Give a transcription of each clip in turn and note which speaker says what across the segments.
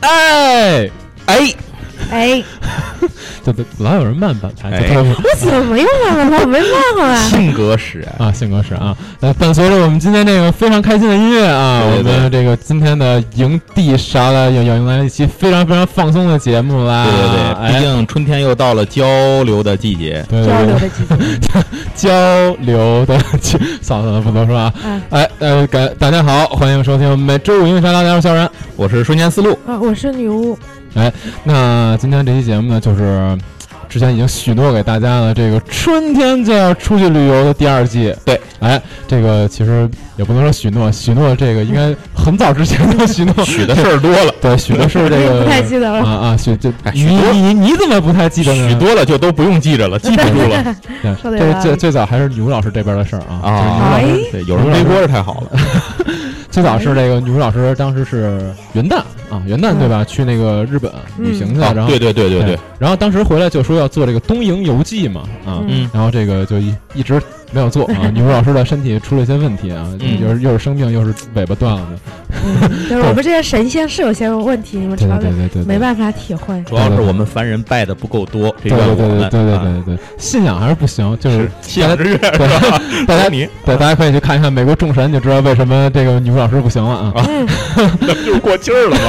Speaker 1: 哎哎，
Speaker 2: 哎，
Speaker 3: 就就老有人慢半拍，
Speaker 1: 哎
Speaker 3: 就特别
Speaker 2: 我怎么又忘了？我没忘啊。
Speaker 1: 性格使然，
Speaker 3: 啊，性格是啊，呃，伴随着我们今天这个非常开心的音乐啊，
Speaker 1: 对对
Speaker 3: 我们这个今天的营地啥的要要迎来一期非常非常放松的节目啦，
Speaker 1: 对对对，毕
Speaker 3: 哎
Speaker 1: 竟春天又到了交流的季节，
Speaker 3: 对
Speaker 2: 交流
Speaker 3: 对对
Speaker 2: 的季节，
Speaker 3: 交流的，算了算了，不多说啊，
Speaker 2: 啊
Speaker 3: 哎呃，感大家好，欢迎收听每周五音乐沙拉，我是小然。
Speaker 1: 我是瞬间思 路，
Speaker 2: 啊！我是女巫，
Speaker 3: 那今天这期节目呢，就是之前已经许诺给大家的这个春天就要出去旅游的第二季。
Speaker 1: 对，
Speaker 3: 哎，这个其实也不能说许诺，许诺这个应该很早之前就许诺
Speaker 1: 许的事儿多了，
Speaker 3: 对，许的是这
Speaker 2: 我也
Speaker 3: 个
Speaker 2: 不太记得
Speaker 3: 啊
Speaker 2: 了。
Speaker 3: 啊，许这
Speaker 1: 哎
Speaker 3: 你
Speaker 1: 许多
Speaker 3: 你你怎么不太记得呢？
Speaker 1: 许多了哎就都不用记 着了，记不住了
Speaker 3: 对
Speaker 2: 说得有
Speaker 3: 这
Speaker 2: 道
Speaker 3: 最
Speaker 2: 理
Speaker 3: 最早还是女巫老师这边的事儿啊
Speaker 1: 啊
Speaker 2: 哎。
Speaker 1: 对，有人背锅是太好了，
Speaker 3: 最早是这个女巫老师当时是元旦啊，元
Speaker 2: 嗯
Speaker 3: 旦对吧？去那个日本旅行去，
Speaker 1: 啊
Speaker 3: 然后
Speaker 1: 对对对对对
Speaker 3: 哎，然后当时回来就说要做这个东瀛游记嘛啊，
Speaker 2: 嗯
Speaker 1: 嗯，
Speaker 3: 然后这个就一一直没有做啊。女巫老师的身体出了一些问题啊，
Speaker 1: 嗯
Speaker 3: 又是又是生病，又是尾巴断了的。
Speaker 2: 就是我们这些神仙是有些问题，你们
Speaker 3: 嗯对
Speaker 2: 知道
Speaker 3: 对对
Speaker 2: 的，
Speaker 3: 对对，
Speaker 2: 没办法体会。
Speaker 1: 主要是我们凡人拜的不够多，这
Speaker 3: 对
Speaker 1: 怨
Speaker 3: 对
Speaker 1: 我
Speaker 3: 对
Speaker 1: 们
Speaker 3: 对对对
Speaker 1: 啊
Speaker 3: 对对，信仰还是不行，就是
Speaker 1: 是信仰之月是
Speaker 3: 对
Speaker 1: 吧？
Speaker 3: 大家
Speaker 1: 你
Speaker 3: 对大家可以去看一看美国众神，就知道为什么这个女巫老师不行了啊。
Speaker 2: 嗯，
Speaker 1: 就是过气儿了嘛，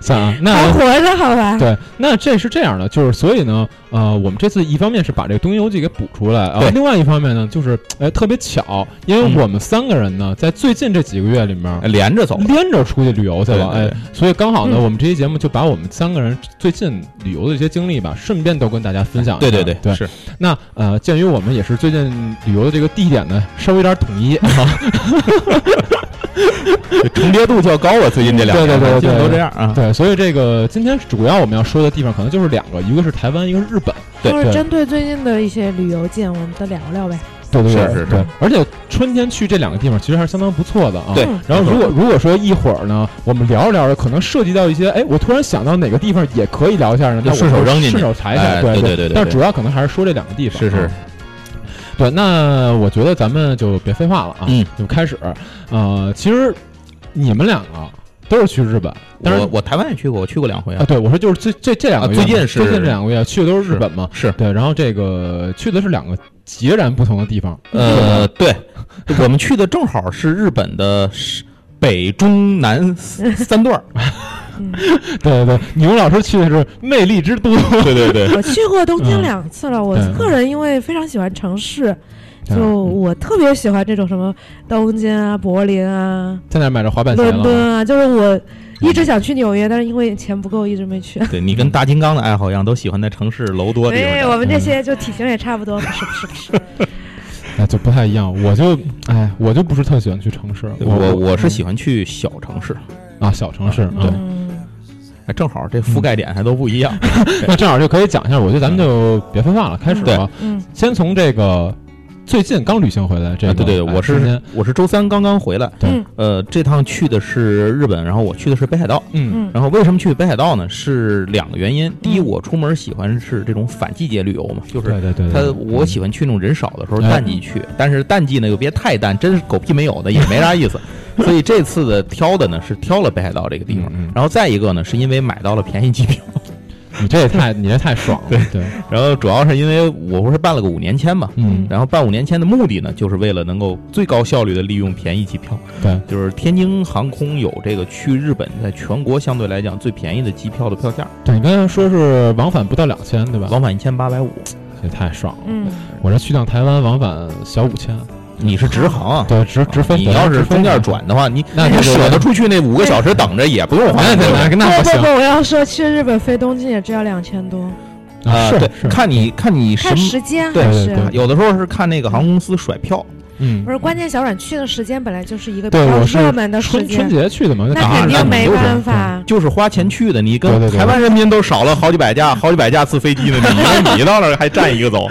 Speaker 3: 算啊，
Speaker 2: 还
Speaker 3: 那
Speaker 2: 活着好吧？
Speaker 3: 对，那这是这样的，就是所以呢，呃，我们这次一方面是把这个《东游记》给补出来啊
Speaker 1: 对，
Speaker 3: 另外一方面呢，就是哎特别巧，因为
Speaker 1: 嗯哎
Speaker 3: 我们三个人呢，在最近这几个月里面。
Speaker 1: 连着走，
Speaker 3: 连着出去旅游去了，
Speaker 1: 对对
Speaker 3: 哎，所以刚好呢，
Speaker 2: 嗯
Speaker 3: 我们这期节目就把我们三个人最近旅游的一些经历吧，顺便都跟大家分享一下。
Speaker 1: 对对对
Speaker 3: 对，
Speaker 1: 是
Speaker 3: 那呃，鉴于我们也是最近旅游的这个地点呢，稍微有点统一啊，
Speaker 1: 重叠度较高了，最近这两
Speaker 3: 对对
Speaker 1: 年
Speaker 3: 对对
Speaker 1: 基本都这样啊。
Speaker 3: 对，所以这个今天主要我们要说的地方可能就是两个，一个是台湾，一个是日本。
Speaker 1: 对
Speaker 2: 就是
Speaker 3: 对
Speaker 2: 针对最近的一些旅游见，我们再聊聊呗。
Speaker 3: 对对对，
Speaker 1: 是是是
Speaker 3: 对。而且春天去这两个地方其实还是相当不错的啊。
Speaker 1: 对
Speaker 2: 嗯，
Speaker 3: 然后，
Speaker 1: 没
Speaker 3: 如
Speaker 1: 错
Speaker 3: 果如果说一会儿呢，我们聊着聊着，可能涉及到一些，哎，我突然想到哪个地方也可以聊一下呢，
Speaker 1: 就
Speaker 3: 那我
Speaker 1: 顺手扔进去
Speaker 3: 顺手抬一下，
Speaker 1: 哎
Speaker 3: 对
Speaker 1: 对
Speaker 3: 对
Speaker 1: 对对对
Speaker 3: 但主要可能还是说这两个地方。
Speaker 1: 是是
Speaker 3: 啊。对，那我觉得咱们就别废话了啊，
Speaker 1: 嗯，
Speaker 3: 就开始。呃，其实你们两个都是去日本，但是
Speaker 1: 我我台湾也去过，我去过两回
Speaker 3: 啊，
Speaker 1: 啊。
Speaker 3: 对我说就是这这这两个
Speaker 1: 啊
Speaker 3: 月嘛，
Speaker 1: 最近是
Speaker 3: 最近这两个月去的都是日
Speaker 1: 是
Speaker 3: 本嘛，
Speaker 1: 是，
Speaker 3: 对，然后这个去的是两个截然不同的地方，
Speaker 1: 呃，对， 我们去的正好是日本的是北中南三三段儿。
Speaker 2: 嗯，
Speaker 3: 对对对，牛老师去的是魅力之都，
Speaker 1: 对对对，
Speaker 2: 我去过东京两次了。我
Speaker 3: 嗯对
Speaker 2: 个人因为非常喜欢城市， 就
Speaker 3: 嗯
Speaker 2: 我特别喜欢这种什么东京啊、柏林啊、
Speaker 3: 在那儿买着滑板鞋
Speaker 2: 伦敦
Speaker 3: 了。
Speaker 2: 啊，就是我一直想去纽约，但是因为钱不够，一直没去。
Speaker 1: 对你跟大金刚的爱好一样，都喜欢在城市楼多的地
Speaker 2: 哎，
Speaker 1: 方
Speaker 2: 我
Speaker 1: 待。
Speaker 2: 们
Speaker 3: 嗯
Speaker 2: 这些就体型也差不多，不是不是不是，
Speaker 3: 哎，就不太一样。我就哎，我就不是特喜欢去城市，
Speaker 1: 对我我是
Speaker 3: 喜
Speaker 1: 喜欢去小城市，
Speaker 3: 啊小城市。
Speaker 1: 对
Speaker 3: 嗯
Speaker 2: 嗯
Speaker 1: 哎正好这覆盖点还都不一样。
Speaker 3: 嗯那正好就可以讲一下，我觉得咱们就别废话了，开始吧。
Speaker 2: 嗯，
Speaker 3: 先从这个最近刚旅行回来这
Speaker 1: 啊
Speaker 3: 个，
Speaker 1: 对对，
Speaker 3: 哎
Speaker 1: 我
Speaker 3: 中
Speaker 1: 是
Speaker 3: 间
Speaker 1: 我是周三刚刚回来，
Speaker 3: 对
Speaker 2: 嗯
Speaker 1: 呃，这趟去的是日本，然后我去的是北海道。
Speaker 3: 嗯
Speaker 2: 嗯
Speaker 1: 然后为什么去北海道呢？是两个原因。第一，
Speaker 2: 嗯
Speaker 1: 我出门喜欢是这种反季节旅游嘛，就是
Speaker 3: 对对对，
Speaker 1: 他
Speaker 3: 对
Speaker 1: 我喜欢去那种人少的时候，
Speaker 3: 哎
Speaker 1: 淡季去，但是淡季呢又别太淡，真是狗屁没有的也没啥 意思。所以这次的挑的呢是挑了北海道这个地方，
Speaker 3: 嗯嗯
Speaker 1: 然后再一个呢是因为买到了便宜机 票，
Speaker 3: 嗯你这也太你这太爽了，对
Speaker 1: 然后主要是因为我不是办了个五年签嘛，
Speaker 3: 嗯
Speaker 1: 然后办五年签的目的呢就是为了能够最高效率的利用便宜机票，
Speaker 2: 嗯
Speaker 3: 对，
Speaker 1: 就是天津航空有这个去日本在全国相对来讲最便宜的机票的票价，
Speaker 3: 对，你刚才说是往返不到两千对吧？
Speaker 1: 往返一千八百五，
Speaker 3: 这太爽了。
Speaker 2: 嗯，
Speaker 3: 我这去趟台湾往返小五千，
Speaker 1: 你是直航啊？
Speaker 3: 对，直直飞。
Speaker 1: 你
Speaker 3: 对
Speaker 1: 要是
Speaker 3: 直飞
Speaker 1: 中间转的话，你
Speaker 3: 那
Speaker 1: 你
Speaker 3: 就 是
Speaker 1: 舍得出去那五个小时等着也不用花
Speaker 3: 那
Speaker 1: 钱，对吧
Speaker 3: 那那
Speaker 2: 不
Speaker 3: 不
Speaker 2: 不
Speaker 3: 行
Speaker 2: 不，我要说去日本飞东京也只要两千多，
Speaker 1: 啊，
Speaker 3: 是
Speaker 1: 对，
Speaker 3: 是，
Speaker 1: 看你看你什
Speaker 2: 看
Speaker 1: 么，
Speaker 2: 时间
Speaker 1: 对
Speaker 2: 还
Speaker 3: 对
Speaker 2: 是
Speaker 3: 对。
Speaker 1: 有的时候是看那个航空公司甩票，
Speaker 3: 嗯
Speaker 2: 不，是，关键小阮去的时间本来就是一个比
Speaker 3: 对，
Speaker 2: 较
Speaker 3: 我
Speaker 2: 热
Speaker 3: 是
Speaker 2: 门的时
Speaker 3: 春春
Speaker 2: 间，
Speaker 3: 节去的嘛，
Speaker 2: 那
Speaker 3: 当然
Speaker 2: 肯
Speaker 1: 那
Speaker 2: 定
Speaker 1: 你
Speaker 2: 没
Speaker 1: 就
Speaker 2: 办法。
Speaker 1: 就是花钱去的。你
Speaker 3: 对
Speaker 1: 跟
Speaker 3: 对对
Speaker 1: 台湾人民都少了好几百架、好几百架次飞机呢，你那你到那儿还占一个走，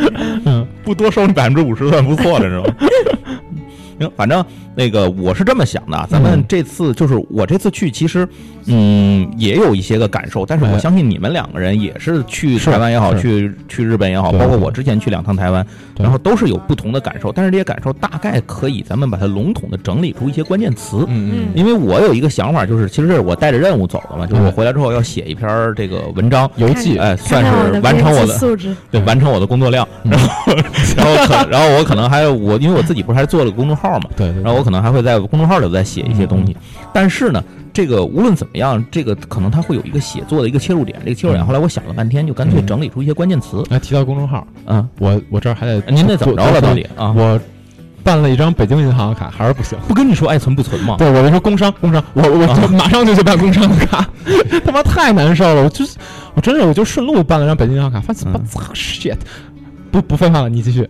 Speaker 3: 嗯，
Speaker 1: 不多收你百分之五十算不错了，知道吗？行，反正那个我是这么想的啊，咱们
Speaker 3: 嗯
Speaker 1: 这次就是我这次去，其实嗯也有一些个感受，但是
Speaker 3: 哎
Speaker 1: 我相信你们两个人也是去
Speaker 3: 是
Speaker 1: 台湾也好，
Speaker 3: 是
Speaker 1: 去去日本也好，
Speaker 3: 对
Speaker 1: 包括
Speaker 3: 对
Speaker 1: 我之前去两趟台湾，
Speaker 3: 对
Speaker 1: 然后都是有不同的感受，但是这些感受大概可以咱们把它笼统的整理出一些关键词。
Speaker 3: 嗯嗯，
Speaker 1: 因为我有一个想法，就是其实是我带着任务走的嘛，就是我
Speaker 3: 对
Speaker 1: 回来之后要写一篇儿这个文章，
Speaker 3: 游记，
Speaker 1: 哎，
Speaker 2: 看
Speaker 1: 算
Speaker 2: 看
Speaker 1: 是
Speaker 2: 的
Speaker 1: 完成我
Speaker 2: 文字
Speaker 1: 的
Speaker 2: 素质，
Speaker 1: 对，完成我的工作量，
Speaker 3: 嗯
Speaker 1: 然后然后可然后我可能还我因为我自己不是还做了个公众号嘛，
Speaker 3: 对对，
Speaker 1: 然后我可能还会在公众号里再写一些
Speaker 3: 嗯
Speaker 1: 东西，嗯但是呢，这个无论怎么样，这个可能它会有一个写作的一个切入点，这个切入点
Speaker 3: 嗯
Speaker 1: 后来我想了半天，就干脆
Speaker 3: 嗯
Speaker 1: 整理出一些关键词，
Speaker 3: 哎，提到公众号，
Speaker 1: 嗯，
Speaker 3: 我我这儿还得
Speaker 1: 您那怎么着了到底啊？
Speaker 3: 我办了一张北京银行的卡，还是不行。
Speaker 1: 不跟你说爱存不存吗？
Speaker 3: 对，我就说工商，工商，我我
Speaker 1: 啊
Speaker 3: 就马上就去办工商的卡， 他妈太难受了。我就是，我真是，我就顺路办了张北京银行卡，发现
Speaker 1: 嗯
Speaker 3: 我操 shit，不不废话了，你继续。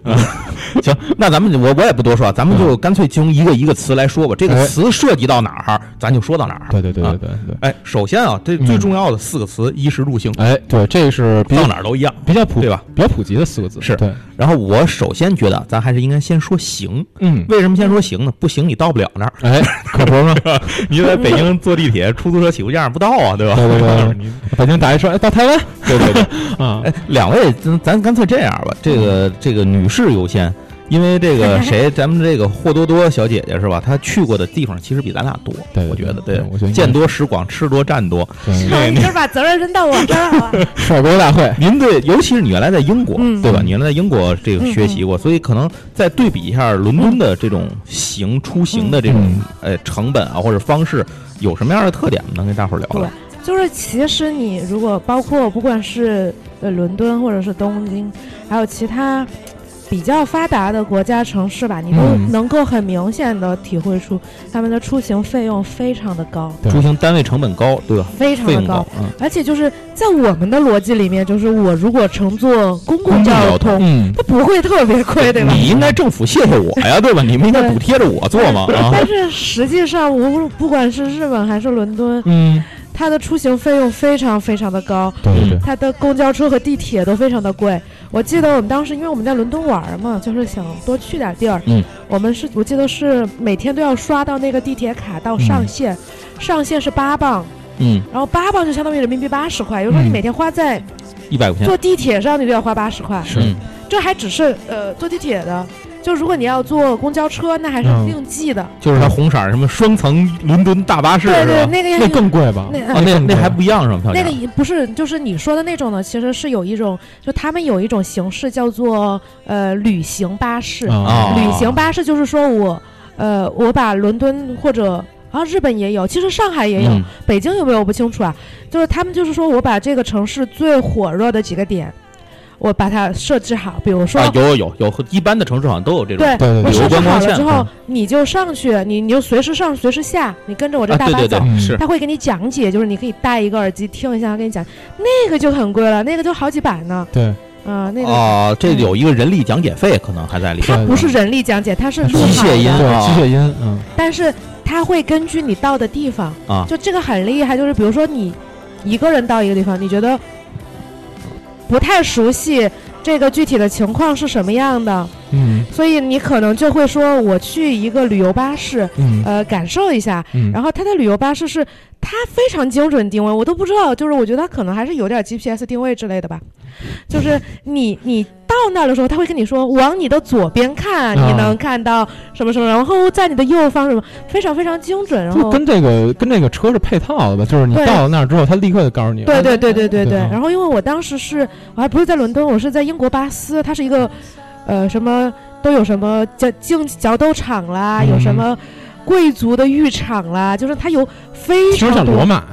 Speaker 1: 行，那咱们就我我也不多说，啊咱们就干脆从一个一个词来说吧，这
Speaker 3: 嗯哎
Speaker 1: 个词涉及到哪儿，咱就说到哪儿。
Speaker 3: 对对对对
Speaker 1: 啊
Speaker 3: 对对，
Speaker 1: 哎，首先啊，这
Speaker 3: 嗯
Speaker 1: 最重要的四个词，衣食住行，
Speaker 3: 哎，对，这是比
Speaker 1: 到
Speaker 3: 较
Speaker 1: 哪儿都一样，
Speaker 3: 比较普
Speaker 1: 对吧？
Speaker 3: 比较普及的四个字，
Speaker 1: 是
Speaker 3: 对，
Speaker 1: 然后我首先觉得，咱还是应该先说行。
Speaker 3: 嗯，
Speaker 1: 为什么先说行呢？不行，你到不了那儿。
Speaker 3: 哎，可不是吗？
Speaker 1: 你在北京坐地铁、出租车起步价不到啊，对吧？
Speaker 3: 对对对
Speaker 1: 你
Speaker 3: 北京打一车，哎，到台湾
Speaker 1: 对对对。
Speaker 3: 啊，
Speaker 1: 哎，两位，咱咱干脆这样吧，这个
Speaker 3: 嗯
Speaker 1: 这个女士优先，因为这个谁，咱们这个霍多多小姐姐是吧？她去过的地方其实比咱俩多，
Speaker 3: 对对
Speaker 1: 我觉得
Speaker 3: 对我觉得应该
Speaker 1: 见多识广，吃多占多。
Speaker 3: 对
Speaker 1: 对
Speaker 2: 你
Speaker 1: 那
Speaker 2: 就是把责任扔到我这儿了。
Speaker 3: 帅哥大会，
Speaker 1: 您对，尤其是你原来在英国，
Speaker 2: 嗯
Speaker 1: 对吧？你原来在英国这个学习过，所以可能再对比一下伦敦的这种行、出行的这种、
Speaker 3: 嗯
Speaker 1: 呃成本啊，或者方式，有什么样的特点呢？能跟大伙儿聊聊？
Speaker 2: 就是其实你如果包括不管是呃伦敦或者是东京，还有其他比较发达的国家城市吧，你都
Speaker 3: 嗯
Speaker 2: 能够很明显的体会出他们的出行费用非常的高，
Speaker 3: 对
Speaker 1: 出行单位成本高，对吧？
Speaker 2: 非常
Speaker 1: 费
Speaker 2: 的
Speaker 1: 用
Speaker 2: 高。，
Speaker 1: 嗯，
Speaker 2: 而且就是在我们的逻辑里面，就是我如果乘坐
Speaker 1: 公
Speaker 2: 公共
Speaker 1: 共交
Speaker 2: 交
Speaker 1: 通
Speaker 2: 通，
Speaker 3: 嗯，
Speaker 2: 它不会特别亏，对吧？
Speaker 1: 你应该政府谢谢我哎呀，对吧？你们应该补贴着我做 嘛啊！
Speaker 2: 但是实际上，无不管是日本还是伦敦，
Speaker 3: 嗯，
Speaker 2: 它的出行费用非常非常的高，
Speaker 3: 对对对
Speaker 1: 嗯，
Speaker 2: 它的公交车和地铁都非常的贵。我记得我们当时，因为我们在伦敦玩儿嘛，就是想多去点地儿。
Speaker 1: 嗯，
Speaker 2: 我们是我记得是每天都要刷到那个地铁卡
Speaker 3: 嗯
Speaker 2: 到上限，上限是八磅，
Speaker 1: 嗯，
Speaker 2: 然后八磅就相当于人民币八十块，也就是说你
Speaker 3: 嗯
Speaker 2: 每天花在
Speaker 1: 一百块钱
Speaker 2: 坐地铁上，你就要花八十块。
Speaker 3: 是
Speaker 1: 嗯
Speaker 2: 这还只是呃坐地铁的，就如果你要坐公交车，那还是
Speaker 3: 嗯
Speaker 2: 另计的。
Speaker 1: 就是它红色儿什么双层伦敦大巴士
Speaker 2: 对
Speaker 1: 是
Speaker 2: 对，
Speaker 1: 吧？
Speaker 2: 那个
Speaker 3: 那更贵吧？
Speaker 2: 那
Speaker 1: 啊，那那还不一样是吧？票价
Speaker 2: 那个也不是，就是你说的那种呢，其实是有一种，就他们有一种形式叫做呃旅行巴士。
Speaker 1: 啊
Speaker 2: 旅行巴士就是说我呃我把伦敦或者啊日本也有，其实上海也有，
Speaker 1: 嗯
Speaker 2: 北京有没有我不清楚啊。就是他们就是说我把这个城市最火热的几个点，我把它设置好，比如说。
Speaker 1: 啊，有有有有，一般的城市好像都有这种
Speaker 2: 对，
Speaker 3: 对对
Speaker 2: 我
Speaker 3: 对
Speaker 2: 设置
Speaker 1: 观光
Speaker 2: 好了
Speaker 1: 线
Speaker 2: 之后
Speaker 1: 嗯，
Speaker 2: 你就上去，你你就随时上随时下，你跟着我这
Speaker 1: 啊，
Speaker 2: 大
Speaker 1: 对
Speaker 2: 巴
Speaker 1: 对
Speaker 2: 走，
Speaker 1: 对， 是
Speaker 2: 他会给你讲解，就是你可以戴一个耳机听一下，他给你讲，那个就很贵了，那个就好几百呢，
Speaker 3: 对，
Speaker 2: 啊、那个、
Speaker 1: 啊，这有一个人力讲解费可能还在里
Speaker 3: 对
Speaker 1: 边。
Speaker 2: 它不是人力讲解，它是录
Speaker 1: 机
Speaker 2: 好
Speaker 1: 械音
Speaker 2: 的，
Speaker 3: 对
Speaker 1: 啊
Speaker 3: 机械音，嗯，
Speaker 2: 但是它会根据你到的地方
Speaker 1: 啊
Speaker 2: 就这个很厉害，就是比如说你一个人到一个地方，你觉得不太熟悉这个具体的情况是什么样的，
Speaker 3: 嗯
Speaker 2: 所以你可能就会说我去一个旅游巴士，
Speaker 3: 嗯
Speaker 2: 呃，感受一下，
Speaker 3: 嗯，
Speaker 2: 然后它的旅游巴士是它非常精准定位，我都不知道，就是我觉得它可能还是有点 GPS 定位之类的吧。就是你你到那儿的时候，他会跟你说往你的左边看，
Speaker 3: 啊
Speaker 2: 你能看到什么什么，然后在你的右方什么，非常非常精准。然
Speaker 3: 就
Speaker 2: 后
Speaker 3: 跟这个跟这个车是配套的吧？就是你
Speaker 2: 对
Speaker 3: 到了那儿之后，他立刻就告诉你。
Speaker 2: 对对对对对
Speaker 3: 对
Speaker 2: 对
Speaker 3: 啊。
Speaker 2: 然后因为我当时是我还不是在伦敦，我是在英国巴斯，它是一个呃什么都有什么角竞角斗场啦，有什
Speaker 3: 嗯
Speaker 2: 么贵族的浴场啦，就是它有非
Speaker 3: 听着像
Speaker 2: 常多
Speaker 3: 罗马呀，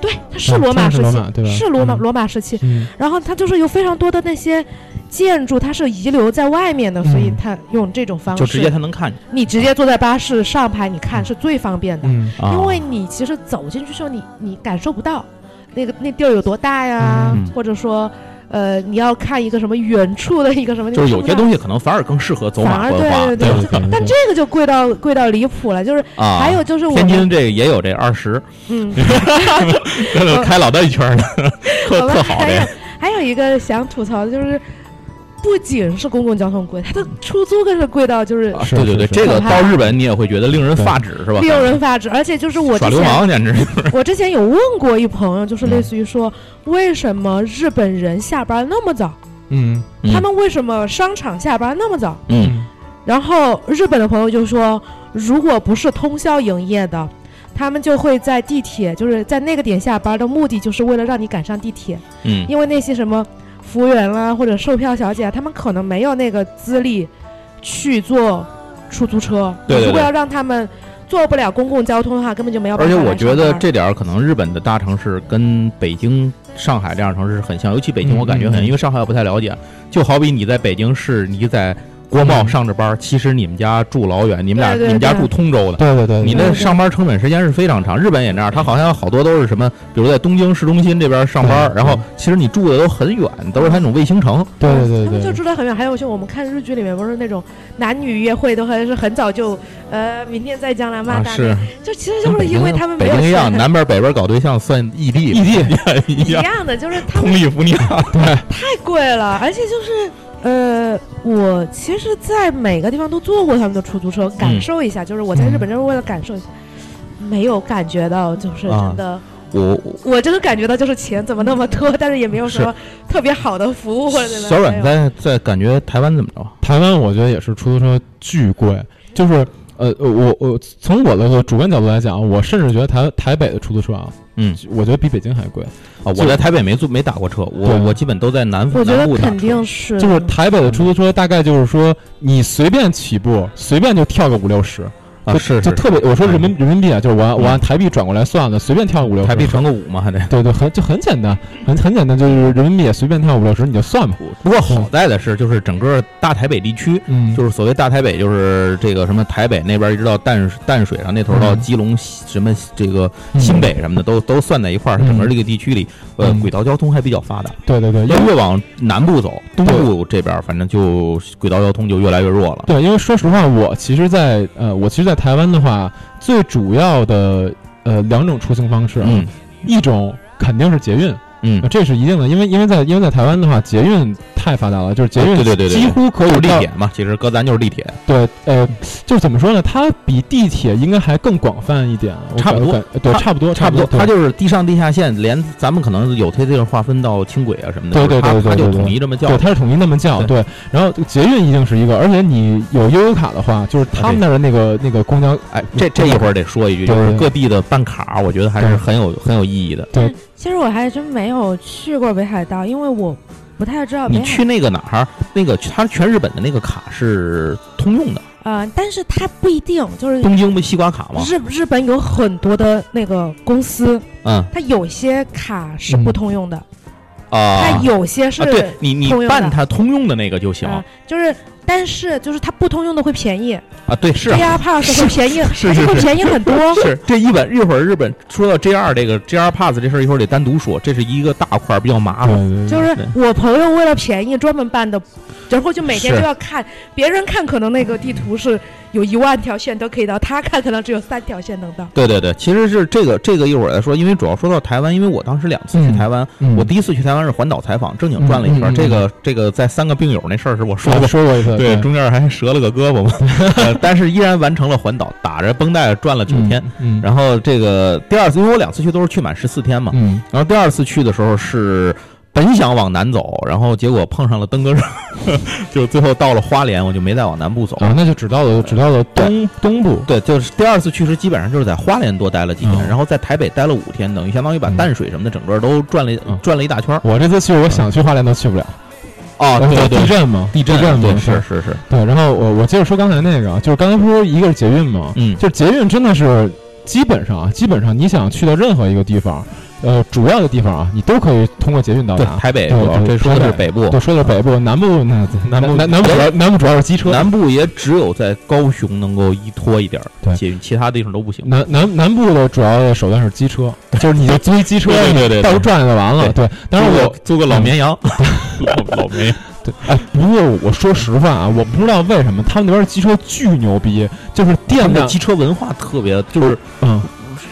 Speaker 2: 对，它是罗
Speaker 3: 啊
Speaker 2: 马
Speaker 3: 听
Speaker 2: 时期
Speaker 3: 着是罗马，对吧
Speaker 2: 是罗马
Speaker 3: 嗯
Speaker 2: 罗马时期。
Speaker 3: 嗯，
Speaker 2: 然后它就是有非常多的那些建筑，它是遗留在外面的，所以
Speaker 3: 嗯
Speaker 2: 它用这种方式，
Speaker 1: 就直接他能看见
Speaker 2: 你直接坐在巴士上排，你看是最方便的，
Speaker 3: 嗯
Speaker 1: 啊，
Speaker 2: 因为你其实走进去之后，你你感受不到那个那地儿有多大呀，
Speaker 1: 嗯
Speaker 2: 或者说呃你要看一个什么远处的一个什么，
Speaker 1: 就是有些
Speaker 2: 西
Speaker 1: 东西可能反而更适合走
Speaker 2: 反
Speaker 1: 马
Speaker 2: 而
Speaker 1: 观
Speaker 2: 对
Speaker 1: 花，
Speaker 2: 对
Speaker 1: 吧
Speaker 3: 对对
Speaker 2: 但这个就贵到贵到离谱了，就是
Speaker 1: 啊，
Speaker 2: 还有就是我
Speaker 1: 天津
Speaker 2: 们
Speaker 1: 这也有这二 十，
Speaker 2: 嗯。
Speaker 1: 开老大一圈儿呢，特
Speaker 2: 我 们
Speaker 1: 特好
Speaker 2: 还
Speaker 1: 这
Speaker 2: 有还有一个想吐槽的就是，不仅是公共交通贵，它 的出租更是贵到就是
Speaker 3: 是
Speaker 1: 对对对，
Speaker 3: 是
Speaker 1: 这个
Speaker 2: 可怕
Speaker 1: 到日本你也会觉得令人发指，啊是吧？
Speaker 2: 令人发指。而且就是我
Speaker 1: 耍
Speaker 2: 之
Speaker 1: 流
Speaker 2: 前
Speaker 1: 氓嗯简直是！
Speaker 2: 我之前有问过一朋友，就是类似于说，为什么日本人下班那么早？
Speaker 3: 嗯
Speaker 1: 嗯
Speaker 2: 他们为什么商场下班那么早？
Speaker 1: 嗯，
Speaker 2: 然后日本的朋友就说，如果不是通宵营业的，他们就会在地铁，就是在那个点下班的目的，就是为了让你赶上地铁，
Speaker 1: 嗯，
Speaker 2: 因为那些什么服务员啦、或者售票小姐啊，他们可能没有那个资历去坐出租车。
Speaker 1: 对对对
Speaker 2: 如果要让他们坐不了公共交通的话，根本就没有办
Speaker 1: 而
Speaker 2: 法
Speaker 1: 且
Speaker 2: 来上班。
Speaker 1: 我觉得这点儿可能日本的大城市跟北京、上海这样的城市是很像，尤其北京，
Speaker 3: 嗯
Speaker 1: 我感觉很像，
Speaker 3: 嗯
Speaker 1: 因为上海我不太了解。就好比你在北京市，你在国
Speaker 3: 嗯
Speaker 1: 贸上着班，其实你们家住老远，你们俩
Speaker 2: 对对
Speaker 1: 你们家
Speaker 2: 对
Speaker 1: 住通州的。
Speaker 3: 对对对，
Speaker 1: 你
Speaker 3: 对
Speaker 1: 那上班成本时间是非常长，日本也那样，他好像好多都是什么，比如在东京市中心这边上班，
Speaker 3: 对
Speaker 1: 然后其实你住的都很远，都是他那种卫星城。
Speaker 3: 对
Speaker 2: 他
Speaker 3: 对
Speaker 2: 们就
Speaker 3: 对对，
Speaker 2: 住得很远。还有就我们看日剧里面，不是那种男女约会都还是很早就，呃，明天再讲啦，妈
Speaker 1: 啊，
Speaker 2: 大、
Speaker 1: 是，
Speaker 2: 就其实就是因为他们没
Speaker 1: 北
Speaker 2: 有
Speaker 1: 京一样，
Speaker 2: 钱
Speaker 1: 南边北边搞对象算异地，
Speaker 3: 异地
Speaker 1: 地
Speaker 2: 一
Speaker 1: 一样，
Speaker 2: 样的，就是他
Speaker 1: 通
Speaker 2: 们
Speaker 1: 利福尼亚。
Speaker 2: 太贵了，而且就是。呃，我其实，在每个地方都坐过他们的出租车，感受一下。就是我在日本，就是为了感受一下，没有感觉到，就是
Speaker 1: 啊
Speaker 2: 真的，
Speaker 1: 我
Speaker 2: 我真的感觉到就是钱怎么那么多，但是也没有什
Speaker 1: 是
Speaker 2: 么特别好的服 务或者怎么样
Speaker 1: 小
Speaker 2: 没
Speaker 1: 阮
Speaker 2: 有
Speaker 1: 在在感觉台湾怎么着？
Speaker 3: 台湾我觉得也是出租车巨贵，就是呃呃我我从我的主观角度来讲，我甚至觉得台台北的出租车啊，
Speaker 1: 嗯，
Speaker 3: 我觉得比北京还贵。
Speaker 1: 啊，我
Speaker 3: 就
Speaker 1: 在台北没坐没打过车，我
Speaker 3: 对啊
Speaker 1: 我基本都在南
Speaker 2: 我觉
Speaker 1: 南
Speaker 2: 得
Speaker 1: 部打
Speaker 2: 肯
Speaker 1: 车。
Speaker 2: 定是，
Speaker 3: 就是台北的出租车大概就是说你随便起步，随便就跳个五六十
Speaker 1: 啊，嗯
Speaker 3: 就是就是特别我说人民人民币啊，就是我按我按台币转过来算的，随便跳五六十。
Speaker 1: 台币乘个五嘛，还得。
Speaker 3: 对对，很就很简单，很很简单，就是人民币也随便跳五六十，你就算吧。
Speaker 1: 不过好在的是，就是整个大台北地区，
Speaker 3: 嗯，
Speaker 1: 就是所谓大台北，就是这个什么台北那边一直到淡淡水上那头到
Speaker 3: 嗯
Speaker 1: 基隆西什么这个新北什么的，都都算在一块儿。
Speaker 3: 嗯
Speaker 1: 整个这个地区里，呃，
Speaker 3: 嗯
Speaker 1: 轨道交通还比较发达。
Speaker 3: 对对对，因
Speaker 1: 要
Speaker 3: 为
Speaker 1: 越往南部走，东部这边反正就轨道交通就越来越弱了。
Speaker 3: 对，因为说实话，我其实在，呃，我其实，在台湾的话，最主要的呃两种出行方式，啊
Speaker 1: 嗯，
Speaker 3: 一种肯定是捷运，
Speaker 1: 嗯
Speaker 3: 呃，这是一定的，因为因为在因为在台湾的话，捷运太发达了，就是捷运
Speaker 1: 啊对对对对对
Speaker 3: 几乎可以
Speaker 1: 就是地
Speaker 3: 到
Speaker 1: 铁嘛，其实搁咱就是地铁。
Speaker 3: 对，呃，就是怎么说呢？它比地铁应该还更广泛一点，我
Speaker 1: 差不
Speaker 3: 感
Speaker 1: 多
Speaker 3: 感呃对，
Speaker 1: 它
Speaker 3: 差不多，
Speaker 1: 差不多，
Speaker 3: 对
Speaker 1: 它就是地上地下线，连咱们可能有推这种划分到轻轨啊什么的，
Speaker 3: 对对对
Speaker 1: 就是它它
Speaker 3: 对对
Speaker 1: 就
Speaker 3: 对
Speaker 1: 统一这么叫
Speaker 3: 对，。它是统一那么叫，对。然后捷运一定是一个，而且你有悠游卡的话，就是他
Speaker 1: 啊
Speaker 3: 们那儿的那个那个公交，
Speaker 1: 哎，这这一会儿得说一句，就
Speaker 3: 对
Speaker 1: 是
Speaker 3: 对
Speaker 1: 各地的办卡，我觉得还是
Speaker 3: 对
Speaker 1: 很有很有意义的。
Speaker 2: 其实我还真没有去过北海道，因为我不太知道北
Speaker 1: 你
Speaker 2: 海
Speaker 1: 去那个哪儿，那个它全日本的那个卡是通用的，
Speaker 2: 呃，但是它不一定就是
Speaker 1: 东京不西瓜卡吗？
Speaker 2: 日日本有很多的那个公司，
Speaker 1: 嗯
Speaker 2: 它有些卡是不通用的，它
Speaker 1: 啊，
Speaker 2: 有些是、
Speaker 1: 啊，对你你
Speaker 2: 通用的
Speaker 1: 办它通用的那个就行
Speaker 2: 啊就是。但是就是它不通用的会便宜
Speaker 1: 啊，对是啊。
Speaker 2: ，JR Pass 会便宜，
Speaker 1: 是
Speaker 2: 而且
Speaker 1: 是
Speaker 2: 会
Speaker 1: 是
Speaker 2: 便宜很多。
Speaker 1: 是这一本一会儿日本说到 J R 这个 J R Pass 这事儿一会儿得单独说，这是一个大块儿比较麻
Speaker 3: 对
Speaker 1: 烦。
Speaker 3: 对对
Speaker 2: 就是
Speaker 1: 嗯对
Speaker 2: 我朋友为了便宜专门办的，然后就每天
Speaker 1: 是
Speaker 2: 就要看，别人看可能那个地图是有一万条线都可以到，他看可能只有三条线能到。
Speaker 1: 对对对，其实是这个这个一会儿再说，因为主要说到台湾，因为我当时两次去
Speaker 3: 嗯
Speaker 1: 台湾，
Speaker 3: 嗯
Speaker 1: 我第一次去台湾是环岛采访，正经转了一圈儿。
Speaker 3: 嗯嗯嗯
Speaker 1: 这个这个在三个病友那事儿是我说
Speaker 3: 我
Speaker 1: 过，
Speaker 3: 说过一次，
Speaker 1: 对，中间还折了个胳膊 嘛，呃但是依然完成了环岛，打着绷带转了九天。，
Speaker 3: 嗯，
Speaker 1: 然后这个第二次，因为我两次去都是去满十四天嘛，
Speaker 3: 嗯
Speaker 1: 然后第二次去的时候是本想往南走，然后结果碰上了登革热， 就最后到了花莲，我就没再往南部走。
Speaker 3: 啊，那就只到了只到了东东部，
Speaker 1: 对，就是第二次去时，基本上就是在花莲多待了几天，
Speaker 3: 嗯
Speaker 1: 然后在台北待了五天，等于相当于把
Speaker 3: 嗯
Speaker 1: 淡水什么的整个都转了一、
Speaker 3: 嗯
Speaker 1: 转了一大圈儿。
Speaker 3: 我这次去，我想去花莲都去不了。
Speaker 1: 哦
Speaker 3: 呃地震嘛，
Speaker 1: 地震，
Speaker 3: 震嘛，
Speaker 1: 对，是是是，
Speaker 3: 对。然后我我接着说刚才那个啊，就是刚才不是说一个是捷运嘛，
Speaker 1: 嗯
Speaker 3: 就是捷运真的是基本上啊，基本上你想去到任何一个地方，呃，主要的地方啊，你都可以通过捷运到
Speaker 1: 对，
Speaker 3: 达。
Speaker 1: 台北主
Speaker 3: 对
Speaker 1: 要
Speaker 3: 对
Speaker 1: 这说的
Speaker 3: 台
Speaker 1: 是
Speaker 3: 北
Speaker 1: 北部，
Speaker 3: 对，说的是北部，南部那
Speaker 1: 南部
Speaker 3: 南南部主要南部主要是机车，
Speaker 1: 南部也只有在高雄能够依托一点儿
Speaker 3: 对
Speaker 1: 捷运，其他地方都不行。
Speaker 3: 南南南部的主要的手段是机车，就是 你就租一机车，
Speaker 1: 对对对对
Speaker 3: 你到处转就完了。对，当然我嗯
Speaker 1: 租个老绵羊， 老老绵羊，
Speaker 3: 对，哎，不过我说实话啊，我不知道为什么他们那边机车巨牛逼，就是
Speaker 1: 他
Speaker 3: 电
Speaker 1: 们的
Speaker 3: 量，
Speaker 1: 机车文化特别，就是
Speaker 3: 嗯，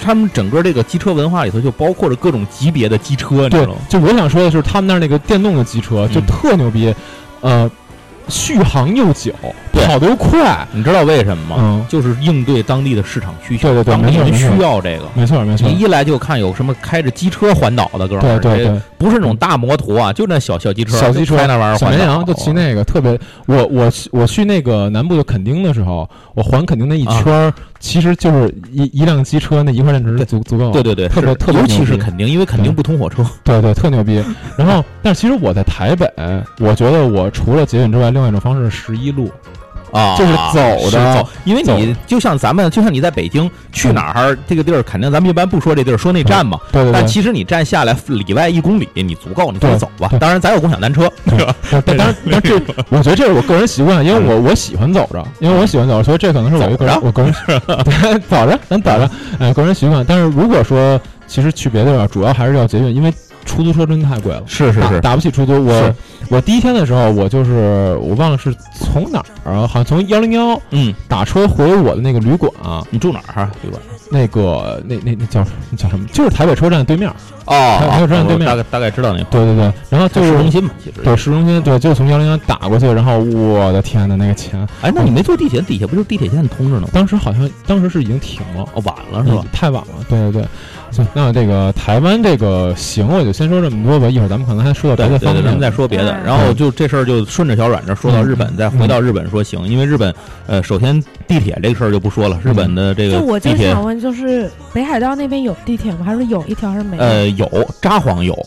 Speaker 1: 他们整个这个机车文化里头就包括着各种级别的机车，你知
Speaker 3: 对
Speaker 1: 道吗？，
Speaker 3: 就我想说的是，他们那儿那个电动的机车就
Speaker 1: 嗯
Speaker 3: 特牛逼，呃，续航又久，
Speaker 1: 对
Speaker 3: 跑得又快。
Speaker 1: 你知道为什么吗？
Speaker 3: 嗯，
Speaker 1: 就是应对当地的市场需求，
Speaker 3: 对对对
Speaker 1: 当地
Speaker 3: 没错
Speaker 1: 人
Speaker 3: 没错
Speaker 1: 需要这个。
Speaker 3: 没错没错
Speaker 1: 你，一来就看有什么开着机车环岛的哥们
Speaker 3: 对
Speaker 1: 儿，
Speaker 3: 对
Speaker 1: 这
Speaker 3: 对，
Speaker 1: 不是那种大摩托啊，就那小小机车，
Speaker 3: 小机车
Speaker 1: 就开那玩意儿
Speaker 3: 小
Speaker 1: 环
Speaker 3: 绵
Speaker 1: 岛，哦
Speaker 3: 羊就骑那个特别，我我去我去那个南部的垦丁的时候，我环垦丁那一
Speaker 1: 啊
Speaker 3: 圈儿，其实就是一一辆机车那一块电池
Speaker 1: 对
Speaker 3: 足足够了，
Speaker 1: 对对对，
Speaker 3: 特别
Speaker 1: 是
Speaker 3: 特别
Speaker 1: 尤其
Speaker 3: 牛
Speaker 1: 是
Speaker 3: 逼
Speaker 1: 肯定，因为肯定
Speaker 3: 对
Speaker 1: 不通火车，
Speaker 3: 对对，特牛逼。 然后，但是其实我在台北，我觉得我除了捷运之外，另外一种方式是十一路，
Speaker 1: 啊，
Speaker 3: 就是走的
Speaker 1: 走，因为你就像咱们，就像你在北京去哪儿，这个地儿肯定咱们一般不说这地儿，说那站嘛。
Speaker 3: 嗯对对
Speaker 1: 但
Speaker 3: 对。
Speaker 1: 其实你站下来里外一公里，你足够，你
Speaker 3: 对
Speaker 1: 快走吧
Speaker 3: 对。
Speaker 1: 当然，咱有共享单车，对吧？
Speaker 3: 但但当然，但这我觉得这是我个人习惯，因为我我喜欢走着，因为我喜欢走着，所以这可能是我一个人
Speaker 1: 嗯走着
Speaker 3: 我个人对走着，咱走着，呃，个人习惯。但是如果说其实去别的地方，主要还是要捷运，因为出租车真太贵了。
Speaker 1: 是
Speaker 3: 打打不起出租，我
Speaker 1: 是
Speaker 3: 我第一天的时候，我就是我忘了是从哪儿啊，好像从幺零幺
Speaker 1: 嗯，
Speaker 3: 打车回我的那个旅馆、
Speaker 1: 你住哪儿啊？旅馆
Speaker 3: 那个那那那叫那叫什么？就是台北车站对面儿。
Speaker 1: 哦
Speaker 3: 还有车站对面
Speaker 1: 大概大概知道那块儿，
Speaker 3: 对对对，然后就
Speaker 1: 在市中
Speaker 3: 是
Speaker 1: 心嘛，其实。
Speaker 3: 对市中心，对，就是从幺零幺打过去，然后我的天呐，那个钱，
Speaker 1: 哎，那你没坐地铁，地铁不就是地铁线通着呢吗？
Speaker 3: 当时好像当时是已经停了，
Speaker 1: 哦，晚了是吧？？
Speaker 3: 太晚了，对对对。行，那这个台湾这个行，我就先说这么多吧，一会儿咱们可能还说到
Speaker 1: 对
Speaker 3: 别的
Speaker 1: 对
Speaker 3: 方
Speaker 1: 对，
Speaker 3: 面。
Speaker 1: 咱们再说别的。
Speaker 2: 嗯
Speaker 1: 然后就这事儿就顺着小阮这说
Speaker 3: 嗯
Speaker 1: 到日本，再回到日本说行，因为日本呃，首先地铁这个事儿就不说了，
Speaker 3: 嗯
Speaker 1: 日本的这
Speaker 2: 就
Speaker 1: 个
Speaker 2: 我
Speaker 1: 地
Speaker 2: 就
Speaker 1: 铁
Speaker 2: 想问，就是北海道那边有地铁吗？还是有一条还是没有？
Speaker 1: 呃有札幌有，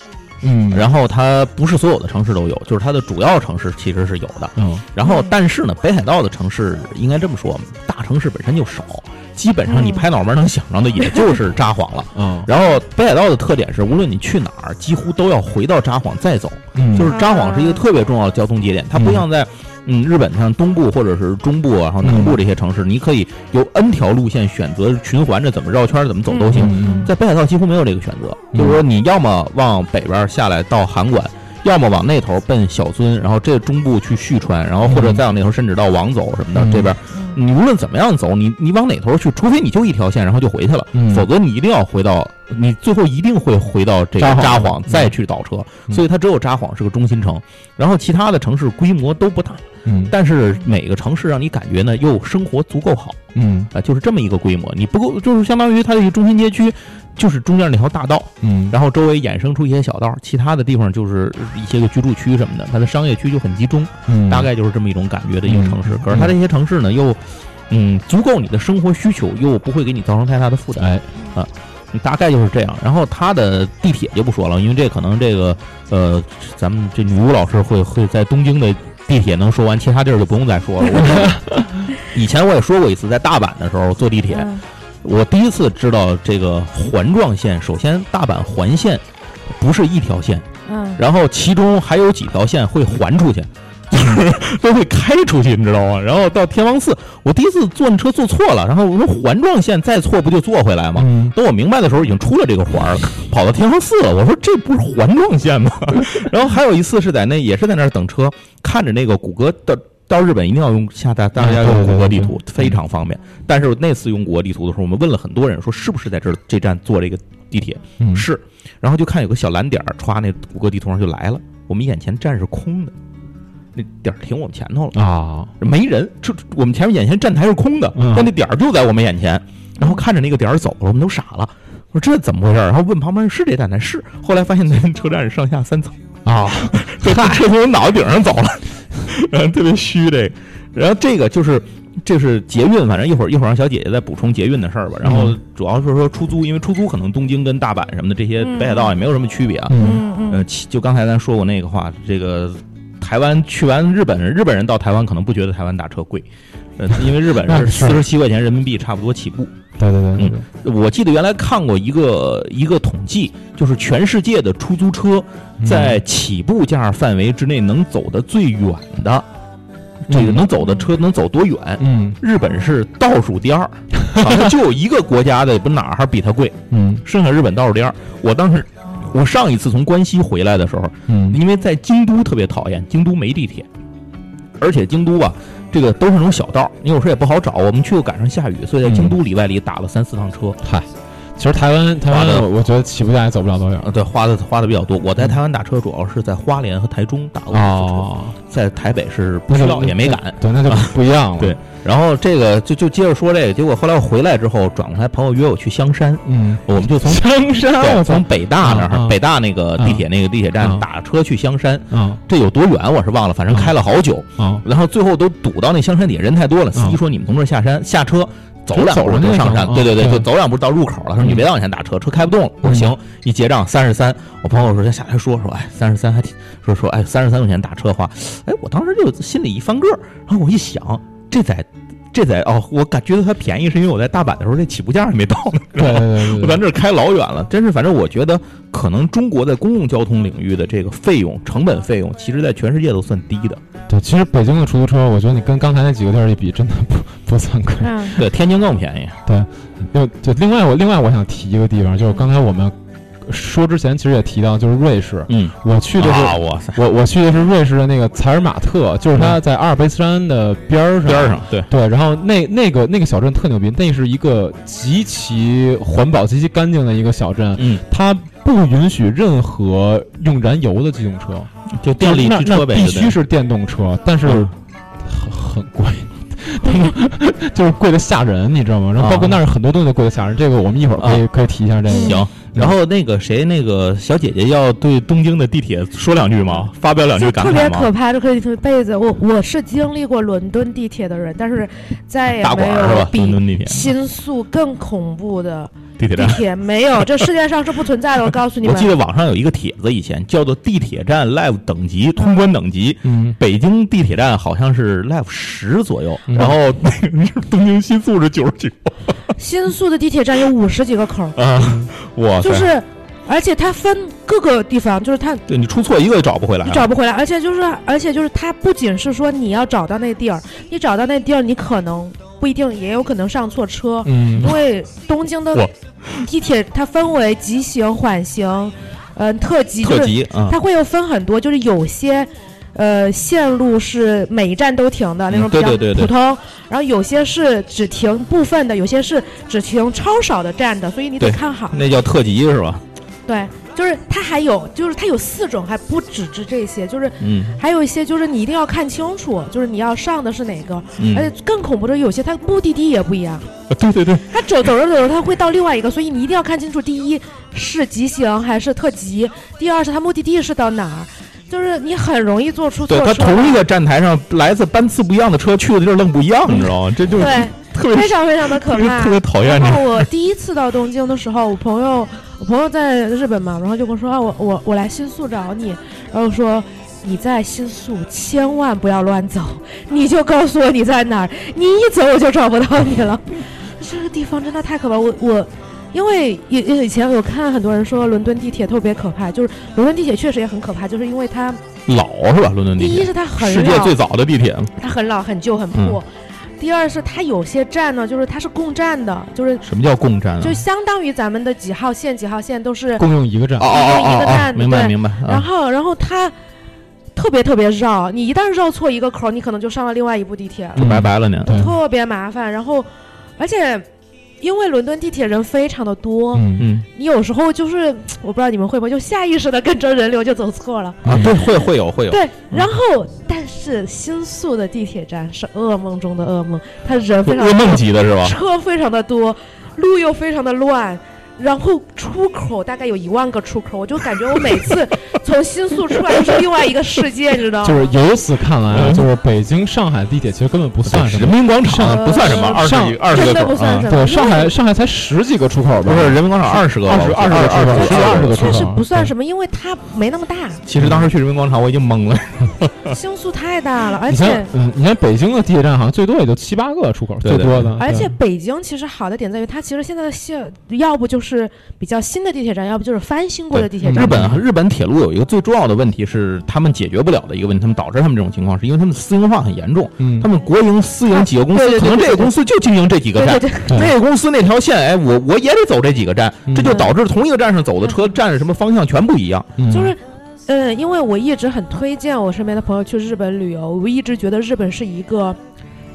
Speaker 3: 嗯，
Speaker 1: 然后它不是所有的城市都有，就是它的主要城市其实是有的。
Speaker 3: 嗯，
Speaker 1: 然后
Speaker 2: 嗯
Speaker 1: 但是呢，北海道的城市应该这么说，大城市本身就少，基本上你
Speaker 2: 嗯
Speaker 1: 拍脑门能想到的也就是札幌了。
Speaker 3: 嗯
Speaker 1: 然后北海道的特点是，无论你去哪儿，几乎都要回到札幌再走。
Speaker 3: 嗯，
Speaker 1: 就是札幌是一个特别重要的交通节点，它不像在嗯日本像东部或者是中部啊，然后南部这些城市，你可以有 N 条路线选择循环着怎么绕圈儿怎么走都行。
Speaker 3: 嗯嗯
Speaker 1: 在北海道几乎没有这个选择，
Speaker 3: 嗯
Speaker 1: 就是说你要么往北边儿下来到函馆。要么往那头奔小樽，然后这中部去旭川，然后或者
Speaker 3: 嗯
Speaker 1: 再往那头甚至到王走什么的。
Speaker 3: 嗯
Speaker 1: 这边儿
Speaker 2: 嗯
Speaker 1: 你无论怎么样走，你你往哪头去，除非你就一条线，然后就回去了，
Speaker 3: 嗯
Speaker 1: 否则你一定要回到，你最后一定会回到这个
Speaker 3: 札幌
Speaker 1: 札幌
Speaker 3: 嗯
Speaker 1: 再去倒车，
Speaker 3: 嗯
Speaker 1: 所以它只有札幌是个中心城，然后其他的城市规模都不大，
Speaker 3: 嗯
Speaker 1: 但是每个城市让你感觉呢又生活足够好
Speaker 3: 嗯
Speaker 1: 啊、就是这么一个规模，你不够就是相当于它的一个中心街区。就是中间那条大道，
Speaker 3: 嗯，
Speaker 1: 然后周围衍生出一些小道，其他的地方就是一些个居住区什么的，它的商业区就很集中。
Speaker 3: 嗯
Speaker 1: 大概就是这么一种感觉的一个城市
Speaker 3: 嗯。
Speaker 1: 可是它这些城市呢，又嗯足够你的生活需求，又不会给你造成太大的负担。
Speaker 3: 哎，
Speaker 1: 大概就是这样。然后它的地铁就不说了，因为这可能这个呃，咱们这女巫老师会会在东京的。地铁能说完，其他地儿就不用再说了。我 以前我也说过一次，在大阪的时候坐地铁，
Speaker 2: 嗯
Speaker 1: 我第一次知道这个环状线。首先，大阪环线不是一条线，
Speaker 2: 嗯，
Speaker 1: 然后其中还有几条线会还出去， 就是都会开出去，你知道吗？然后到天王寺，我第一次坐那车坐错了，然后我说环状线再错不就坐回来吗？
Speaker 3: 嗯
Speaker 1: 等我明白的时候，已经出了这个环 儿，跑到天王寺了。我说这不是环状线吗？ 然后还有一次是在那也是在那儿等车，看着那个谷歌到到日本一定要用下大大家
Speaker 3: 嗯对
Speaker 1: 用
Speaker 3: 对
Speaker 1: 谷歌
Speaker 3: 对
Speaker 1: 地
Speaker 3: 对
Speaker 1: 图非常方便。但是那次用谷歌地图的时候，我们问了很多人说是不是在这儿这站坐这个地铁，
Speaker 3: 嗯
Speaker 1: 是，然后就看有个小蓝点儿，歘，那谷歌地图上就来了。我们眼前站是空的，那点儿停我们前头了，
Speaker 3: 啊，
Speaker 1: 没人。这这我们前面眼前站台是空的，
Speaker 3: 嗯
Speaker 1: 但那点儿就在我们眼前。然后看着那个点儿走了，我们都傻了。我说这怎么回事儿？然后问旁边人是这站台是，后来发现那车站是上下三层啊，就车从我脑袋顶上走了， 然后特别虚这个。然后这个就是这是捷运，反正一会儿一会儿让小姐姐再补充捷运的事儿吧。然后
Speaker 3: 嗯
Speaker 1: 主要就是说出租，因为出租可能东京跟大阪什么的这些
Speaker 2: 嗯
Speaker 1: 北海道也没有什么区别啊。
Speaker 3: 嗯
Speaker 2: 嗯
Speaker 1: 呃，
Speaker 2: 嗯，
Speaker 1: 其就刚才咱说过那个话，这个台湾去完日本，日本人到台湾可能不觉得台湾打车贵，呃，因为日 本
Speaker 3: 那
Speaker 1: 是
Speaker 3: 是
Speaker 1: 四十七块钱人民币差不多起步。
Speaker 3: 对对对对对，
Speaker 1: 我记得原来看过一个一个统计，就是全世界的出租车
Speaker 3: 嗯
Speaker 1: 在起步价范围之内能走得最远的，这个能走的车能走多远？
Speaker 3: 嗯
Speaker 1: 日本是倒数第 二，好像就有一个国家的不哪儿还比它贵，
Speaker 3: 嗯
Speaker 1: 剩下日本倒数第二。我当时，我上一次从关西回来的时候，
Speaker 3: 嗯
Speaker 1: 因为在京都特别讨厌，京都没地铁，而且京都啊，这个都是那
Speaker 3: 嗯
Speaker 1: 种小道儿，你有时候也不好找。我们去又赶上下雨，所以在京都里外里打了三四趟车。
Speaker 3: 嗨，其实台湾台
Speaker 1: 花
Speaker 3: 湾
Speaker 1: 的
Speaker 3: 我我觉得起步价也走不了多远
Speaker 1: 啊，对，花的花的比较多。我在台湾打车主要是在花莲和台中打过一次车，
Speaker 3: 哦，
Speaker 1: 在台北是不
Speaker 3: 那
Speaker 1: 需
Speaker 3: 就
Speaker 1: 要也没敢。
Speaker 3: 对，那 嗯就不一样了。
Speaker 1: 对，然后这个就就接着说这个，结果后来我回来之后，转过来朋友约我去香山，
Speaker 3: 嗯，
Speaker 1: 我们就从
Speaker 3: 香
Speaker 1: 对
Speaker 3: 山，
Speaker 1: 从北大那
Speaker 3: 啊
Speaker 1: 儿，
Speaker 3: 啊
Speaker 1: 北大那个地铁那个地铁站
Speaker 3: 啊
Speaker 1: 打车去香山，
Speaker 3: 啊
Speaker 1: 这有多远我是忘了，反正开了好久，
Speaker 3: 啊，
Speaker 1: 然后最后都堵到那香山底下人太多了，司机
Speaker 3: 啊
Speaker 1: 说你们从这儿下山下车。走两步
Speaker 3: 走
Speaker 1: 就
Speaker 3: 那
Speaker 1: 上
Speaker 3: 种
Speaker 1: 山，
Speaker 3: 啊
Speaker 1: 对对对，
Speaker 3: 对
Speaker 1: 就走两步到入口了。他说
Speaker 3: 嗯
Speaker 1: 你别往前打车，车开不动了。我说
Speaker 3: 嗯
Speaker 1: 行，一结账三十三，我朋友说他下来说说，哎，三十三还挺说说哎，三十三块钱打车的话，哎，我当时就心里一翻个儿，然后我一想，这在这在哦，我感觉得它便宜是因为我在大阪的时候这起步价还没到呢，
Speaker 3: 对对对
Speaker 1: 我
Speaker 3: 对
Speaker 1: 咱
Speaker 3: 对，
Speaker 1: 这儿开老远了，真是，反正我觉得可能中国在公共交通领域的这个费用、成本费用，其实在全世界都算低的。
Speaker 3: 对，其实北京的出租车，我觉得你跟刚才那几个地儿一比，真的不不算贵。
Speaker 2: 嗯
Speaker 1: 对，天津更便宜。
Speaker 3: 就就另外我另外我想提一个地方，就是刚才我们说之前其实也提到，就是瑞士，
Speaker 1: 嗯，
Speaker 3: 我去
Speaker 1: 去
Speaker 3: 的
Speaker 1: 的
Speaker 3: 是、
Speaker 1: 是哇塞，
Speaker 3: 我我去的是瑞士的那个采尔马特，就是它在阿尔卑斯山的边儿上。
Speaker 1: 边儿上对，
Speaker 3: 对，然后那那个那个小镇特牛逼，那是一个极其环保、极其干净的一个小镇，
Speaker 1: 嗯，
Speaker 3: 它不允许任何用燃油的机动车，
Speaker 1: 就电力
Speaker 3: 那
Speaker 1: 汽车
Speaker 3: 那
Speaker 1: 呗，
Speaker 3: 必
Speaker 1: 对
Speaker 3: 须是电动车，但是
Speaker 1: 嗯
Speaker 3: 很很贵。就是贵的吓人，你知道吗？然后包括
Speaker 1: 啊
Speaker 3: 那儿很多东西都贵的吓人，这个我们一会儿可以可以提一下这个。
Speaker 1: 嗯行。然后那个谁，那个小姐姐要对东京的地铁说两句吗？发表两句
Speaker 2: 就
Speaker 1: 啊感
Speaker 2: 特别
Speaker 1: 慨吗
Speaker 2: 可？怕，就可以被子。我我是经历过伦敦地铁的人，但是再
Speaker 1: 大
Speaker 2: 也没
Speaker 1: 管儿是
Speaker 2: 有
Speaker 1: 吧？伦
Speaker 2: 比
Speaker 1: 敦地铁啊
Speaker 2: 新宿更恐怖的
Speaker 1: 地铁
Speaker 2: 地
Speaker 1: 站。
Speaker 2: 铁，没有，这世界上是不存在的。我告诉你
Speaker 1: 我
Speaker 2: 们，
Speaker 1: 记得网上有一个帖子，以前叫做地铁站 Live 等级通关等级，
Speaker 3: 嗯，
Speaker 1: 北京地铁站好像是 Life 十左右，
Speaker 3: 嗯
Speaker 1: 然后东京新宿是九十九
Speaker 2: 新宿的地铁站有五十几个口儿，
Speaker 1: 啊，哇塞！
Speaker 2: 就是，而且它分各个地方，就是它
Speaker 1: 对你出错一个也找不回来啊
Speaker 2: 你
Speaker 1: 了，
Speaker 2: 找不回来，而且就是，而且就是，它不仅是说你要找到那地儿，你找到那地儿，你可能不一定，也有可能上错车，
Speaker 3: 嗯
Speaker 2: 因为东京
Speaker 1: 哇
Speaker 2: 的地铁它分为急行、缓行，嗯、特急，就
Speaker 1: 特
Speaker 2: 是
Speaker 1: 急啊，
Speaker 2: 它会有分很多，就是有些。呃，线路是每一站都停的那种
Speaker 1: 嗯
Speaker 2: 比
Speaker 1: 对
Speaker 2: 较
Speaker 1: 对对对
Speaker 2: 普通，然后有些是只停部分的，有些是只停超少的站的，所以你得
Speaker 1: 对
Speaker 2: 看好。
Speaker 1: 那叫特急是吧？
Speaker 2: 对，就是它还有，就是它有四种，还不只是这些，就是
Speaker 1: 嗯
Speaker 2: 还有一些就是你一定要看清楚，就是你要上的是哪个，
Speaker 1: 嗯，啊
Speaker 2: 而且更恐怖的是有些它目的地也不一样，
Speaker 1: 对对对，
Speaker 2: 它走走着走着它会到另外一个，所以你一定要看清楚，第一是急行还是特急，第二是它目的地是到哪儿，就是你很容易做出
Speaker 1: 对
Speaker 2: 错
Speaker 1: 它
Speaker 2: 事。
Speaker 1: 同一个站台上来自班次不一样的车去的地儿愣不一样，你知道吗？这就是
Speaker 2: 嗯对，
Speaker 1: 特别
Speaker 2: 非常非常的可
Speaker 1: 特别
Speaker 2: 怕
Speaker 1: 特。别讨厌
Speaker 2: 然
Speaker 1: 这
Speaker 2: 后我第一次到东京的时候，我朋友我朋友在日本嘛，然后就跟我说啊，我我我来新宿找你，然后说你在新宿千万不要乱走，你就告诉我你在哪儿，你一走我就找不到你了。这个地方真的太可怕，我我。因为以以前有看很多人说伦敦地铁特别可怕，就是伦敦地铁确实也很可怕，就是因为它
Speaker 1: 老是吧？伦敦
Speaker 2: 第
Speaker 1: 地
Speaker 2: 一
Speaker 1: 铁
Speaker 2: 是它很
Speaker 1: 世界
Speaker 2: 老，
Speaker 1: 最早的地铁，
Speaker 2: 它很老很旧很破；第二是它有些站呢，就是它是共站的，就是
Speaker 1: 什么叫共站啊？
Speaker 2: 就相当于咱们的几号线、几号线都是。
Speaker 3: 共用一个站
Speaker 1: 哦。哦
Speaker 2: 一
Speaker 1: 哦哦哦，
Speaker 2: 个站
Speaker 1: 明白
Speaker 2: 对
Speaker 1: 明白
Speaker 2: 然
Speaker 1: 啊，
Speaker 2: 后，然后它特别特别绕，你一旦绕错一个口儿，你可能就上了另外一部地铁了，
Speaker 1: 就拜拜了呢。
Speaker 3: 对，
Speaker 2: 特别麻烦。然后，而且因为伦敦地铁人非常的多，
Speaker 3: 嗯
Speaker 1: 嗯
Speaker 2: 你有时候就是我不知道你们会不会就下意识的跟着人流就走错了。
Speaker 1: 啊，对，嗯会会有会有，
Speaker 2: 对，然后但是新宿的地铁站是噩梦中的噩梦，它人非常
Speaker 1: 噩梦级的是吧？
Speaker 2: 车非常的多，路又非常的乱，然后出口大概有一万个出口，我就感觉我每次从新宿出来就是另外一个世界，你知道
Speaker 3: 就
Speaker 2: 吗？
Speaker 3: 是由此看来啊，
Speaker 1: 哦嗯
Speaker 3: 就是北京、上海地铁其实根本不算什
Speaker 1: 人
Speaker 3: 么。
Speaker 1: 民广场
Speaker 2: 上
Speaker 1: 不算什么，二十
Speaker 3: 上
Speaker 1: 几二十个
Speaker 2: 真的
Speaker 1: 口
Speaker 2: 不
Speaker 1: 儿
Speaker 2: 算
Speaker 1: 啊
Speaker 2: 什么，
Speaker 3: 对，
Speaker 2: 因为
Speaker 3: 上海上海才十几个出口吧？
Speaker 1: 不是人民广场二十个吧，
Speaker 3: 20 20个
Speaker 1: 二
Speaker 3: 出口
Speaker 1: 二十个
Speaker 3: 出
Speaker 1: 出口。
Speaker 2: 确
Speaker 3: 口
Speaker 2: 实不算什么，因为它没那么大，
Speaker 1: 其实当时去人民广场我已经懵了，
Speaker 2: 新宿太大了，而
Speaker 3: 你
Speaker 2: 且
Speaker 3: 像嗯，你像北京的地铁站好像最多也就七八个出口，
Speaker 1: 对
Speaker 3: 最多的。
Speaker 2: 而
Speaker 3: 对
Speaker 2: 且北京其实好的点在于，它其实现在的线要不就是比较新的地铁站，要不就是翻新过的地铁
Speaker 1: 嗯日
Speaker 2: 站。
Speaker 1: 本日本铁路有一个最重要的问题是他们解决不了的一个问题，他们导致他们这种情况是因为他们私营化很严重，
Speaker 3: 嗯
Speaker 1: 他，们国营私营几个公
Speaker 2: 啊
Speaker 1: 司，
Speaker 2: 对对对
Speaker 1: 可能这个公司就经营这几个
Speaker 2: 对
Speaker 1: 站。
Speaker 2: 对
Speaker 1: 嗯
Speaker 2: 对，
Speaker 3: 对
Speaker 1: 那个公司那条线，哎，我我也得走这几个站，
Speaker 3: 嗯
Speaker 1: 这就导致同一个站上走的
Speaker 2: 嗯
Speaker 1: 车站什么方向全不一样。
Speaker 3: 嗯
Speaker 2: 就是，呃，因为我一直很推荐我身边的朋友去日本旅游，我一直觉得日本是一个，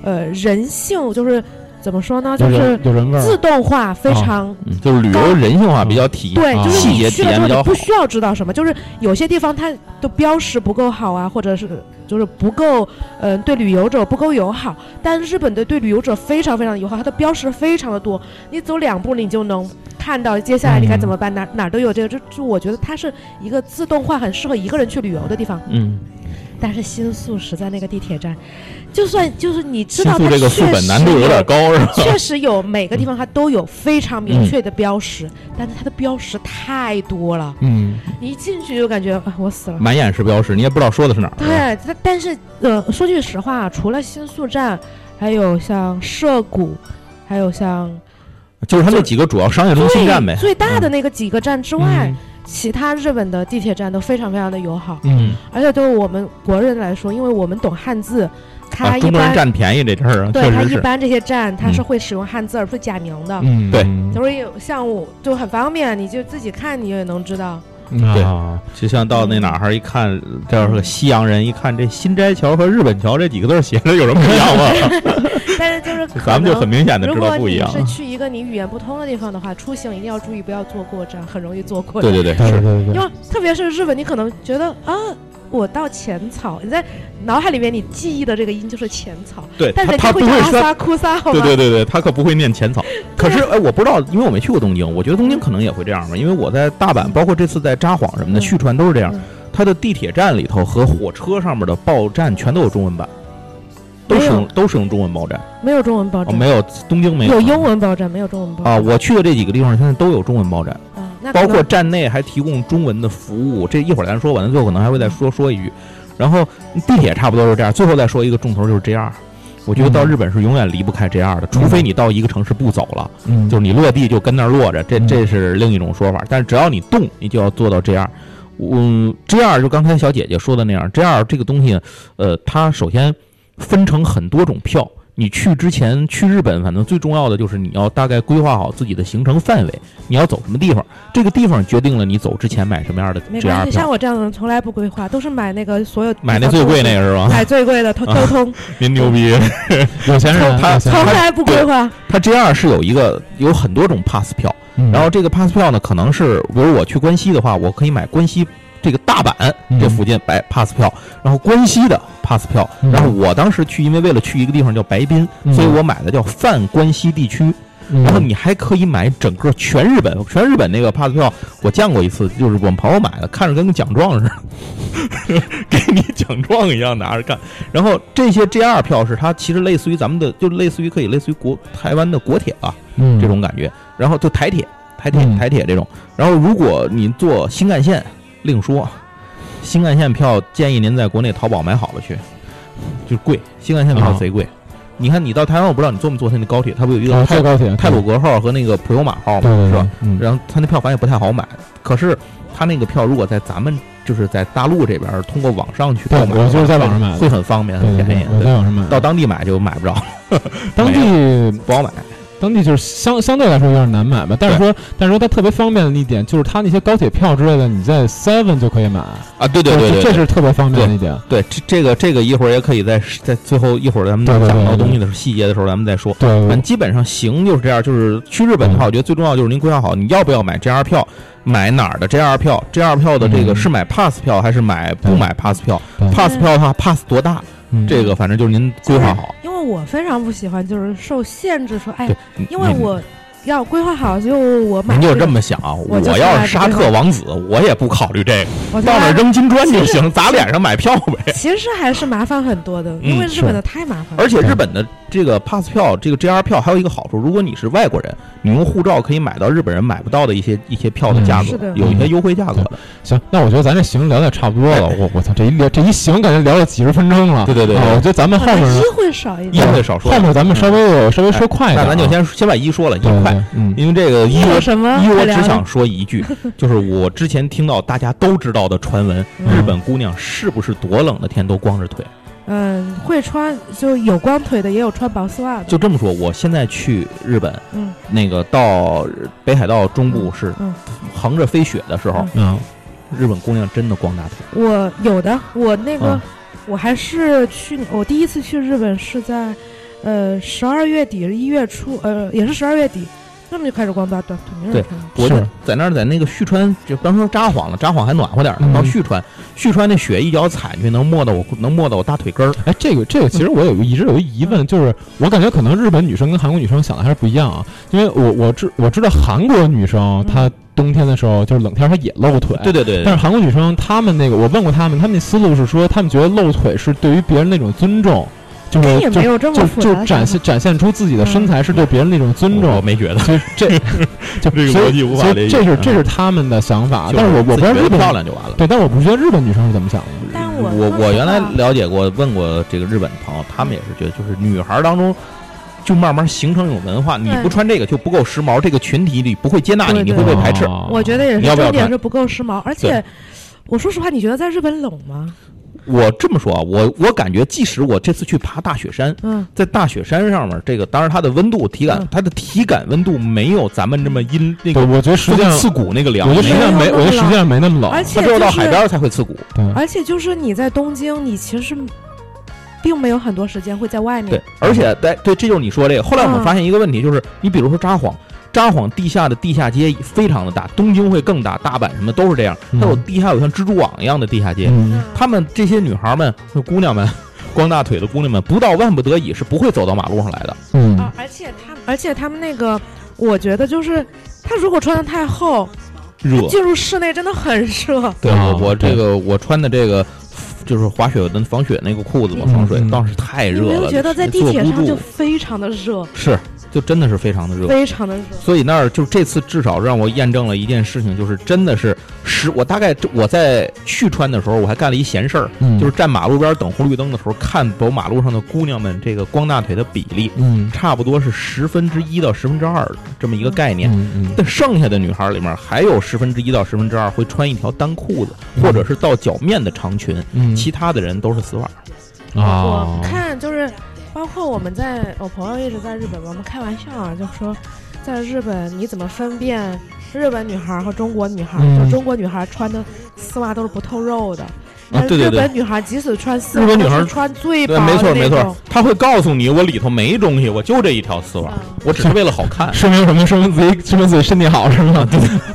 Speaker 2: 呃，人性就是怎么说呢，
Speaker 3: 有
Speaker 2: 就
Speaker 3: 人
Speaker 2: 是
Speaker 3: 有人味儿，
Speaker 2: 自动化，非常
Speaker 1: 嗯就是旅游人性化比较体
Speaker 2: 对，
Speaker 3: 啊
Speaker 2: 就是
Speaker 1: 细
Speaker 2: 你
Speaker 1: 节
Speaker 2: 去
Speaker 1: 体
Speaker 2: 了
Speaker 1: 验
Speaker 2: 之
Speaker 1: 比较
Speaker 2: 后你
Speaker 1: 好
Speaker 2: 不需要知道什么，就是有些地方它的标识不够好啊，或者是就是不够，呃，对旅游者不够友好。但日本的对旅游者非常非常友好，它的标识非常的多，你走两步你就能看到接下来你该怎么办，哪
Speaker 1: 嗯
Speaker 2: 哪儿都有这个。这这，我觉得它是一个自动化，很适合一个人去旅游的地方。
Speaker 1: 嗯，
Speaker 2: 但是新宿实在那个地铁站，就算就是你知
Speaker 1: 新
Speaker 2: 道
Speaker 1: 宿
Speaker 2: 它
Speaker 1: 这个
Speaker 2: 确
Speaker 1: 副本
Speaker 2: 实
Speaker 1: 难度有点高， 是吧？
Speaker 2: 确实有每个地方它都有非常明确的标识，但是它的标识太多了，
Speaker 3: 嗯，
Speaker 2: 你一进去就感觉啊，我死了。
Speaker 1: 满眼是标识，你也不知道说的是哪儿。啊是吧，
Speaker 2: 对，它但是呃，说句实话，除了新宿站，还有像涉谷，还有像
Speaker 1: 就是它那几个主要商业中心站呗嗯
Speaker 2: 最。最大的那个几个站之
Speaker 3: 之
Speaker 2: 外，其他日本的地铁站都非常非常的友好，
Speaker 1: 啊
Speaker 3: 嗯，
Speaker 2: 而且对我们国人来说，因为我们懂汉字，它
Speaker 1: 啊，
Speaker 2: 一
Speaker 1: 中国人
Speaker 2: 般、
Speaker 1: 占便宜这事儿啊，
Speaker 2: 对
Speaker 1: 确
Speaker 2: 它
Speaker 1: 实
Speaker 2: 一
Speaker 1: 是。
Speaker 2: 般这些站它是
Speaker 1: 嗯
Speaker 2: 会使用汉字而不是假名的。
Speaker 3: 嗯，
Speaker 1: 对
Speaker 2: 所以像我就很方便，你就自己看，你也能知道。
Speaker 1: 对
Speaker 3: 啊，
Speaker 1: 就像到那哪儿一看，这要是个西洋人一看这新斋桥和日本桥这几个字儿写的有什么不一样吗？
Speaker 2: 但是 就是可能，
Speaker 1: 咱们就很明显的
Speaker 2: 如
Speaker 1: 知
Speaker 2: 果
Speaker 1: 道不一
Speaker 2: 你
Speaker 1: 样。
Speaker 2: 是去一个你语言不通的地方的话，出行一定要注意，不要坐过站，很容易坐过站。
Speaker 1: 对对对，
Speaker 3: 对对
Speaker 1: 是
Speaker 3: 对
Speaker 2: 因
Speaker 3: 对，
Speaker 2: 为特别是日本，你可能觉得啊，我到浅草，你在脑海里面你记忆的这个音就是浅草，
Speaker 1: 对
Speaker 2: 但
Speaker 1: 他哎
Speaker 2: 是
Speaker 1: 他
Speaker 2: 人家
Speaker 1: 不
Speaker 2: 叫
Speaker 1: 会
Speaker 2: 阿
Speaker 1: 说
Speaker 2: 萨库萨，好
Speaker 1: 对
Speaker 2: 吗？
Speaker 1: 对对对，他可不会念浅草。可是哎，我不知道，因为我没去过东京，我觉得东京可能也会这样吧。因为我在大阪，包括这次在札幌什么的，
Speaker 2: 嗯
Speaker 1: 续船都是这样
Speaker 2: 嗯。
Speaker 1: 它的地铁站里头和火车上面的报站全都有中文版，都使
Speaker 2: 没
Speaker 1: 用
Speaker 2: 有
Speaker 1: 都使用中文报站。
Speaker 2: 没有中文报
Speaker 1: 哦，
Speaker 2: 站，
Speaker 1: 没有，东京没有。
Speaker 2: 有英文报站，没有中文报站
Speaker 1: 啊，我去的这几个地方现在都有中文报站，
Speaker 2: 啊，那可
Speaker 1: 包
Speaker 2: 能
Speaker 1: 括站内还提供中文的服务。这一会儿咱说完了，最后可能还会再说说一句。然后地铁差不多就是这样，最后再说一个重头就是 JR。我觉得到
Speaker 3: 嗯
Speaker 1: 日本是永远离不开 JR 的，除非你到一个城市不走了。
Speaker 3: 嗯，
Speaker 1: 就是你落地就跟那儿落着，这
Speaker 3: 嗯
Speaker 1: 这是另一种说法。但是只要你动，你就要做到这样。嗯，这样就刚才小姐姐说的那样，这样这个东西，呃，它首先分成很多种票。你去之前去日本，反正最重要的就是你要大概规划好自己的行程范围，你要走什么地方，这个地方决定了你走之前买什么样的
Speaker 2: 没
Speaker 1: JR
Speaker 2: 关系，像
Speaker 1: 票，
Speaker 2: 我这样的人从来不规划，都是买那个所有
Speaker 1: 买那最贵那个是吧？
Speaker 2: 买最贵的通
Speaker 1: 啊
Speaker 2: 交通，
Speaker 1: 您牛逼！
Speaker 3: 有钱人，
Speaker 1: 他
Speaker 3: 有钱
Speaker 2: 从
Speaker 3: 人
Speaker 2: 来不规划。
Speaker 1: 它 JR 是有一个有很多种 pass 票。
Speaker 3: 嗯
Speaker 1: 然后这个 pass 票呢，可能是比如我去关西的话，我可以买关西这个大阪这附近买 pass 票，然后关西的 pass 票。
Speaker 3: 嗯
Speaker 1: 然后我当时去，因为为了去一个地方叫白滨，
Speaker 3: 嗯
Speaker 1: 所以我买的叫泛关西地区。
Speaker 3: 嗯
Speaker 1: 然后你还可以买整个全日本，全日本那个 pass 票我见过一次，就是我们朋友买的，看着跟个奖状似的， 给你奖状一样拿着看。然后这些 JR 票是它其实类似于咱们的，就类似于可以类似于国台湾的国铁吧，
Speaker 3: 嗯
Speaker 1: 这种感觉。然后就台铁、台铁、
Speaker 3: 嗯
Speaker 1: 台铁这种。然后如果您坐新干线，另说，新干线票建议您在国内淘宝买好了去，就是贵，新干线票
Speaker 3: 啊
Speaker 1: 贼贵。你看你到台湾，我不知道你坐没坐他那高铁，它不有一
Speaker 3: 啊
Speaker 1: 个泰
Speaker 3: 坐高铁，
Speaker 1: 泰鲁格号和那个普悠玛号
Speaker 3: 对对
Speaker 1: 嘛，
Speaker 3: 对
Speaker 1: 是吧？？
Speaker 3: 嗯
Speaker 1: 然后他那票反正也不太好买，可是他那个票如果在咱们就是在大陆这边通过网上去
Speaker 3: 对
Speaker 1: 购买的话，
Speaker 3: 我就是在网上买的
Speaker 1: 会很方便、
Speaker 3: 对
Speaker 1: 很
Speaker 3: 对
Speaker 1: 便
Speaker 3: 对
Speaker 1: 宜，。
Speaker 3: 我
Speaker 1: 对
Speaker 3: 在网上买的，
Speaker 1: 到当地买就买不着，
Speaker 3: 当地
Speaker 1: 不好买。
Speaker 3: 当地就是相相对来说有点难买吧，但是说但是说它特别方便的一点就是它那些高铁票之类的，你在 Seven 就可以买，
Speaker 1: 啊，对对对对，
Speaker 3: 这是特别方便的一点。
Speaker 1: 对，这这个这个一会儿也可以在在最后一会儿咱们
Speaker 3: 对对对
Speaker 1: 讲到
Speaker 3: 对
Speaker 1: 东西的时候细节的时候咱们再说。
Speaker 3: 对，我
Speaker 1: 嗯，基本上行就是这样，就是去日本的话，
Speaker 3: 嗯
Speaker 1: 我觉得最重要就是您规划好你要不要买 JR 票，买哪儿的 JR 票，JR 票的这个
Speaker 3: 嗯
Speaker 1: 是买 pass 票还是买不
Speaker 3: 对
Speaker 1: 买 pass 票
Speaker 3: 对
Speaker 1: ？pass 票的话 pass 多大？
Speaker 3: 嗯
Speaker 1: 这个反正就是您规划好。
Speaker 2: 因为我非常不喜欢就是受限制说，哎
Speaker 1: 对，
Speaker 2: 因为
Speaker 1: 您
Speaker 2: 我要规划好，就我买
Speaker 1: 嗯您就
Speaker 2: 个
Speaker 1: 这么想，啊我
Speaker 2: 我就从
Speaker 1: 要
Speaker 2: 来
Speaker 1: 是
Speaker 2: 不
Speaker 1: 沙
Speaker 2: 规
Speaker 1: 特
Speaker 2: 划
Speaker 1: 王子，我也不考虑这个，
Speaker 2: 我
Speaker 1: 到
Speaker 2: 从
Speaker 1: 那儿
Speaker 2: 来
Speaker 1: 扔金砖就
Speaker 2: 其实
Speaker 1: 行，砸脸上买票呗。
Speaker 2: 其实还是麻烦很多的，因为
Speaker 1: 嗯
Speaker 2: 日本的太麻烦了。
Speaker 1: 而且
Speaker 3: 对
Speaker 1: 日本的这个 pass 票，这个 JR 票还有一个好处，如果你是外国人，你用护照可以买到日本人买不到的一些一些票的价
Speaker 2: 嗯
Speaker 1: 格
Speaker 2: 是，的
Speaker 1: 有一些优惠价格的。
Speaker 3: 行，那我觉得咱这行聊的差不多了。我我操，这一聊这一行感觉聊了几十分钟了。
Speaker 1: 哎对对对
Speaker 3: 啊
Speaker 1: 对
Speaker 3: 我觉得咱们
Speaker 2: 可
Speaker 3: 后
Speaker 2: 能
Speaker 3: 面呢
Speaker 2: 一会少一
Speaker 1: 一
Speaker 2: 点，
Speaker 1: 会儿少说，嗯
Speaker 3: 后面咱们稍微有稍微说快一
Speaker 1: 那
Speaker 3: 点啊，
Speaker 1: 咱就先先把一说了，一
Speaker 3: 对对
Speaker 1: 快，
Speaker 3: 对嗯
Speaker 1: 因为这个一
Speaker 2: 有
Speaker 1: 我
Speaker 2: 什么
Speaker 1: 一
Speaker 2: 可
Speaker 1: 我只
Speaker 2: 聊的
Speaker 1: 想说一 句，就是我之前听到大家都知道的传闻，
Speaker 2: 嗯
Speaker 1: 日本姑娘是不是多冷的天都光着腿？
Speaker 2: 嗯，会穿就有光腿的，也有穿薄丝袜的。
Speaker 1: 就这么说，我现在去日本，
Speaker 2: 嗯，
Speaker 1: 那个到北海道中部是
Speaker 2: 嗯
Speaker 1: 横着飞雪的时候
Speaker 2: 嗯，
Speaker 3: 嗯
Speaker 1: 日本姑娘真的光大腿。
Speaker 2: 我有的，我那个、
Speaker 1: 嗯
Speaker 2: 我还是去我第一次去日本是在呃十二月底一月初，呃也是十二月底，那么就开始光大短腿没
Speaker 1: 对
Speaker 2: 人穿了。
Speaker 1: 我就是在那儿，在那个旭川，就刚说札幌了，札幌还暖和点儿呢。
Speaker 3: 嗯
Speaker 1: 到旭川，旭川那雪一脚踩进去，能没到我，能没到我大腿根儿。
Speaker 3: 哎，这个这个，其实我有一直有一疑
Speaker 1: 嗯
Speaker 3: 问，就是我感觉可能日本女生跟韩国女生想的还是不一样啊，因为我我知我知道韩国女生她冬天的时候就是冷天她也露腿，
Speaker 1: 嗯对对对，
Speaker 3: 哎但是韩国女生她们那个我问过她们，她们那思路是说她们觉得露腿是对于别人那种尊重，就
Speaker 2: 那
Speaker 3: 是
Speaker 2: 也
Speaker 3: 就
Speaker 2: 没有这么
Speaker 3: 就
Speaker 2: 复杂
Speaker 3: 就
Speaker 2: 的
Speaker 3: 展
Speaker 2: 想
Speaker 3: 现展现出自己的身材是对别人那种尊
Speaker 1: 我
Speaker 3: 重，
Speaker 1: 没觉得。
Speaker 3: 所以这 就
Speaker 1: 嗯这个
Speaker 3: 所以
Speaker 1: 逻辑无法
Speaker 3: 所以
Speaker 1: 理解
Speaker 3: 这是
Speaker 1: 嗯
Speaker 3: 这是她们的想法，
Speaker 1: 就
Speaker 3: 啊但是我我不知道
Speaker 1: 自己
Speaker 3: 日
Speaker 1: 觉得
Speaker 3: 本
Speaker 1: 漂亮就完了。
Speaker 3: 对，但是我不知道日本女生是怎么想的。
Speaker 2: 但我
Speaker 1: 嗯我
Speaker 2: 说
Speaker 1: 我
Speaker 2: 实
Speaker 1: 原来
Speaker 2: 话
Speaker 1: 了解过，问过这个日本的朋友，他们也是觉得，就是女孩儿当中。就慢慢形成一种文化，你
Speaker 2: 对
Speaker 1: 不穿这个就不够时髦，这个群体里不会接纳你，
Speaker 2: 对
Speaker 1: 你
Speaker 2: 对
Speaker 1: 会被排斥。
Speaker 3: 哦
Speaker 2: 我觉得也
Speaker 1: 你
Speaker 2: 是，
Speaker 1: 要不要
Speaker 2: 重点
Speaker 1: 穿
Speaker 2: 是不够时髦，而且我说实话，你觉得在日本冷吗？
Speaker 1: 我这么说啊，我我感觉，即使我这次去爬大雪山，
Speaker 2: 嗯，
Speaker 1: 在大雪山上面，这个当然它的温度体感
Speaker 2: 嗯，
Speaker 1: 它的体感温度没有咱们这么阴那
Speaker 3: 对，
Speaker 1: 个
Speaker 3: 我觉得实
Speaker 1: 风
Speaker 3: 际上，
Speaker 1: 刺骨那个凉，
Speaker 3: 我觉得实际上
Speaker 2: 没
Speaker 3: 没，
Speaker 2: 有那么
Speaker 3: 我觉得实际上没那么冷。
Speaker 2: 而且
Speaker 1: 它只有到
Speaker 2: 就是
Speaker 1: 海边儿才会刺骨。
Speaker 3: 对，
Speaker 2: 而且就是你在东京，你其实并没有很多时间会在外面。
Speaker 1: 对，而且在对，这就是你说这个。后来我们
Speaker 2: 嗯
Speaker 1: 发现一个问题，就是你比如说札幌，札幌地下的地下街非常的大，东京会更大，大阪什么都是这样。它有
Speaker 3: 嗯
Speaker 1: 地下有像蜘蛛网一样的地下街，
Speaker 3: 嗯，
Speaker 1: 她们这些女孩们、姑娘们、 光大腿的姑娘们，不到万不得已是不会走到马路上来的。
Speaker 3: 嗯
Speaker 2: 啊，而且他们，而且他们那个，我觉得就是他如果穿的太厚，
Speaker 1: 热，
Speaker 2: 进入室内真的很热。
Speaker 1: 对
Speaker 3: 啊
Speaker 1: 我我
Speaker 3: 对
Speaker 1: 这个我穿的这个就是滑雪的防雪那个裤子嘛，防水
Speaker 3: 嗯嗯
Speaker 1: 当时太
Speaker 2: 你
Speaker 1: 热
Speaker 2: 没
Speaker 1: 了，
Speaker 2: 有觉得在地
Speaker 1: 坐
Speaker 2: 铁
Speaker 1: 不
Speaker 2: 上就
Speaker 1: 住
Speaker 2: 非常的热，
Speaker 1: 是就真的是非常的热。
Speaker 2: 非常的热？
Speaker 1: 所以那儿就这次至少让我验证了一件事情，就是真的是十，我大概我在旭川的时候，我还干了一闲事儿，
Speaker 3: 嗯，
Speaker 1: 就是站马路边等红绿灯的时候，看走马路上的姑娘们这个光大腿的比例，
Speaker 3: 嗯
Speaker 1: 差不多是十分之一到十分之二这么一个概念。
Speaker 3: 嗯嗯
Speaker 1: 但剩下的女孩里面，还有十分之一到十分之二会穿一条单裤子，或者是到脚面的长裙，
Speaker 3: 嗯
Speaker 1: 其他的人都是丝袜。
Speaker 3: 啊
Speaker 1: 哦
Speaker 2: 我，看就是，包括我们在我朋友一直在日本嘛，我们开玩笑啊，就说在日本你怎么分辨日本女孩儿和中国女孩儿？
Speaker 3: 嗯
Speaker 2: 就中国女孩儿穿的丝袜都是不透肉的，但
Speaker 1: 啊对对
Speaker 2: 日
Speaker 1: 对
Speaker 2: 本女孩儿即使穿丝袜，
Speaker 1: 日本女孩儿
Speaker 2: 都是穿最
Speaker 1: 对，
Speaker 2: 薄的
Speaker 1: 没错
Speaker 2: 那
Speaker 1: 没错
Speaker 2: 种，，
Speaker 1: 他会告诉你我里头没东西，我就这一条丝
Speaker 2: 啊
Speaker 1: 袜，
Speaker 2: 嗯
Speaker 1: 我只是为了好 看。
Speaker 3: 说明什么？说明自己说明自己身体好是吗？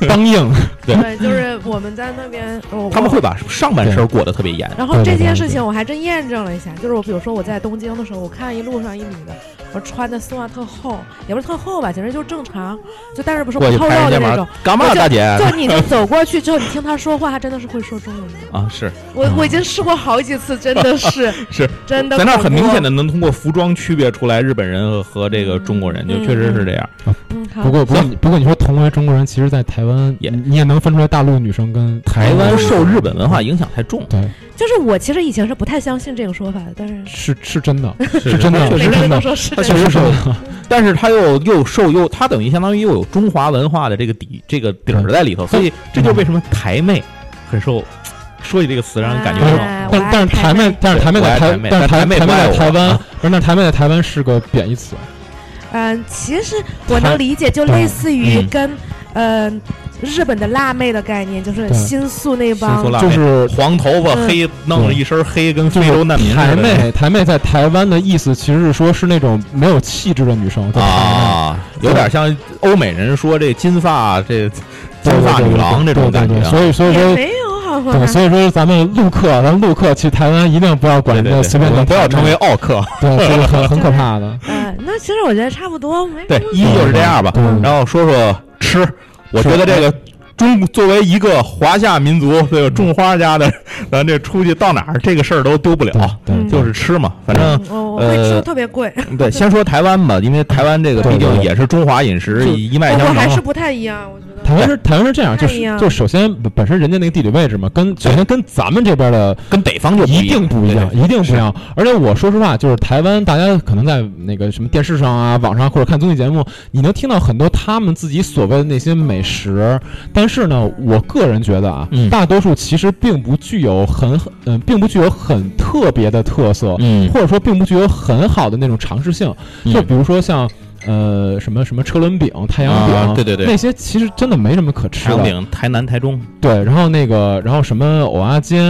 Speaker 3: 刚硬，
Speaker 1: 对
Speaker 2: 对，就是我们在那边，我
Speaker 1: 他们
Speaker 2: 我
Speaker 1: 会把上半身裹得特别严。
Speaker 2: 然后
Speaker 3: 对对
Speaker 2: 这件
Speaker 3: 对
Speaker 2: 事
Speaker 3: 对
Speaker 2: 情我还真验证了一下，就是我比如说我在东京的时候，我看一路上一女的，我穿的丝袜特厚，也不是特厚吧，其实就正常，就但是不是
Speaker 1: 过
Speaker 2: 不
Speaker 1: 去
Speaker 2: 透
Speaker 1: 拍人
Speaker 2: 肉的
Speaker 1: 肩膀
Speaker 2: 那种。，
Speaker 1: 干嘛大姐 啊
Speaker 2: 就你就走过去之后，你听她说话，她真的是会说中文的。
Speaker 1: 啊？是
Speaker 2: 我我已经试过好几次，真 的是
Speaker 1: 是，
Speaker 2: 真的
Speaker 1: 在那儿很明显
Speaker 2: 的。
Speaker 1: 的能通过服装区别出来日本人和和这个中国人，就确实是这样。
Speaker 2: 嗯，好
Speaker 3: 不过不过你不过你说同为中国人，其实，在台湾
Speaker 1: 也
Speaker 3: 你你也能分出来大陆女生跟
Speaker 1: 台湾受日本文化影响太重，
Speaker 3: 对
Speaker 2: 就是我其实以前是不太相信这个说法的，但是
Speaker 3: 是是真的，
Speaker 1: 是
Speaker 3: 真的
Speaker 1: 确
Speaker 3: 是
Speaker 2: 每
Speaker 1: 实
Speaker 2: 个人
Speaker 1: 是
Speaker 2: 都
Speaker 3: 的
Speaker 2: 说是
Speaker 1: 他确
Speaker 2: 真的。哎
Speaker 1: 实受，但是他又又受又他等于相当于又有中华文化的这个底这个底儿在里头，
Speaker 3: 嗯
Speaker 1: 所以这就是为什么台妹很受。说起这个词，让人感觉
Speaker 3: 哎
Speaker 1: 到
Speaker 2: 哎我
Speaker 3: 但
Speaker 2: 爱
Speaker 3: 但是台妹，但是台妹在
Speaker 1: 我爱
Speaker 3: 台
Speaker 1: 台妹，
Speaker 3: 但是
Speaker 1: 但
Speaker 3: 台
Speaker 1: 台妹
Speaker 3: 台妹
Speaker 1: 不爱
Speaker 3: 在
Speaker 1: 我
Speaker 3: 台湾
Speaker 1: 啊，
Speaker 3: 不是那台妹在台湾是个贬义词，
Speaker 2: 嗯，其实我能理解，就类似于
Speaker 1: 嗯
Speaker 2: 跟嗯、日本的辣妹的概念，就是
Speaker 3: 对
Speaker 2: 新宿那
Speaker 1: 新
Speaker 2: 帮
Speaker 1: 苏辣
Speaker 3: 就
Speaker 1: 妹，
Speaker 3: 是
Speaker 1: 黄头发
Speaker 2: 嗯
Speaker 1: 黑，弄着一身黑，跟非洲难民似
Speaker 3: 台
Speaker 1: 的
Speaker 3: 妹，台妹在台湾的意思其实是说是那种没有气质的女生，叫台
Speaker 1: 啊，有点像欧美人说这金发这
Speaker 3: 妹，
Speaker 1: 金发女郎这种感觉
Speaker 3: 对对对对对
Speaker 1: 啊。
Speaker 3: 所以所以
Speaker 2: 也
Speaker 3: 说。
Speaker 2: 没有好吗？
Speaker 3: 对，所以说咱们陆客，咱们陆客去台湾一定不要管
Speaker 1: 对对
Speaker 3: 人家
Speaker 1: 对，
Speaker 3: 随便
Speaker 1: 我
Speaker 3: 叫
Speaker 1: 们不要
Speaker 3: 台
Speaker 1: 成
Speaker 3: 妹
Speaker 1: 为奥克。
Speaker 3: 对，这个很很可怕 的。
Speaker 2: 嗯、那其实我觉得差不多，没
Speaker 1: 对
Speaker 2: 什么，
Speaker 1: 一就是这样吧
Speaker 3: 对。
Speaker 1: 然后说说吃，我觉得这个中作为一个华夏民族，这个种花家的，咱这出去到哪儿这个事儿都丢不了，
Speaker 3: 对，嗯对
Speaker 1: 就是吃嘛。反正
Speaker 2: 嗯我我会吃的
Speaker 1: 呃
Speaker 2: 特别贵，
Speaker 1: 对，先说台湾吧，因为台湾这个
Speaker 3: 对
Speaker 1: 毕
Speaker 3: 对
Speaker 1: 竟
Speaker 3: 对
Speaker 1: 也是中华饮食
Speaker 3: 就
Speaker 1: 一一
Speaker 2: 不
Speaker 1: 脉
Speaker 2: 过
Speaker 1: 相
Speaker 2: 还
Speaker 1: 承
Speaker 2: 是
Speaker 1: 嘛。
Speaker 2: 不太一样，我觉得。
Speaker 3: 台湾是台湾是这样，就
Speaker 2: 哎呀
Speaker 3: 是就首先本身人家那个地理位置嘛，跟首先跟咱们这边的
Speaker 1: 跟北方就不
Speaker 3: 一定不一样，
Speaker 1: 对
Speaker 3: 一定不一样。而且我说实话，就是台湾，大家可能在那个什么电视上啊、网上或者看综艺节目，你能听到很多他们自己所谓的那些美食。但是呢，我个人觉得啊，
Speaker 1: 嗯
Speaker 3: 大多数其实并不具有很嗯、并不具有很特别的特色，
Speaker 1: 嗯
Speaker 3: 或者说并不具有很好的那种尝试性。
Speaker 1: 嗯
Speaker 3: 就比如说像。呃，什么什么车轮饼、太阳饼，
Speaker 1: 啊对对对
Speaker 3: 那些其实真的没什么可吃
Speaker 1: 长
Speaker 3: 的。
Speaker 1: 岭、台南、台中，
Speaker 3: 对，然后那个，然后什么藕阿煎，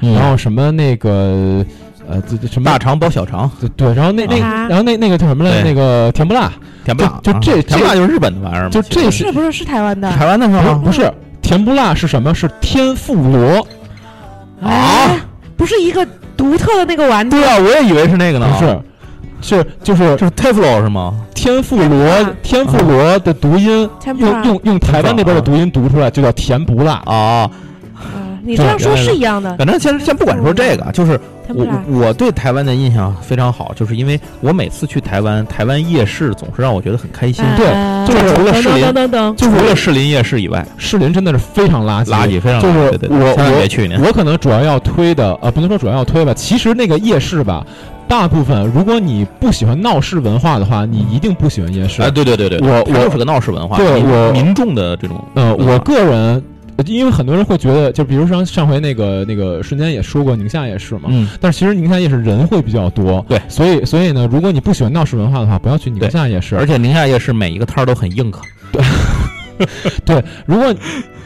Speaker 3: 然后什么那个呃，这这什
Speaker 1: 嗯
Speaker 3: 么
Speaker 1: 大肠包小肠，
Speaker 3: 对对，然后那那
Speaker 2: 啊
Speaker 3: 然后那那个叫什么来？
Speaker 1: 对
Speaker 3: 那个甜不辣，
Speaker 1: 甜不辣，
Speaker 3: 就就这
Speaker 1: 啊甜不辣就是日本的玩意儿嘛，
Speaker 3: 就
Speaker 1: 其
Speaker 3: 这
Speaker 1: 实
Speaker 2: 是不是是台湾的？
Speaker 1: 台湾的是
Speaker 3: 不是
Speaker 1: 吗？
Speaker 3: 不是甜不辣是什么？是天妇罗，
Speaker 2: 哎，不是一个独特的那个丸子
Speaker 1: 对啊，我也以为是那个呢，
Speaker 3: 不是，是就是
Speaker 1: 这是 Teflo 是吗？
Speaker 3: 天妇
Speaker 2: 天
Speaker 3: 罗
Speaker 2: 妇罗，
Speaker 3: 天妇罗的读音用
Speaker 2: tempura。
Speaker 3: 用用台湾那边的读音读出来就叫甜不辣。
Speaker 1: 啊，
Speaker 2: 啊你这样说是一样的
Speaker 1: 反正先先不管说这个，就是我
Speaker 2: tempura。
Speaker 1: 呃我我对台湾的印象非常好，就是因为我每次去台湾，台湾夜市总是让我觉得嗯很开心。
Speaker 3: 对
Speaker 2: 啊
Speaker 3: 就是
Speaker 1: 除了士林
Speaker 2: 等等等等，
Speaker 1: 除了士林夜市以外，
Speaker 3: 士林真的是非常垃圾，
Speaker 1: 垃圾非常
Speaker 3: 啊就
Speaker 1: 垃圾
Speaker 3: 是
Speaker 1: 对对
Speaker 3: 我
Speaker 1: 千万
Speaker 3: 我
Speaker 1: 别去呢
Speaker 3: 我可能主要要推的，呃，不能说主要要推吧，其实那个夜市吧，大部分如果你不喜欢闹市文化的话，你一定不喜欢夜市。
Speaker 1: 哎，对对对对，
Speaker 3: 我
Speaker 1: 它
Speaker 3: 我
Speaker 1: 就是嗯个闹市文化，
Speaker 3: 对
Speaker 1: 民
Speaker 3: 我
Speaker 1: 民众的这种
Speaker 3: 呃，
Speaker 1: 文
Speaker 3: 我
Speaker 1: 化
Speaker 3: 个人，呃因为很多人会觉得，就比如上上回那个那个瞬间也说过宁夏夜市嘛，
Speaker 1: 嗯，
Speaker 3: 但是其实宁夏夜市人会比较多，
Speaker 1: 对
Speaker 3: 所以所以呢，如果你不喜欢闹市文化的话，不要去宁夏夜市
Speaker 1: 而。且宁夏夜市每一个摊儿都很硬核，
Speaker 3: 对，如果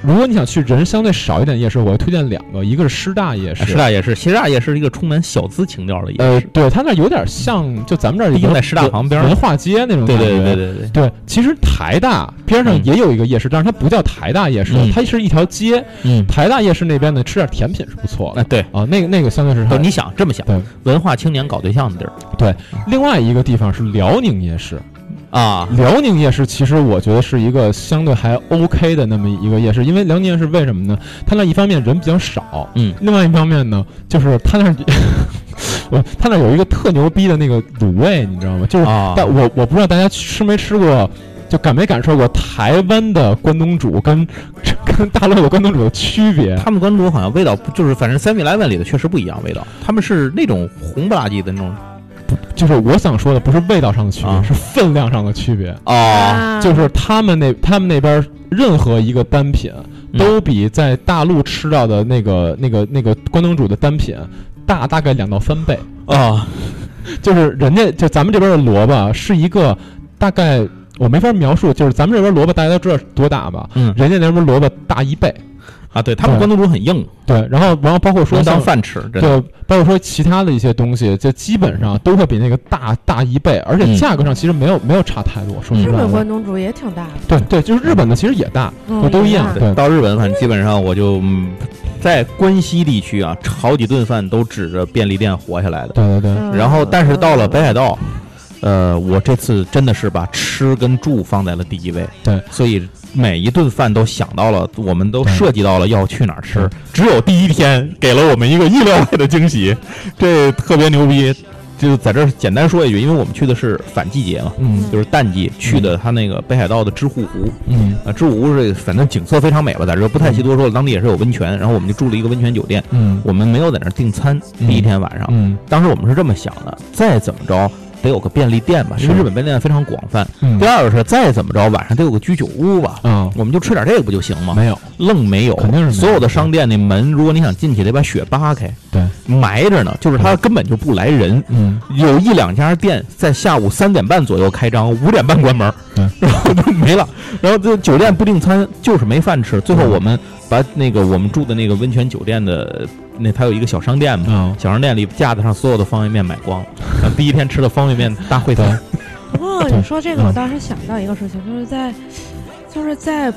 Speaker 3: 如果你想去人相对少一点夜市，我会推荐两个，一个是师大夜市，
Speaker 1: 哎师大夜市，师大夜市是一个充满小资情调的夜
Speaker 3: 呃
Speaker 1: 市，，
Speaker 3: 对，它那有点像，就咱们这儿
Speaker 1: 毕竟
Speaker 3: 文
Speaker 1: 在师大旁边儿
Speaker 3: 文化街那种
Speaker 1: 对
Speaker 3: 感觉。
Speaker 1: 对对
Speaker 3: 对。
Speaker 1: 对对，
Speaker 3: 其实台大边上
Speaker 1: 嗯
Speaker 3: 也有一个夜市，但是它不叫台大夜市，
Speaker 1: 嗯
Speaker 3: 它是一条街。
Speaker 1: 嗯，
Speaker 3: 台大夜市那边呢，吃点甜品是不错的
Speaker 1: 哎对，
Speaker 3: 啊。那个那个相对是
Speaker 1: 不
Speaker 3: 还
Speaker 1: 是你想这么想
Speaker 3: 对，
Speaker 1: 文化青年搞对象的地儿
Speaker 3: 另外一个地方是辽宁夜市。
Speaker 1: 啊，
Speaker 3: 辽宁夜市其实我觉得是一个相对还 OK 的那么一个夜市，因为辽宁夜市为什么呢？它那一方面人比较少，
Speaker 1: 嗯，
Speaker 3: 另外一方面呢，就是它那儿 我它那儿有一个特牛逼的那个卤味，你知道吗？就是
Speaker 1: 啊
Speaker 3: 哦但我我不知道大家吃没吃过，就感没感受过台湾的关东煮跟 跟大陆的关东煮的区别。
Speaker 1: 他们关东煮好像味道不就是，反正 Seven Eleven 里的确实不一样味道，他们是那种红不拉几的那种
Speaker 3: 就是我想说的，不是味道上的区别，
Speaker 1: 啊
Speaker 3: 是分量上的区别。
Speaker 1: 哦，
Speaker 2: 啊
Speaker 3: 就是他们那他们那边任何一个单品
Speaker 1: 嗯
Speaker 3: 都比在大陆吃到的那个那个那个关东煮的单品大大概两到三倍。
Speaker 1: 啊，
Speaker 3: 就是人家就咱们这边的萝卜是一个大概我没法描述，就是咱们这边萝卜大家都知道多大吧，
Speaker 1: 嗯
Speaker 3: 人家那边萝卜大一倍。
Speaker 1: 啊，对他们关东煮很硬，
Speaker 3: 对，然后然后包括嗯说
Speaker 1: 能当
Speaker 3: 像
Speaker 1: 饭吃，真
Speaker 3: 对
Speaker 1: 的，，
Speaker 3: 包括说其他的一些东西，就基本上都会比那个大大一倍，而且
Speaker 1: 嗯
Speaker 3: 价格上其实没有、没有差太多。说
Speaker 1: 嗯
Speaker 3: 实
Speaker 2: 日
Speaker 3: 在
Speaker 2: 本
Speaker 3: 的
Speaker 2: 关，东煮也挺大的，
Speaker 3: 对对，就是日本的其实也大，
Speaker 2: 嗯
Speaker 3: 就都一
Speaker 2: 也
Speaker 3: 样。
Speaker 2: 大
Speaker 3: 对，
Speaker 1: 到日本反正基本上我就嗯在关西地区啊，好几顿饭都指着便利店活下来的，
Speaker 3: 对对对。
Speaker 2: 嗯
Speaker 1: 然后但是到了北海道。呃，我这次真的是把吃跟住放在了第一位，
Speaker 3: 对，
Speaker 1: 所以每一顿饭都想到了，我们都
Speaker 3: 对
Speaker 1: 涉及到了要去哪儿吃，只有第一天给了我们一个意料外的惊 喜，这特别牛逼。就在这儿简单说一句，因为我们去的是反季节嘛，
Speaker 3: 嗯
Speaker 1: 就是淡季，去的它那个北海道的知户湖，
Speaker 3: 嗯
Speaker 1: 啊，知户湖是反正景色非常美吧，在这儿不太细多说了，当地也是有温泉，然后我们就住了一个温泉酒店，
Speaker 3: 嗯
Speaker 1: 我们没有在那儿订餐，第
Speaker 3: 嗯
Speaker 1: 一天晚上，
Speaker 3: 嗯
Speaker 1: 当时我们是这么想的，再怎么着得有个便利店吧，因为
Speaker 3: 是
Speaker 1: 日本便利店非常广泛。
Speaker 3: 嗯
Speaker 1: 第二个是再怎么着晚上得有个居酒屋吧，
Speaker 3: 啊，
Speaker 1: 我们就吃点这个不就行吗？
Speaker 3: 没有，
Speaker 1: 愣没有，
Speaker 3: 肯定是没有
Speaker 1: 所有的商店那门，如果你想进去，得把雪扒开，
Speaker 3: 对，
Speaker 1: 埋着呢，就是它根本就不来人。
Speaker 3: 嗯
Speaker 1: 有一两家店在下午三点半左右开张，五点半关门，
Speaker 3: 对
Speaker 1: 然后就没了。然后这酒店不订餐，就是没饭吃。最后
Speaker 3: 嗯
Speaker 1: 我们把那个我们住的那个温泉酒店的那它有一个小商店嘛，
Speaker 3: 啊，
Speaker 1: 小商店里架子上所有的方便面买光 了，然后第一天吃的方便面大烩
Speaker 3: 对
Speaker 1: 饭，
Speaker 2: 不过你说这个，
Speaker 1: 嗯
Speaker 2: 我倒是想到一个事情，就是在，就是在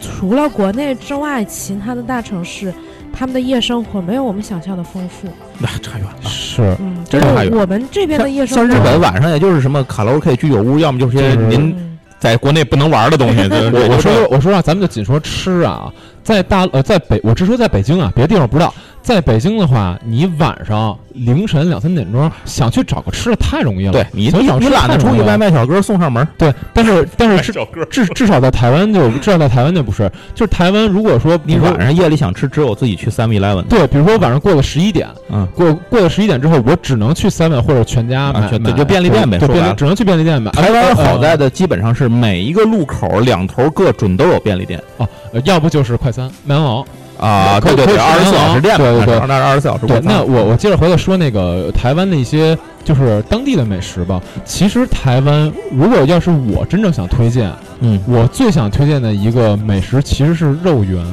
Speaker 2: 除了国内之外，其他的大城市，他们的夜生活没有我们想象的丰富。
Speaker 1: 那差远了。
Speaker 3: 是
Speaker 2: 嗯，就
Speaker 1: 真
Speaker 2: 是
Speaker 1: 是还有
Speaker 2: 我们这边的夜
Speaker 1: 像
Speaker 2: 生活，
Speaker 1: 像日本晚上也就是什么卡拉 OK 居酒屋，要么就是些
Speaker 3: 就是
Speaker 1: 您
Speaker 2: 嗯，
Speaker 1: 在国内不能玩的东 西。对
Speaker 3: 我我说我说啊，咱们就仅说吃啊，在大呃在北，我只说在北京啊，别的地方不知道。在北京的话，你晚上凌晨两三点钟想去找个吃的太容易了，
Speaker 1: 对你
Speaker 3: 想
Speaker 1: 你
Speaker 3: 找
Speaker 1: 你
Speaker 3: 吃的
Speaker 1: 懒
Speaker 3: 太
Speaker 1: 得出
Speaker 3: 容易
Speaker 1: 去外
Speaker 3: 了。
Speaker 1: 卖小哥送上门，
Speaker 3: 对，但是但是至
Speaker 1: 小哥。
Speaker 3: 至至少在台湾就至少在台湾就不是，就是台湾如果说
Speaker 1: 你
Speaker 3: 比如说
Speaker 1: 晚上夜里想吃，只有自己去 Seven Eleven。
Speaker 3: 对，比如说晚上过了十一点，
Speaker 1: 嗯，
Speaker 3: 过过了十一点之后，我只能去 seven 或者全家
Speaker 1: 啊
Speaker 3: 买，
Speaker 1: 就
Speaker 3: 买
Speaker 1: 就便利店呗
Speaker 3: 对，
Speaker 1: 说
Speaker 3: 便
Speaker 1: 白了
Speaker 3: 利只能去便利店买。
Speaker 1: 台湾
Speaker 3: 呃
Speaker 1: 好在的基本上是每一个路口两头各准都有便利店
Speaker 3: 哦，呃要不就是快餐麦当劳。
Speaker 1: 啊
Speaker 3: 可
Speaker 1: 对对
Speaker 3: 可
Speaker 1: 对，
Speaker 3: 以
Speaker 1: 二十四
Speaker 3: 吃
Speaker 1: 小时店嘛，
Speaker 3: 对对对
Speaker 1: 那二十四小时快，
Speaker 3: 对
Speaker 1: 餐
Speaker 3: 那我我接着回来说那个台湾的一些就是当地的美食吧。其实台湾如果要是我真正想推荐，
Speaker 1: 嗯，
Speaker 3: 我最想推荐的一个美食其实是肉圆。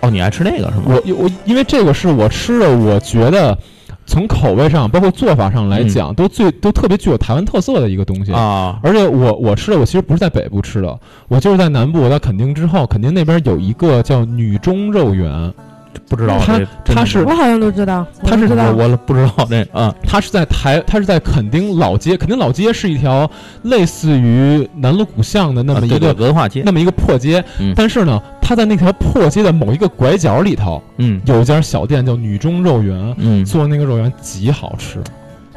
Speaker 1: 哦，你爱吃那个是吗？
Speaker 3: 我我因为这个是我吃的，我觉得。从口味上，包括做法上来讲，都最都特别具有台湾特色的一个东西。
Speaker 1: 啊，
Speaker 3: 而且我我吃的我其实不是在北部吃的，我就是在南部，我在垦丁之后，垦丁那边有一个叫女中肉圆，
Speaker 1: 嗯哦不知道
Speaker 3: 它
Speaker 1: 这真
Speaker 3: 它
Speaker 1: 的
Speaker 3: 是
Speaker 2: 我好像都知道，我
Speaker 3: 它
Speaker 2: 都
Speaker 3: 是
Speaker 2: 知
Speaker 1: 我
Speaker 2: 道，
Speaker 1: 我不知道这啊
Speaker 3: 它是在台，它是在垦丁老街，垦丁老街是一条类似于南锣鼓巷的那
Speaker 1: 啊
Speaker 3: 么一
Speaker 1: 对对
Speaker 3: 个、
Speaker 1: 文化街，
Speaker 3: 那么一个破街，
Speaker 1: 嗯
Speaker 3: 但是呢，它在那条破街的某一个拐角里头
Speaker 1: 嗯
Speaker 3: 有一家小店叫女中肉圆，
Speaker 1: 嗯，
Speaker 3: 做那个肉圆极好吃，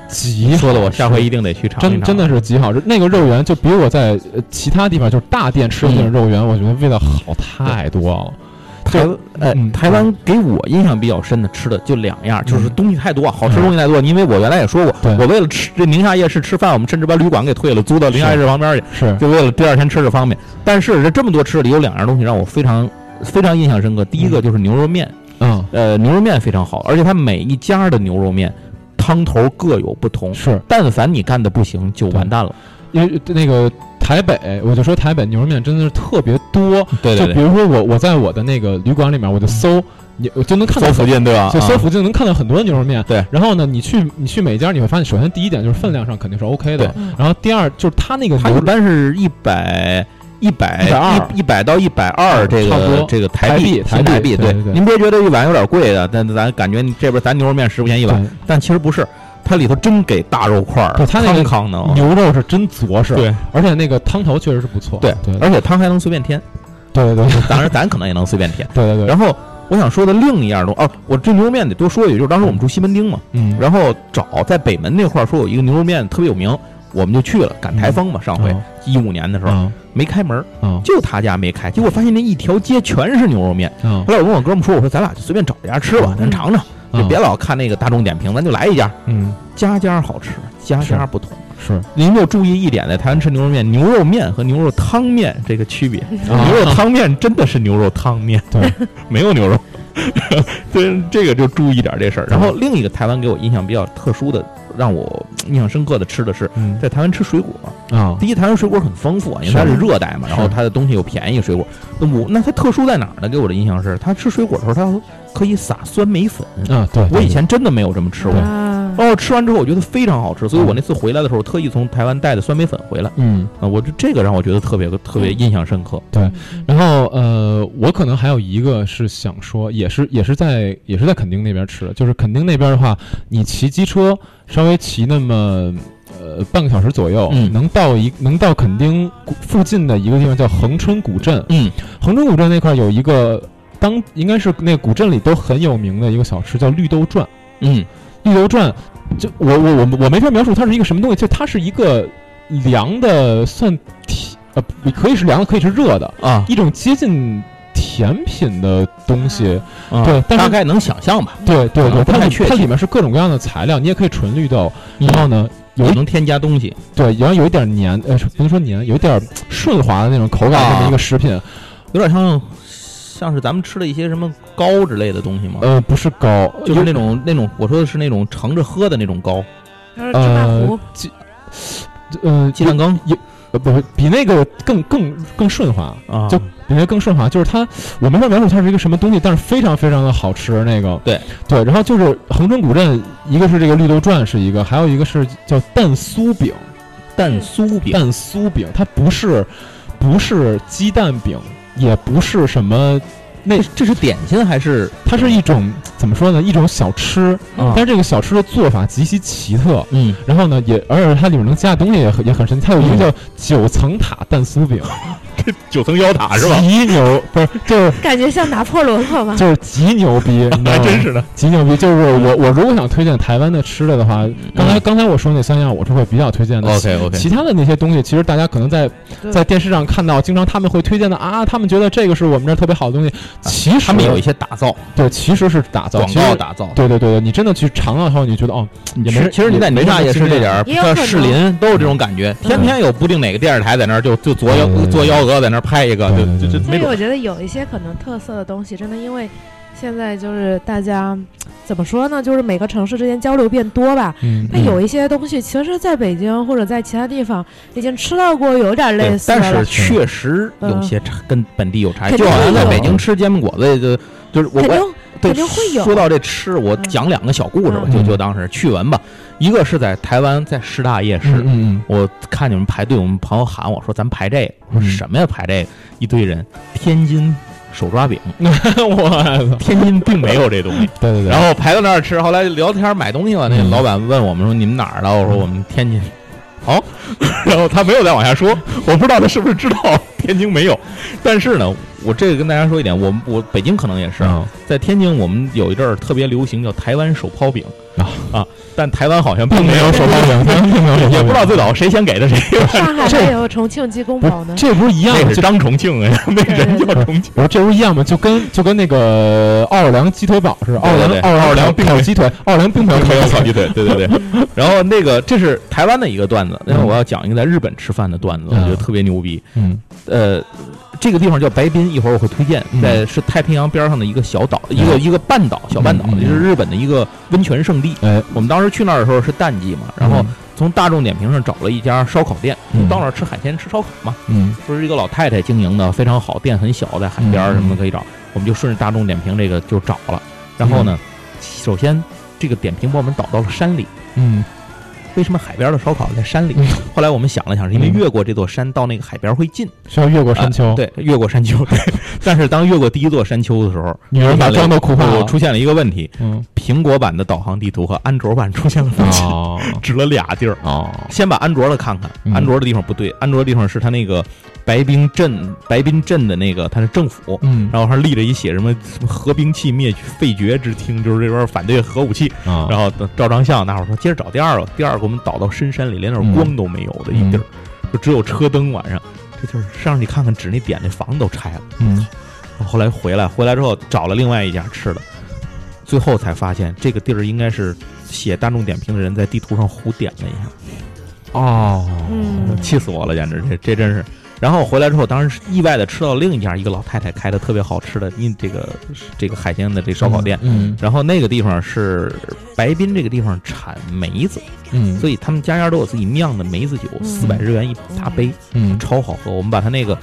Speaker 3: 极好吃
Speaker 1: 说的我下回一定得去尝一
Speaker 3: 真
Speaker 1: 尝，
Speaker 3: 真的是极好吃，那个肉圆就比我在呃其他地方就是大店吃的那种肉圆，我觉得味道好太多了。
Speaker 1: 嗯台湾哎，
Speaker 3: 嗯
Speaker 1: 台湾给我印象比较深的吃的就两样，就是
Speaker 3: 嗯
Speaker 1: 东西太多，好吃东西太多。因为我原来也说过
Speaker 3: 对，
Speaker 1: 我为了吃这宁夏夜市吃饭，我们甚至把旅馆给退了，租到宁夏夜市旁边去，
Speaker 3: 是
Speaker 1: 就为了第二天吃着方便。但是这这么多吃的里有两样东西让我非常非常印象深刻，第一个就是牛肉面，
Speaker 3: 嗯，
Speaker 1: 呃，牛肉面非常好，而且它每一家的牛肉面汤头各有不同。
Speaker 3: 是
Speaker 1: 但凡你干的不行，就完蛋了。
Speaker 3: 因为那个台北，我就说台北牛肉面真的是特别多。
Speaker 1: 对嗯
Speaker 3: 就比，如说我我在我的那个旅馆里面，我就搜，你我就能看到
Speaker 1: 搜附近对吧？
Speaker 3: 就
Speaker 1: 啊
Speaker 3: 搜附近能看到很多牛肉面。
Speaker 1: 对，
Speaker 3: 然后呢，你去你去每一家，你会发现，首先第一点就是分量上肯定是 OK 的
Speaker 1: 对，
Speaker 2: 嗯
Speaker 3: 然后第二就是它那个
Speaker 1: 它
Speaker 3: 牛
Speaker 1: 一般是一百一百
Speaker 3: 120
Speaker 1: 一百到一百二这
Speaker 3: 嗯差不
Speaker 1: 个
Speaker 3: 多
Speaker 1: 这个
Speaker 3: 台币
Speaker 1: 币
Speaker 3: 台
Speaker 1: 新台
Speaker 3: 币对
Speaker 1: 对
Speaker 3: 对对
Speaker 1: 您别觉得一碗有点贵的，但咱感觉这边咱牛肉面十块钱一碗，但其实不是，它里头真给大肉块儿，
Speaker 3: 对它那个
Speaker 1: 康康的
Speaker 3: 对。牛肉是真着实，
Speaker 1: 哦对
Speaker 3: 而且那个汤头确实是不错。
Speaker 1: 对
Speaker 3: 对，对
Speaker 1: 而且汤还能随便添，
Speaker 3: 对对对
Speaker 1: 当然咱可能也能随便添。
Speaker 3: 对 对，
Speaker 1: 然后我想说的另一样东哦，我这牛肉面得多说一句，就是当时我们住西门町嘛，
Speaker 3: 嗯，
Speaker 1: 然后找在北门那块儿说有一个牛肉面特别有名，我们就去了，赶台风嘛，上回
Speaker 3: 嗯
Speaker 1: 一五年的时候
Speaker 3: 啊
Speaker 1: 没开门儿，
Speaker 3: 啊
Speaker 1: 就他家没开，结果发现那一条街全是牛肉面。
Speaker 3: 啊
Speaker 1: 后来我跟我哥们说，我说咱俩就随便找一家吃吧，咱尝尝，就别老看那个大众点评，咱就来一家，
Speaker 3: 啊嗯
Speaker 1: 家家好吃，家家
Speaker 3: 是
Speaker 1: 不同。
Speaker 3: 是
Speaker 1: 您就注意一点，在台湾吃牛肉面，牛肉面和牛肉汤面这个区别。
Speaker 3: 啊
Speaker 1: 牛肉汤面真的是牛肉汤面，
Speaker 3: 对，
Speaker 1: 没有牛肉。对，这个就注意点这事儿。然后另一个台湾给我印象比较特殊的，让我印象深刻的吃的是
Speaker 3: 嗯
Speaker 1: 在台湾吃水果。
Speaker 3: 啊
Speaker 1: 第一，台湾水果很丰富啊，因为
Speaker 3: 是
Speaker 1: 它是热带嘛，然后
Speaker 3: 是
Speaker 1: 它的东西又便宜，水果。那我那它特殊在哪儿呢？给我的印象是，它吃水果的时候，它可以撒酸梅粉。
Speaker 3: 啊对，
Speaker 1: 我
Speaker 3: 对
Speaker 1: 以前真的没有这么吃过。
Speaker 2: 啊，
Speaker 1: 哦，吃完之后我觉得非常好吃，所以我那次回来的时候，特意从台湾带的酸梅粉回来
Speaker 3: 嗯，
Speaker 1: 啊，我这这个让我觉得特别特别印象深刻。
Speaker 2: 嗯
Speaker 3: 然后呃，我可能还有一个是想说，也是也是在也是在垦丁那边吃的，就是垦丁那边的话，你骑机车稍微骑那么。呃，半个小时左右、
Speaker 1: 嗯
Speaker 3: 能到一能到垦丁古附近的一个地方叫恒春古镇。
Speaker 1: 嗯，
Speaker 3: 恒春古镇那块儿有一个当应该是那古镇里都很有名的一个小吃叫绿豆转。
Speaker 1: 嗯
Speaker 3: 绿豆转，就我我我我没法描述它是一个什么东西，就它是一个凉的，算甜呃，不可以是凉的，可以是热的，
Speaker 1: 啊，
Speaker 3: 一种接近甜品的东西。
Speaker 1: 啊
Speaker 3: 对但是
Speaker 1: 大概能想象吧。
Speaker 3: 对对
Speaker 1: 啊
Speaker 3: 对，
Speaker 1: 不
Speaker 3: 它
Speaker 1: 太
Speaker 3: 里
Speaker 1: 确
Speaker 3: 它
Speaker 1: 切
Speaker 3: 里面是各种各样的材料，你也可以纯绿豆，然后呢。有
Speaker 1: 也
Speaker 3: 一
Speaker 1: 能添加东西，
Speaker 3: 对，然后有一点黏，呃，不能说黏，有一点顺滑的那种口感的这么一个食品，
Speaker 1: 啊有点像像是咱们吃的一些什么糕之类的东西吗？
Speaker 3: 呃，不是糕，
Speaker 1: 就是
Speaker 3: 有
Speaker 1: 那种那种，我说的是那种盛着喝的那种糕，
Speaker 2: 还有芝麻糊，
Speaker 3: 呃，
Speaker 1: 鸡蛋羹
Speaker 3: 呃不是比那个更更更顺滑，
Speaker 1: 啊
Speaker 3: 就比那更顺滑，就是它，我没法描述它是一个什么东西，但是非常非常的好吃。那个
Speaker 1: 对
Speaker 3: 对，然后就是恒春古镇，一个是这个绿豆转是一个，还有一个是叫蛋酥饼，
Speaker 1: 蛋酥饼，
Speaker 3: 蛋酥饼它不是不是鸡蛋饼，也不是什么，
Speaker 1: 这这是点心还是
Speaker 3: 它是一种怎么说呢，一种小吃，
Speaker 1: 啊
Speaker 3: 但是这个小吃的做法极其奇特。
Speaker 1: 嗯
Speaker 3: 然后呢，也而且它里面能加的东西也很也很神奇，它有一个叫九层塔蛋酥饼，
Speaker 1: 九层妖塔
Speaker 3: 极牛，不是就是
Speaker 2: 感觉像拿破仑了吧？
Speaker 3: 就是极牛逼，
Speaker 1: 嗯
Speaker 3: 你知道吗？
Speaker 1: 是的，
Speaker 3: 极牛逼！就是
Speaker 1: 嗯
Speaker 3: 我我如果想推荐台湾的吃的的话，刚才刚才我说那三样我是会比较推荐的。
Speaker 1: OK OK，
Speaker 3: 其他的那些东西，其实大家可能在
Speaker 2: 对
Speaker 3: 在电视上看到，经常他们会推荐的啊，他们觉得这个是我们这儿特别好的东西。其实
Speaker 1: 啊他们有一些打造
Speaker 3: 对，其实是打造
Speaker 1: 广
Speaker 3: 其
Speaker 1: 告
Speaker 3: 实
Speaker 1: 打造，
Speaker 3: 对对对对，你真的去尝到以后，你觉得哦，啊也没
Speaker 1: 是其实你在宁夏也是这点儿，
Speaker 2: 也有可
Speaker 1: 像
Speaker 2: 能
Speaker 1: 士林都有嗯这种感觉，天天有不定哪个电视台在那儿就就作妖
Speaker 3: 对对对
Speaker 1: 作幺蛾在那儿拍一个，
Speaker 3: 对对
Speaker 1: 就就
Speaker 3: 对
Speaker 1: 就
Speaker 2: 所
Speaker 1: 没
Speaker 2: 以我
Speaker 1: 准
Speaker 2: 觉得有一些可能特色的东西，真的因为现在就是大家怎么说呢，就是每个城市之间交流变多吧。
Speaker 3: 嗯，
Speaker 2: 它哎有一些东西，其实在北京或者在其他地方已经吃到过，有点类
Speaker 1: 对
Speaker 2: 似
Speaker 1: 但
Speaker 2: 了
Speaker 1: 是
Speaker 2: 吧。
Speaker 1: 确实有些差跟本地有差异，
Speaker 2: 肯定
Speaker 1: 就好像在
Speaker 2: 有
Speaker 1: 北京吃煎饼果子，就就是我
Speaker 2: 肯定
Speaker 1: 我对
Speaker 2: 肯定会有
Speaker 1: 说到这吃，我
Speaker 2: 嗯
Speaker 1: 讲两个小故事吧，
Speaker 2: 嗯
Speaker 1: 就就当是趣闻吧。一个是在台湾，在师大夜市，
Speaker 3: 嗯
Speaker 1: 我看你们排队，我们朋友喊我说：“咱排这个。”我说：“
Speaker 3: 嗯
Speaker 1: 什么呀？排这个？”一堆人，天津手抓饼，
Speaker 3: 嗯， 我操，
Speaker 1: 天津并没有这东西。
Speaker 3: 对对 对，
Speaker 1: 然后排到那儿吃，后来聊天买东西了，那
Speaker 3: 嗯
Speaker 1: 老板问我们说：“你们哪儿的？”我说：“我们天津。”哦， 然后他没有再往下说， 我不知道他是不是知道天津没有。但是呢，我这个跟大家说一点，我们我北京可能也是，
Speaker 3: 啊，
Speaker 1: 在天津我们有一阵儿特别流行叫台湾手抛饼
Speaker 3: 啊
Speaker 1: 啊，但台湾好像并
Speaker 3: 并没有手
Speaker 1: 抛
Speaker 3: 包饼，咱们并没有手包 饼，
Speaker 1: 也不知道最早谁先给的谁。
Speaker 2: 上海
Speaker 3: 这
Speaker 2: 还有重庆鸡公
Speaker 3: 不
Speaker 2: 煲
Speaker 3: 是
Speaker 2: 呢，
Speaker 3: 这不是一样
Speaker 1: 那
Speaker 3: 吗？
Speaker 1: 是
Speaker 3: 就
Speaker 1: 张重庆 哎，那人叫重庆。
Speaker 3: 我说这不是一样吗？就跟就跟那个奥尔良鸡腿堡似的，奥尔
Speaker 1: 对对
Speaker 3: 良
Speaker 1: 对奥
Speaker 3: 奥
Speaker 1: 尔
Speaker 3: 尔
Speaker 1: 良
Speaker 3: 良
Speaker 1: 并没
Speaker 3: 并烤鸡腿，奥尔良并没有烤鸡腿，
Speaker 1: 鸡腿，对对对。然后那个这是台湾的一个段子，然后
Speaker 3: 嗯
Speaker 1: 我要讲一个在日本吃饭的段子，我
Speaker 3: 嗯
Speaker 1: 觉得特别牛逼。
Speaker 3: 嗯
Speaker 1: 呃，这个地方叫白滨，一会儿我会推荐，
Speaker 3: 嗯
Speaker 1: 在是太平洋边上的一个小岛，一个一个半岛，小半岛，
Speaker 3: 嗯嗯嗯
Speaker 1: 也是日本的一个温泉圣地。
Speaker 3: 哎，
Speaker 1: 我们当时去那儿的时候是淡季嘛，然后从大众点评上找了一家烧烤店，
Speaker 3: 嗯
Speaker 1: 到那儿吃海鲜吃烧烤嘛，
Speaker 3: 嗯
Speaker 1: 说是一个老太太经营的，非常好，店很小，在海边儿
Speaker 3: 嗯
Speaker 1: 什么的可以找。我们就顺着大众点评这个就找了。然后呢，首先这个点评把我们导到了山里。
Speaker 3: 嗯
Speaker 1: 为什么海边的烧烤在山里
Speaker 3: 嗯？
Speaker 1: 后来我们想了想，是因为
Speaker 3: 嗯
Speaker 1: 越过这座山到那个海边会近。
Speaker 3: 需要越过嗯山丘，
Speaker 1: 啊，对，越过山丘。 对但是当越过第一座山丘的时候，
Speaker 3: 女人把妆都哭坏
Speaker 1: 我
Speaker 3: 了，
Speaker 1: 出现了一个问题：
Speaker 3: 嗯
Speaker 1: 苹果版的导航地图和安卓版出现了 分歧，
Speaker 3: 哦
Speaker 1: 指了俩地儿。
Speaker 3: 哦，
Speaker 1: 先把安卓的看看，
Speaker 3: 嗯
Speaker 1: 安卓的地方不对，安卓的地方是它那个白冰镇白冰镇的那个，它是政府，
Speaker 3: 嗯
Speaker 1: 然后还立着一写什么什么核兵器灭绝废绝之听，就是这边反对核武器。
Speaker 3: 啊
Speaker 1: 然后照张相，那会儿说接着找第二个，第二个我们倒到深山里，连点光都没有的一地儿，就只有车灯。晚上这地儿上去看看，指那点那房子都拆了。
Speaker 3: 嗯
Speaker 1: 然后后来回来，回来之后找了另外一家吃的，最后才发现这个地儿应该是写大众点评的人在地图上胡点了一下。
Speaker 3: 哦
Speaker 2: 嗯
Speaker 1: 气死我了，简直这这真是。然后回来之后，当然是意外的吃到另一家一个老太太开的特别好吃的印这个这个海鲜的这烧烤店。
Speaker 3: 嗯
Speaker 1: 然后那个地方是白滨这个地方产梅子，
Speaker 3: 嗯
Speaker 1: 所以他们家家都有自己酿的梅子酒，
Speaker 2: 嗯
Speaker 1: 四百日元一大杯，
Speaker 3: 嗯
Speaker 1: 超好喝。我们把他那个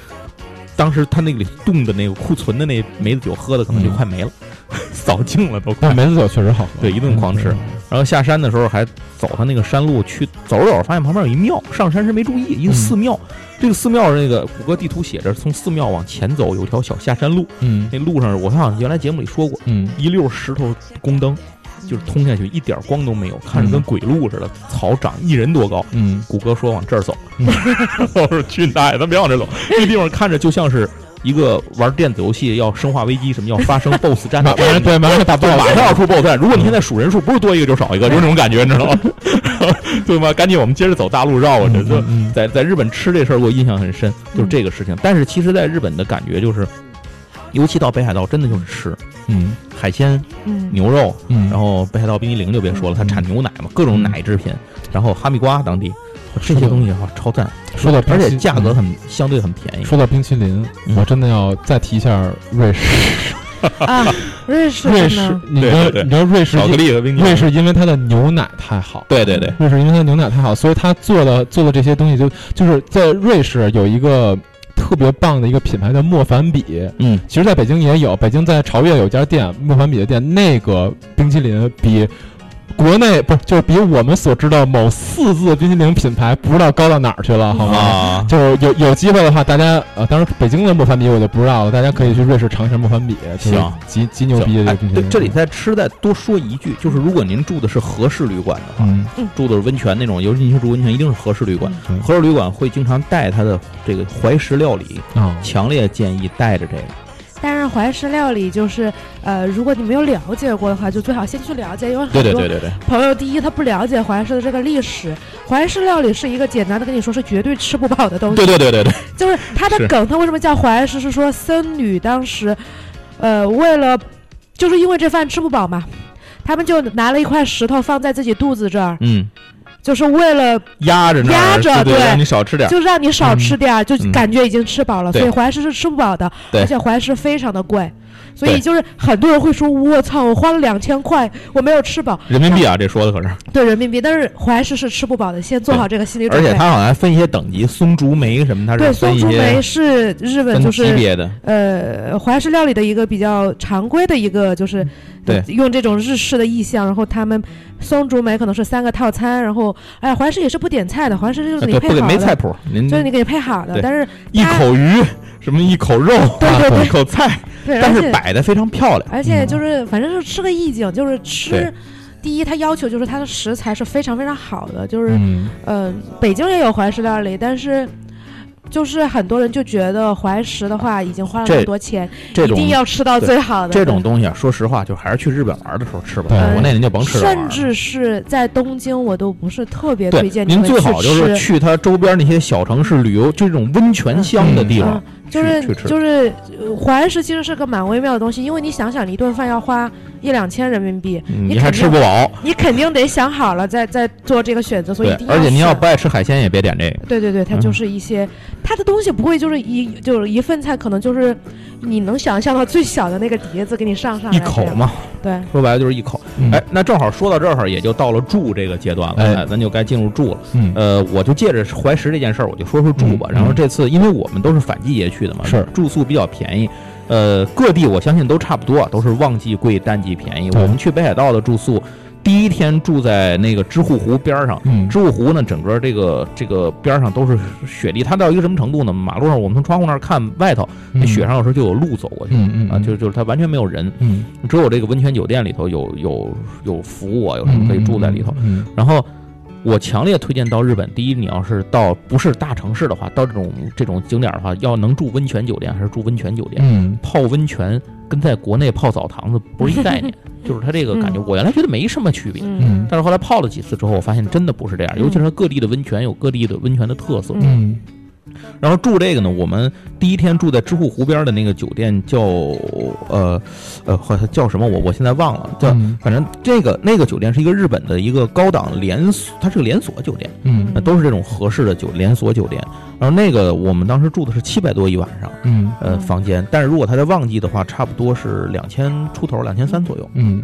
Speaker 1: 当时他那里冻的那个库存的那梅子酒喝的可能就快没了， 扫净了都快
Speaker 3: 但。梅子酒确实好啊喝，
Speaker 1: 对一顿狂吃嗯然后下山的时候还走他那个山路去走着走着，发现旁边有一庙，上山时没注意，一个寺庙。这个寺庙那个谷歌地图写着，从寺庙往前走有条小下山路，
Speaker 3: 嗯
Speaker 1: 那路上我好像原来节目里说过，
Speaker 3: 嗯
Speaker 1: 一溜石头宫灯，就是通下去一点光都没有，看着跟鬼路似的，草长一人多高。
Speaker 3: 嗯
Speaker 1: 谷歌说往这儿走，
Speaker 3: 嗯
Speaker 1: 我说去你大爷，咱别往这儿走，那地方看着就像是一个玩电子游戏要生化危机什么要发生 BOSS 战
Speaker 3: 马
Speaker 1: 的
Speaker 3: 马上对马上打
Speaker 1: 对，
Speaker 3: 爆
Speaker 1: 马上要出 BOSS 战。如果你现在数人数，不是多一个就少一个，就是那种感觉，你知道吗？ 对吗？赶紧我们接着走大路绕啊，这这
Speaker 3: 嗯
Speaker 1: 在在日本吃这事儿，我印象很深，就是这个事情。但是其实，在日本的感觉就是，尤其到北海道，真的就是吃
Speaker 3: 嗯
Speaker 1: 海鲜、
Speaker 2: 嗯，
Speaker 1: 牛肉，
Speaker 3: 嗯，
Speaker 1: 然后北海道冰激凌就别说了，它产牛奶嘛，各种奶制品，然后哈密瓜当地这些东西哇，超赞，
Speaker 3: 说到嗯
Speaker 1: 而且价格很相对很便宜。
Speaker 3: 说到冰淇淋，
Speaker 1: 嗯
Speaker 3: 我真的要再提一下瑞士。
Speaker 2: 啊，瑞士
Speaker 3: 瑞
Speaker 2: 真
Speaker 3: 士
Speaker 2: 的，
Speaker 3: 你知
Speaker 1: 对
Speaker 3: 道
Speaker 1: 对对
Speaker 3: 你知道瑞士
Speaker 1: 巧克力和冰激凌，
Speaker 3: 瑞士因为它的牛奶太好，
Speaker 1: 对对对，
Speaker 3: 瑞士因为它的牛奶太好，所以它做的做的这些东西就就是在瑞士有一个特别棒的一个品牌叫莫凡比。
Speaker 1: 嗯，
Speaker 3: 其实，在北京也有，北京在朝越有一家店，莫凡比的店，那个冰淇淋比国内不是就是比我们所知道某四字冰淇淋品牌不知道高到哪儿去了，好吗？
Speaker 1: 啊，
Speaker 3: 就是有有机会的话，大家呃，当然北京的莫凡比我就不知道了，大家可以去瑞士尝一下莫凡比，就是
Speaker 1: 行
Speaker 3: 极极牛逼的这
Speaker 1: 哎
Speaker 3: 个冰淇
Speaker 1: 对，
Speaker 3: 淋。
Speaker 1: 这里再吃再多说一句，就是如果您住的是合适旅馆的话，
Speaker 3: 嗯，
Speaker 1: 住的是温泉那种，尤其您去住温泉，一定是合适旅馆。
Speaker 3: 嗯
Speaker 1: 合适旅馆会经常带它的这个怀石料理，
Speaker 3: 啊，
Speaker 1: 强烈建议带着这个。
Speaker 2: 但是怀石料理就是，呃，如果你没有了解过的话，就最好先去了解，因为很多
Speaker 1: 对对，
Speaker 2: 朋友第一他不了解怀石的这个历史，怀石料理是一个简单的跟你说是绝对吃不饱的东西，
Speaker 1: 对对对对，
Speaker 2: 就是它
Speaker 1: 是
Speaker 2: 的梗，它为什么叫怀石？是说僧侣当时，呃，为了就是因为这饭吃不饱嘛，他们就拿了一块石头放在自己肚子这儿，
Speaker 1: 嗯，
Speaker 2: 就是为了
Speaker 1: 压着那儿
Speaker 2: 压着
Speaker 1: 对
Speaker 2: 对
Speaker 1: 让你少吃点儿。
Speaker 2: 就让你少吃点儿，就
Speaker 1: 嗯
Speaker 2: 感觉已经吃饱了，
Speaker 1: 对
Speaker 2: 所以怀石是吃不饱的，
Speaker 1: 对
Speaker 2: 而且怀石非常的贵，所以
Speaker 1: 对
Speaker 2: 就是很多人会说，我操，我花了两千块，我没有吃饱，
Speaker 1: 人民币啊，这说的可是，
Speaker 2: 对人民币，但是怀石是吃不饱的，先做好这个心理
Speaker 1: 而
Speaker 2: 准备
Speaker 1: 且。它好像还分一些等级，松竹梅什么，它
Speaker 2: 对，
Speaker 1: 是分
Speaker 2: 松
Speaker 1: 一
Speaker 2: 竹梅
Speaker 1: 些
Speaker 2: 是日本
Speaker 1: 分
Speaker 2: 就
Speaker 1: 级
Speaker 2: 是
Speaker 1: 别的，
Speaker 2: 呃怀石料理的一个比较常规的一个，就是
Speaker 1: 对
Speaker 2: 用这种日式的意象，然后他们松竹梅可能是三个套餐，然后哎怀石也是不点菜的，怀石就是
Speaker 1: 啊
Speaker 2: 你
Speaker 1: 对，
Speaker 2: 配
Speaker 1: 不给
Speaker 2: 好
Speaker 1: 没
Speaker 2: 的，
Speaker 1: 菜谱，您
Speaker 2: 就是你给配好的，
Speaker 1: 对
Speaker 2: 但是
Speaker 1: 一
Speaker 2: 它
Speaker 1: 口鱼，什么一口肉，啊
Speaker 2: 对对 对
Speaker 1: 一口菜，
Speaker 2: 对， 而
Speaker 1: 但是
Speaker 2: 且
Speaker 1: 摆的非常漂亮。
Speaker 2: 而且就是反正是吃个意境，就是吃
Speaker 1: 对。
Speaker 2: 第一，它要求就是它的食材是非常非常好的，就是
Speaker 3: 嗯，
Speaker 2: 呃，北京也有怀石料理，但是就是很多人就觉得怀石的话已经花了
Speaker 1: 这
Speaker 2: 很多钱，
Speaker 1: 这
Speaker 2: 一
Speaker 1: 种
Speaker 2: 定要吃到
Speaker 1: 对
Speaker 2: 最好的。
Speaker 1: 这种东西啊，说实话，就还是去日本玩的时候吃吧
Speaker 3: 对，
Speaker 1: 国内您就甭吃这玩意
Speaker 2: 甚
Speaker 1: 儿。
Speaker 2: 至是在东京，我都不是特别推
Speaker 1: 对，
Speaker 2: 荐
Speaker 1: 您
Speaker 2: 你们
Speaker 1: 最
Speaker 2: 去
Speaker 1: 好就是
Speaker 2: 吃。
Speaker 1: 去它周边那些小城市旅游，就这种温泉乡的地
Speaker 2: 嗯
Speaker 1: 方，，
Speaker 2: 就
Speaker 1: 去
Speaker 2: 是
Speaker 1: 去吃
Speaker 2: 就是呃怀石其实是个蛮微妙的东西，因为你想想，你一顿饭要花一两千人民币，
Speaker 1: 嗯你
Speaker 2: 肯
Speaker 1: 还
Speaker 2: 定
Speaker 1: 吃不饱。
Speaker 2: 你肯定得想好了再再做这个选择，所以
Speaker 1: 对
Speaker 2: 一定，
Speaker 1: 而且您要
Speaker 2: 选
Speaker 1: 不爱吃海鲜也别点这个。
Speaker 2: 对对对，它
Speaker 1: 嗯
Speaker 2: 就是一些，它的东西不会就是一就是一份菜，可能就是你能想象到最小的那个碟子给你上上来
Speaker 1: 一
Speaker 2: 这
Speaker 1: 口
Speaker 2: 样，
Speaker 1: 嘛，
Speaker 2: 对，
Speaker 1: 说白了就是一口。
Speaker 3: 嗯
Speaker 1: 哎，，那正好说到这儿，也就到了住这个阶段了，
Speaker 3: 哎
Speaker 1: 哎，咱就该进入住了。
Speaker 3: 嗯，
Speaker 1: 呃，我就借着怀石这件事儿，我就说说住吧。
Speaker 3: 嗯
Speaker 1: 然后这次，因为我们都是反季节去的嘛，
Speaker 3: 是
Speaker 1: 住宿比较便宜。呃，各地我相信都差不多，啊都是旺季贵，淡季便宜。
Speaker 3: 对
Speaker 1: 我们去北海道的住宿，第一天住在那个知户湖边儿上。
Speaker 3: 嗯，
Speaker 1: 知户湖呢，整个这个这个边儿上都是雪地，它到一个什么程度呢？马路上我们从窗户那儿看外头，那
Speaker 3: 嗯
Speaker 1: 哎雪，上有时候就有路走过去。
Speaker 3: 嗯嗯
Speaker 1: 啊，就就是它完全没有人，
Speaker 3: 嗯，
Speaker 1: 只有这个温泉酒店里头有有有服务啊，有
Speaker 3: 嗯
Speaker 1: 什么可以住在里头。，
Speaker 3: 嗯
Speaker 1: 然后我强烈推荐到日本，第一，你要是到不是大城市的话，到这种这种景点儿的话，要能住温泉酒店还是住温泉酒店，
Speaker 3: 嗯
Speaker 1: 泡温泉跟在国内泡澡堂子不是一 概念，就是它这个
Speaker 3: 嗯
Speaker 1: 感觉，我原来觉得没什么区别。
Speaker 2: 嗯
Speaker 1: 但是后来泡了几次之后，我发现真的不是这样，
Speaker 2: 嗯
Speaker 1: 尤其是各地的温泉有各地的温泉的特色。
Speaker 2: 嗯
Speaker 3: 嗯
Speaker 1: 然后住这个呢，我们第一天住在知户湖边的那个酒店叫呃呃好像叫什么我我现在忘了，叫
Speaker 3: 嗯
Speaker 1: 反正这个那个酒店是一个日本的一个高档连锁，它是个连锁酒店，
Speaker 3: 嗯
Speaker 1: 那都是这种合适的酒连锁酒店。然后那个我们当时住的是七百多一晚上，
Speaker 3: 嗯
Speaker 1: 呃
Speaker 2: 嗯
Speaker 1: 房间，但是如果它在旺季的话，差不多是两千出头，两千三左右。
Speaker 3: 嗯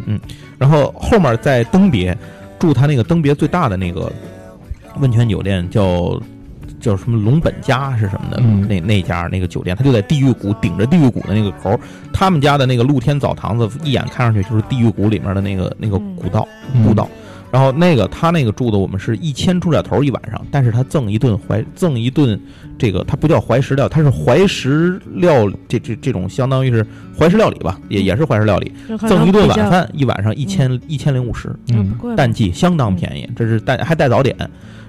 Speaker 1: 然后后面在登别住它那个登别最大的那个温泉酒店叫。叫什么龙本家是什么的？
Speaker 3: 嗯
Speaker 1: 那那家那个酒店，它就在地狱谷顶着地狱谷的那个口儿，他们家的那个露天澡堂子，一眼看上去就是地狱谷里面的那个那个
Speaker 2: 嗯
Speaker 1: 古道。
Speaker 3: 嗯，
Speaker 1: 步道。然后那个他那个住的我们是一千出点头一晚上，但是他赠一顿怀赠一顿这个它不叫怀石料，它是怀石料这这这种相当于是怀石料理吧，也也是怀石料理，
Speaker 2: 就可
Speaker 1: 赠
Speaker 2: 能
Speaker 1: 一顿
Speaker 2: 比较
Speaker 1: 晚，饭一晚上一千一千零五十，
Speaker 2: 嗯
Speaker 3: 嗯
Speaker 2: 不贵吧
Speaker 1: 淡季相当便宜，这是带还带早点。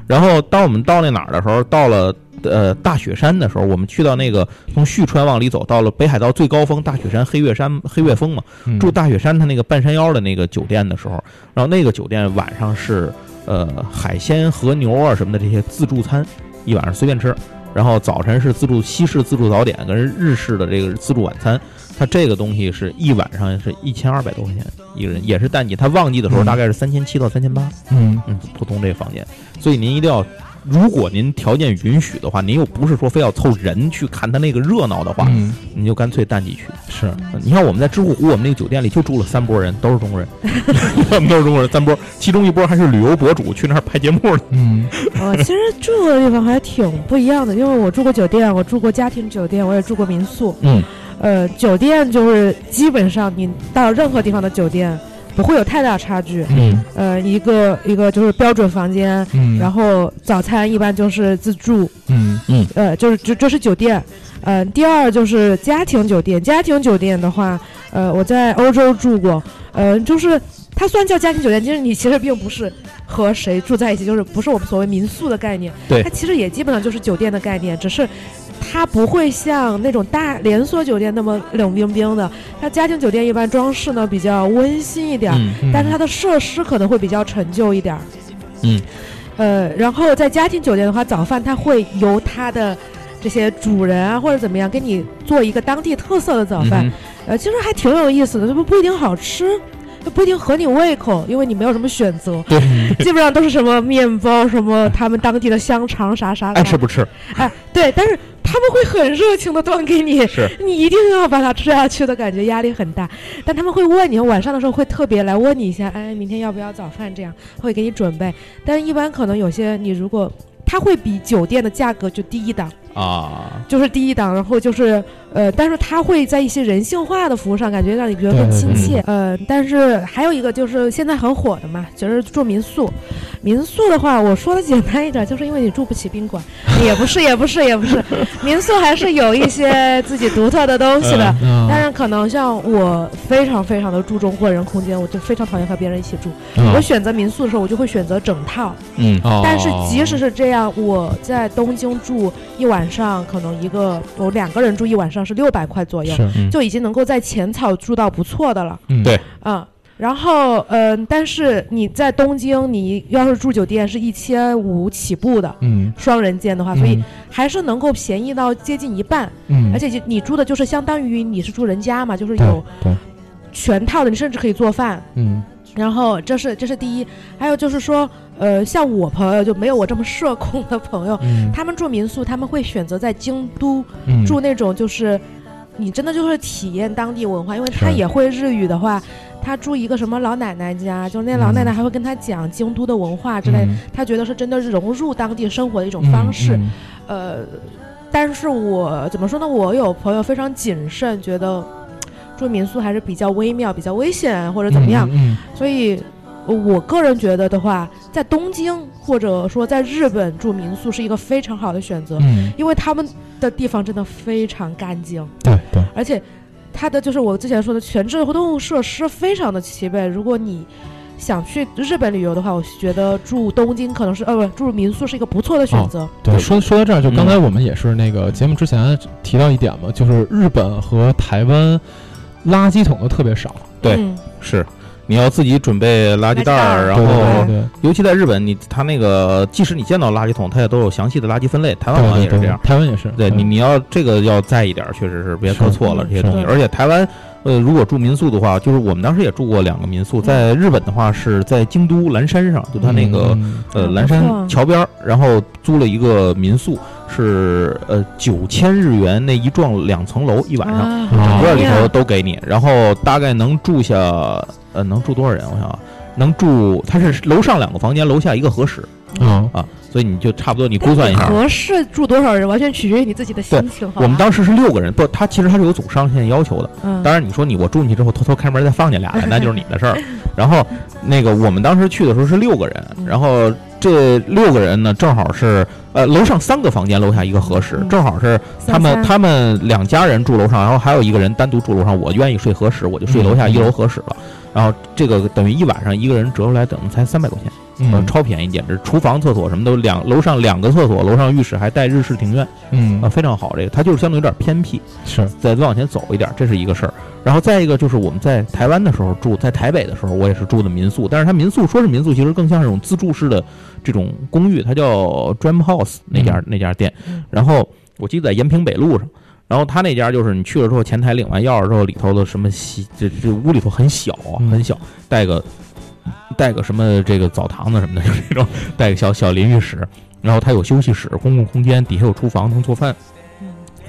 Speaker 1: 然后当我们到那哪儿的时候，到了呃大雪山的时候，我们去到那个从旭川往里走，到了北海道最高峰大雪山黑岳山黑岳峰嘛，
Speaker 3: 嗯
Speaker 1: 住大雪山它那个半山腰的那个酒店的时候，然后那个酒店晚上是呃海鲜和牛啊什么的这些自助餐，一晚上随便吃。然后早晨是自助西式自助早点跟日式的这个自助晚餐，它这个东西是一晚上是一千二百多块钱一个人，也是淡季，它旺季的时候
Speaker 3: 嗯
Speaker 1: 大概是三千七到三千八，
Speaker 3: 嗯
Speaker 1: 嗯，普通这个房间。所以您一定要，如果您条件允许的话，您又不是说非要凑人去看它那个热闹的话，
Speaker 3: 嗯
Speaker 1: 您就干脆淡季去。
Speaker 3: 是
Speaker 1: 嗯你看我们在知户湖，我们那个酒店里就住了三波人，都是中国人， 我们都是中国人，三波，其中一波还是旅游博主去那儿拍节目的。
Speaker 3: 嗯
Speaker 2: 我呃其实住的地方还挺不一样的，因为我住过酒店，我住过家庭酒店，我也住过民宿。
Speaker 1: 嗯，
Speaker 2: 呃，酒店就是基本上你到任何地方的酒店不会有太大差距。
Speaker 3: 嗯
Speaker 2: 呃，一个一个就是标准房间，
Speaker 3: 嗯，
Speaker 2: 然后早餐一般就是自助，
Speaker 3: 嗯
Speaker 2: 呃，就是这这是酒店，呃，第二就是家庭酒店。家庭酒店的话，呃，我在欧洲住过，呃，就是它虽然叫家庭酒店，其实你其实并不是和谁住在一起，就是不是我们所谓民宿的概念，
Speaker 1: 对
Speaker 2: 它其实也基本上就是酒店的概念，只是。它不会像那种大连锁酒店那么冷冰冰的，它家庭酒店一般装饰呢比较温馨一点儿，
Speaker 1: 嗯，
Speaker 2: 但是它的设施可能会比较陈旧一点儿。
Speaker 1: 嗯，
Speaker 2: 呃，然后在家庭酒店的话，早饭它会由它的这些主人啊或者怎么样给你做一个当地特色的早饭，
Speaker 1: 嗯
Speaker 2: 呃，其实还挺有意思的，这不不一定好吃。它不一定合你胃口，因为你没有什么选 择，
Speaker 1: 对，
Speaker 3: 嗯
Speaker 2: 基本上都是什么面包、什么他们当地的香肠啥啥啥。
Speaker 1: 爱吃不吃？
Speaker 2: 哎，对，但是它他们会很热情的端给你，
Speaker 1: 是
Speaker 2: 你一定要把它吃下去的感觉，压力很大。但他们会问你，晚上的时候会特别来问你一下，哎，明天要不要早饭？这样会给你准备。但一般可能有些你如果它会比酒店的价格就低一档，
Speaker 1: 啊，
Speaker 2: 就是低一档，然后就是呃，但是它会在一些人性化的服务上，感觉让你觉得更
Speaker 3: 对对
Speaker 2: 亲
Speaker 3: 对
Speaker 2: 切。呃，但是还有一个就是现在很火的嘛，就是住民宿。民宿的话，我说的简单一点，就是因为你住不起宾馆，也 不是，也不是，也不是，民宿还是有一些自己独特的东西的。
Speaker 3: 嗯
Speaker 2: 但是可能像我非常非常的注重个人空间，我就非常讨厌和别人一起住。
Speaker 3: 嗯
Speaker 2: 我选择民宿的时候，我就会选择整套，
Speaker 1: 嗯
Speaker 3: 哦
Speaker 2: 但是即使是这样，我在东京住一晚上，可能一个我两个人住一晚上是六百块左右，
Speaker 3: 哦是
Speaker 1: 嗯
Speaker 2: 就已经能够在浅草住到不错的了。
Speaker 3: 嗯
Speaker 1: 对
Speaker 2: 嗯，然后嗯、但是你在东京，你要是住酒店是一千五起步的。
Speaker 3: 嗯，
Speaker 2: 双人间的话，啊所以还是能够便宜到接近一半，
Speaker 3: 嗯，
Speaker 2: 而且就你住的就是相当于你是住人家嘛，就是
Speaker 3: 对
Speaker 2: 有
Speaker 3: 对
Speaker 2: 全套的，你甚至可以做饭，
Speaker 3: 嗯
Speaker 2: 然后这是这是第一，还有就是说，呃，像我朋友就没有我这么社恐的朋友，
Speaker 3: 嗯
Speaker 2: 他们住民宿，他们会选择在京都
Speaker 3: 嗯
Speaker 2: 住那种就是，你真的就是体验当地文化，因为他
Speaker 3: 是
Speaker 2: 也会日语的话，他住一个什么老奶奶家，就是那老奶奶还会跟他讲京都的文化之类的，
Speaker 3: 嗯
Speaker 2: 他觉得是真的融入当地生活的一种
Speaker 3: 嗯
Speaker 2: 方式，
Speaker 3: 嗯
Speaker 2: 呃，但是我怎么说呢？我有朋友非常谨慎，觉得嘖住民宿还是比较微妙、比较危险或者怎么样，
Speaker 3: 嗯
Speaker 2: 所以。呃我个人觉得的话，在东京或者说在日本住民宿是一个非常好的选择，
Speaker 3: 嗯，
Speaker 2: 因为他们的地方真的非常干净，
Speaker 3: 对对，
Speaker 2: 而且它的就是我之前说的全智活动设施非常的齐备。如果你想去日本旅游的话，我觉得住东京可能是呃不住民宿是一个不错的选
Speaker 3: 哦
Speaker 2: 择。
Speaker 3: 对，
Speaker 1: 对
Speaker 3: 说说到这儿，就刚才
Speaker 1: 嗯
Speaker 3: 我们也是那个节目之前提到一点嘛，就是日本和台湾垃圾桶都特别少。
Speaker 1: 对
Speaker 2: 嗯、
Speaker 1: 是。你要自己准备垃圾袋儿，
Speaker 2: 垃
Speaker 1: 然
Speaker 2: 圾袋儿
Speaker 1: 后
Speaker 3: 对对对
Speaker 1: 尤其在日本，你它那个即使你见到垃圾桶，它也都有详细的垃圾分类。台湾好像
Speaker 3: 对
Speaker 1: 也是
Speaker 3: 对
Speaker 1: 这
Speaker 3: 对
Speaker 1: 样，，
Speaker 3: 台湾也是。
Speaker 1: 对你，你要这个要在意点儿，确实是别
Speaker 3: 是
Speaker 1: 搞错了
Speaker 2: 嗯
Speaker 1: 这些东西。
Speaker 2: 是
Speaker 1: 而且台湾，呃，如果住民宿的话，就是我们当时也住过两个民宿，在日本的话是在京都岚山上，就它那个、
Speaker 3: 嗯
Speaker 1: 呃
Speaker 2: 啊
Speaker 1: 岚
Speaker 2: 不错
Speaker 1: 山桥边儿，然后租了一个民宿，是呃九千日元那一幢两层楼一晚上，
Speaker 2: 啊
Speaker 3: 整
Speaker 1: 整个
Speaker 3: 哦
Speaker 1: 里头都给你，然后大概能住下呃能住多少人？我想啊，能住它是楼上两个房间，楼下一个和室
Speaker 3: 嗯
Speaker 1: 啊，所以你就差不多你估算一下。
Speaker 2: 合适住多少人，完全取决于你自己的心情。好吧
Speaker 1: 我们当时是六个人，不，它其实它是有总上限要求的。
Speaker 2: 嗯
Speaker 1: 当然，你说你我住进去之后偷偷开门再放进俩 人，那就是你的事儿。然后那个我们当时去的时候是六个人，
Speaker 2: 嗯
Speaker 1: 然后这六个人呢正好是呃楼上三个房间，楼下一个和室
Speaker 2: 嗯，
Speaker 1: 正好是他
Speaker 2: 三
Speaker 1: 们
Speaker 2: 三
Speaker 1: 他们两家人住楼上，然后还有一个人单独住楼上，我愿意睡和室，我就睡楼下
Speaker 3: 嗯
Speaker 1: 一楼和室了。然后这个等于一晚上一个人折出来等于才三百块钱，呃
Speaker 3: 嗯
Speaker 1: 超便宜，简直厨房、厕所什么都两楼上两个厕所，楼上浴室还带日式庭院啊，
Speaker 3: 嗯
Speaker 1: 非常好。这个它就是相对有点偏僻，
Speaker 3: 是
Speaker 1: 再往前走一点，这是一个事儿。然后再一个就是我们在台湾的时候住，在台北的时候，我也是住的民宿，但是它民宿说是民宿，其实更像是一种自助式的这种公寓，它叫 Dream House 那家、那家店
Speaker 2: 嗯。
Speaker 1: 然后我记得在延平北路上。然后他那家就是你去了之后，前台领完钥匙之后，里头的什么洗这这屋里头很小啊
Speaker 3: 嗯
Speaker 1: 很小，带个带个什么这个澡堂子什么的，就是那种带个小小淋浴室，然后它有休息室、公共空间，底下有厨房能做饭，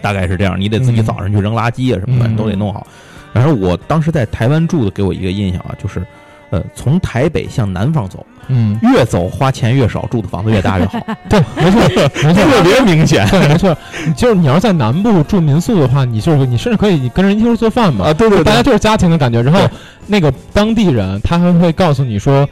Speaker 1: 大概是这样。你得自己
Speaker 3: 嗯
Speaker 1: 早上去扔垃圾啊什么的，
Speaker 3: 嗯
Speaker 1: 你都得弄好。然后我当时在台湾住的，给我一个印象啊，就是。呃，从台北向南方走，
Speaker 3: 嗯，
Speaker 1: 越走花钱越少，住的房子越大越好，
Speaker 3: 对，没 错没错。
Speaker 1: 特别明显
Speaker 3: 对，没错，就是你要是在南部住民宿的话，你就是你甚至可以跟人一块儿做饭 嘛，
Speaker 1: 啊！对对
Speaker 3: 大家
Speaker 1: 对，
Speaker 3: 就是家庭的感觉。然后
Speaker 1: 对
Speaker 3: 那个当地人他还会告诉你说，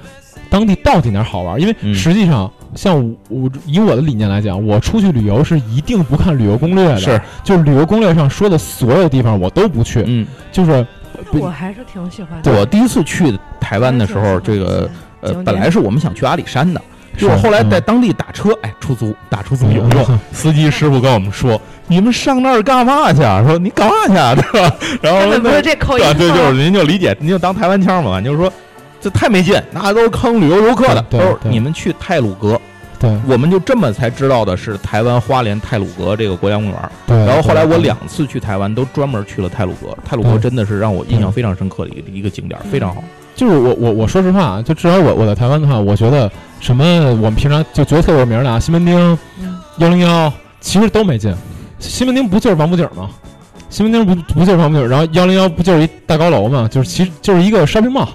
Speaker 3: 当地到底哪儿好玩儿，因为
Speaker 1: 嗯
Speaker 3: 实际上。像我我以我的理念来讲，我出去旅游是一定不看旅游攻略的，
Speaker 1: 是，
Speaker 3: 就是旅游攻略上说的所有地方我都不去，
Speaker 1: 嗯，
Speaker 3: 就是
Speaker 2: 但我还是挺喜欢的。
Speaker 1: 我第一次去台湾的时候，这个呃
Speaker 2: 景，点
Speaker 1: 本来是我们想去阿里山的，结果
Speaker 3: 是
Speaker 1: 后来在
Speaker 3: 嗯
Speaker 1: 当地打车，哎，出租打出租有 用。司机师傅跟我们说：“你们上那儿干嘛去啊？”说：“你干嘛去啊？” 对吧？然
Speaker 2: 根
Speaker 1: 后
Speaker 2: 本不
Speaker 1: 那
Speaker 2: 是这口音
Speaker 1: 对啊
Speaker 2: 吗，
Speaker 1: 对，就是您就理解，您就当台湾腔嘛，反正就是说。这太没劲，那都是坑旅游游客的。
Speaker 3: 对
Speaker 1: 都
Speaker 3: 对
Speaker 1: 是
Speaker 3: 对
Speaker 1: 你们去泰鲁阁，
Speaker 3: 对
Speaker 1: 我们就这么才知道的是台湾花莲泰鲁阁这个国家公园。
Speaker 3: 对。
Speaker 1: 然后后来
Speaker 3: 对
Speaker 1: 我两次去台湾，都专门去了泰鲁阁。泰鲁阁
Speaker 3: 对
Speaker 1: 真的是让我印象非常深刻的一个一个景点，非常好。
Speaker 3: 就是我我我说实话啊，就至少我我在台湾的话，我觉得什么我们平常就觉得特有名的啊，西门町、
Speaker 2: 嗯
Speaker 3: 幺零幺，其实都没劲。西门町不就是王府井吗？西门町不不就是王府井，然后幺零幺不就是一大高楼吗？就是其实就是一个 shopping mall，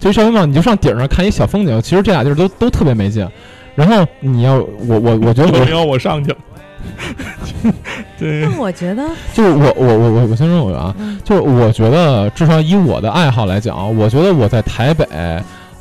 Speaker 3: 就是 shopping mall，你就上顶上看一小风景。其实这俩地儿都都特别没劲。然后你要我我 我觉得我
Speaker 1: 没哎有我上去了。对，
Speaker 2: 但我觉得，
Speaker 3: 就是我我我我我先说我啊，
Speaker 2: 嗯
Speaker 3: 就是我觉得至少以我的爱好来讲，我觉得我在台北，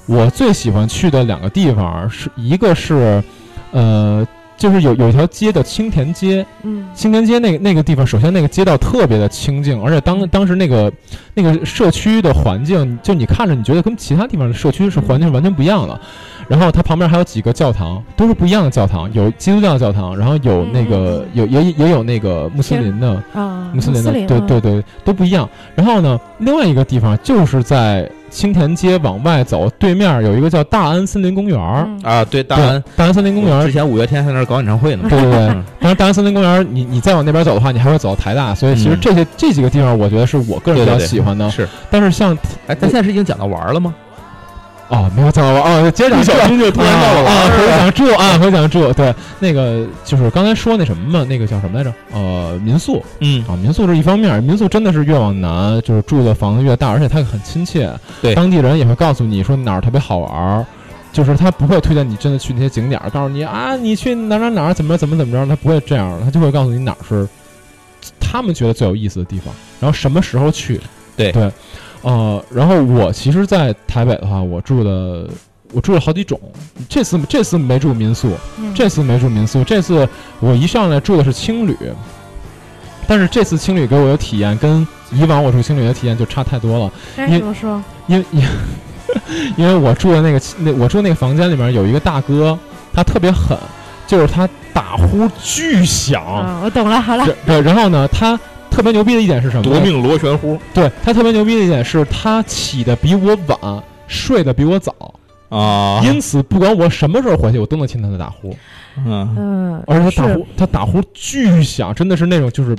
Speaker 3: 我最喜欢去的两个地方是一个是，呃，就是有有一条街叫青田街，
Speaker 2: 嗯
Speaker 3: 青田街那个那个地方，首先那个街道特别的清静，而且
Speaker 2: 嗯
Speaker 3: 当当时那个那个社区的环境，就你看着你觉得跟其他地方的社区是环境是完全不一样的。然后它旁边还有几个教堂，都是不一样的教堂，有基督教教堂，然后有那个
Speaker 2: 嗯
Speaker 3: 有也也有那个穆斯林的
Speaker 2: 啊，
Speaker 3: 穆斯林的，
Speaker 2: 林，
Speaker 3: 对
Speaker 2: 嗯
Speaker 3: 对，对，都不一样。然后呢，另外一个地方就是在青田街往外走，对面有一个叫大安森林公园儿。
Speaker 2: 嗯
Speaker 1: 啊，对，大
Speaker 3: 对
Speaker 1: 安
Speaker 3: 大安森林公园
Speaker 1: 我
Speaker 3: 儿
Speaker 1: 之前五月天在那儿搞演唱 会呢。
Speaker 3: 对对对
Speaker 1: 嗯，
Speaker 3: 当然，大安森林公园，你你再往那边走的话，你还会走到台大，所以其实
Speaker 1: 嗯
Speaker 3: 这些、这几个地方，我觉得是我个人比
Speaker 1: 对对
Speaker 3: 较
Speaker 1: 对
Speaker 3: 喜欢
Speaker 2: 嗯
Speaker 3: 的。
Speaker 1: 是，
Speaker 3: 但是像
Speaker 1: 哎，咱现在是已经讲到玩儿了吗？
Speaker 3: 哦，没有讲到哦，接着讲这
Speaker 1: 就
Speaker 3: 啊啊，
Speaker 1: 儿
Speaker 3: 回想住啊，回想住，对，那个就是刚才说那什么嘛，那个叫什么来着？呃，民宿
Speaker 1: 嗯，
Speaker 3: 啊，民宿是一方面，民宿真的是越往南，就是住的房子越大，而且它很亲切，
Speaker 1: 对
Speaker 3: 当地人也会告诉你说哪儿特别好玩儿。就是他不会推荐你真的去那些景点儿，告诉你啊，你去哪儿哪儿哪儿怎么着怎么怎么着，他不会这样儿，他就会告诉你哪儿是他们觉得最有意思的地方，然后什么时候去。
Speaker 1: 对
Speaker 3: 对，呃，然后我其实，在台北的话，我住的我住了好几种，这次这次没住民宿，
Speaker 2: 嗯
Speaker 3: 这次没住民宿，这次我一上来住的是青旅，但是这次青旅给我的体验跟以往我住青旅的体验就差太多了，
Speaker 2: 该怎么哎说？
Speaker 3: 因为 因为因为我住的那个青那我住那个房间里面有一个大哥，他特别狠，就是他打呼巨响，
Speaker 2: 啊，我懂了，好了，
Speaker 3: 对对，然后呢，他特别牛逼的一点是什么
Speaker 1: 夺
Speaker 3: 呢？
Speaker 1: 命螺旋呼
Speaker 3: 对他特别牛逼的一点是他起的比我晚，睡得比我早，
Speaker 1: 啊
Speaker 3: 因此不管我什么时候回去，我都能听他的打呼，
Speaker 1: 嗯，
Speaker 2: 嗯，
Speaker 3: 而且他打
Speaker 2: 是
Speaker 3: 呼，他打呼巨响，真的是那种就是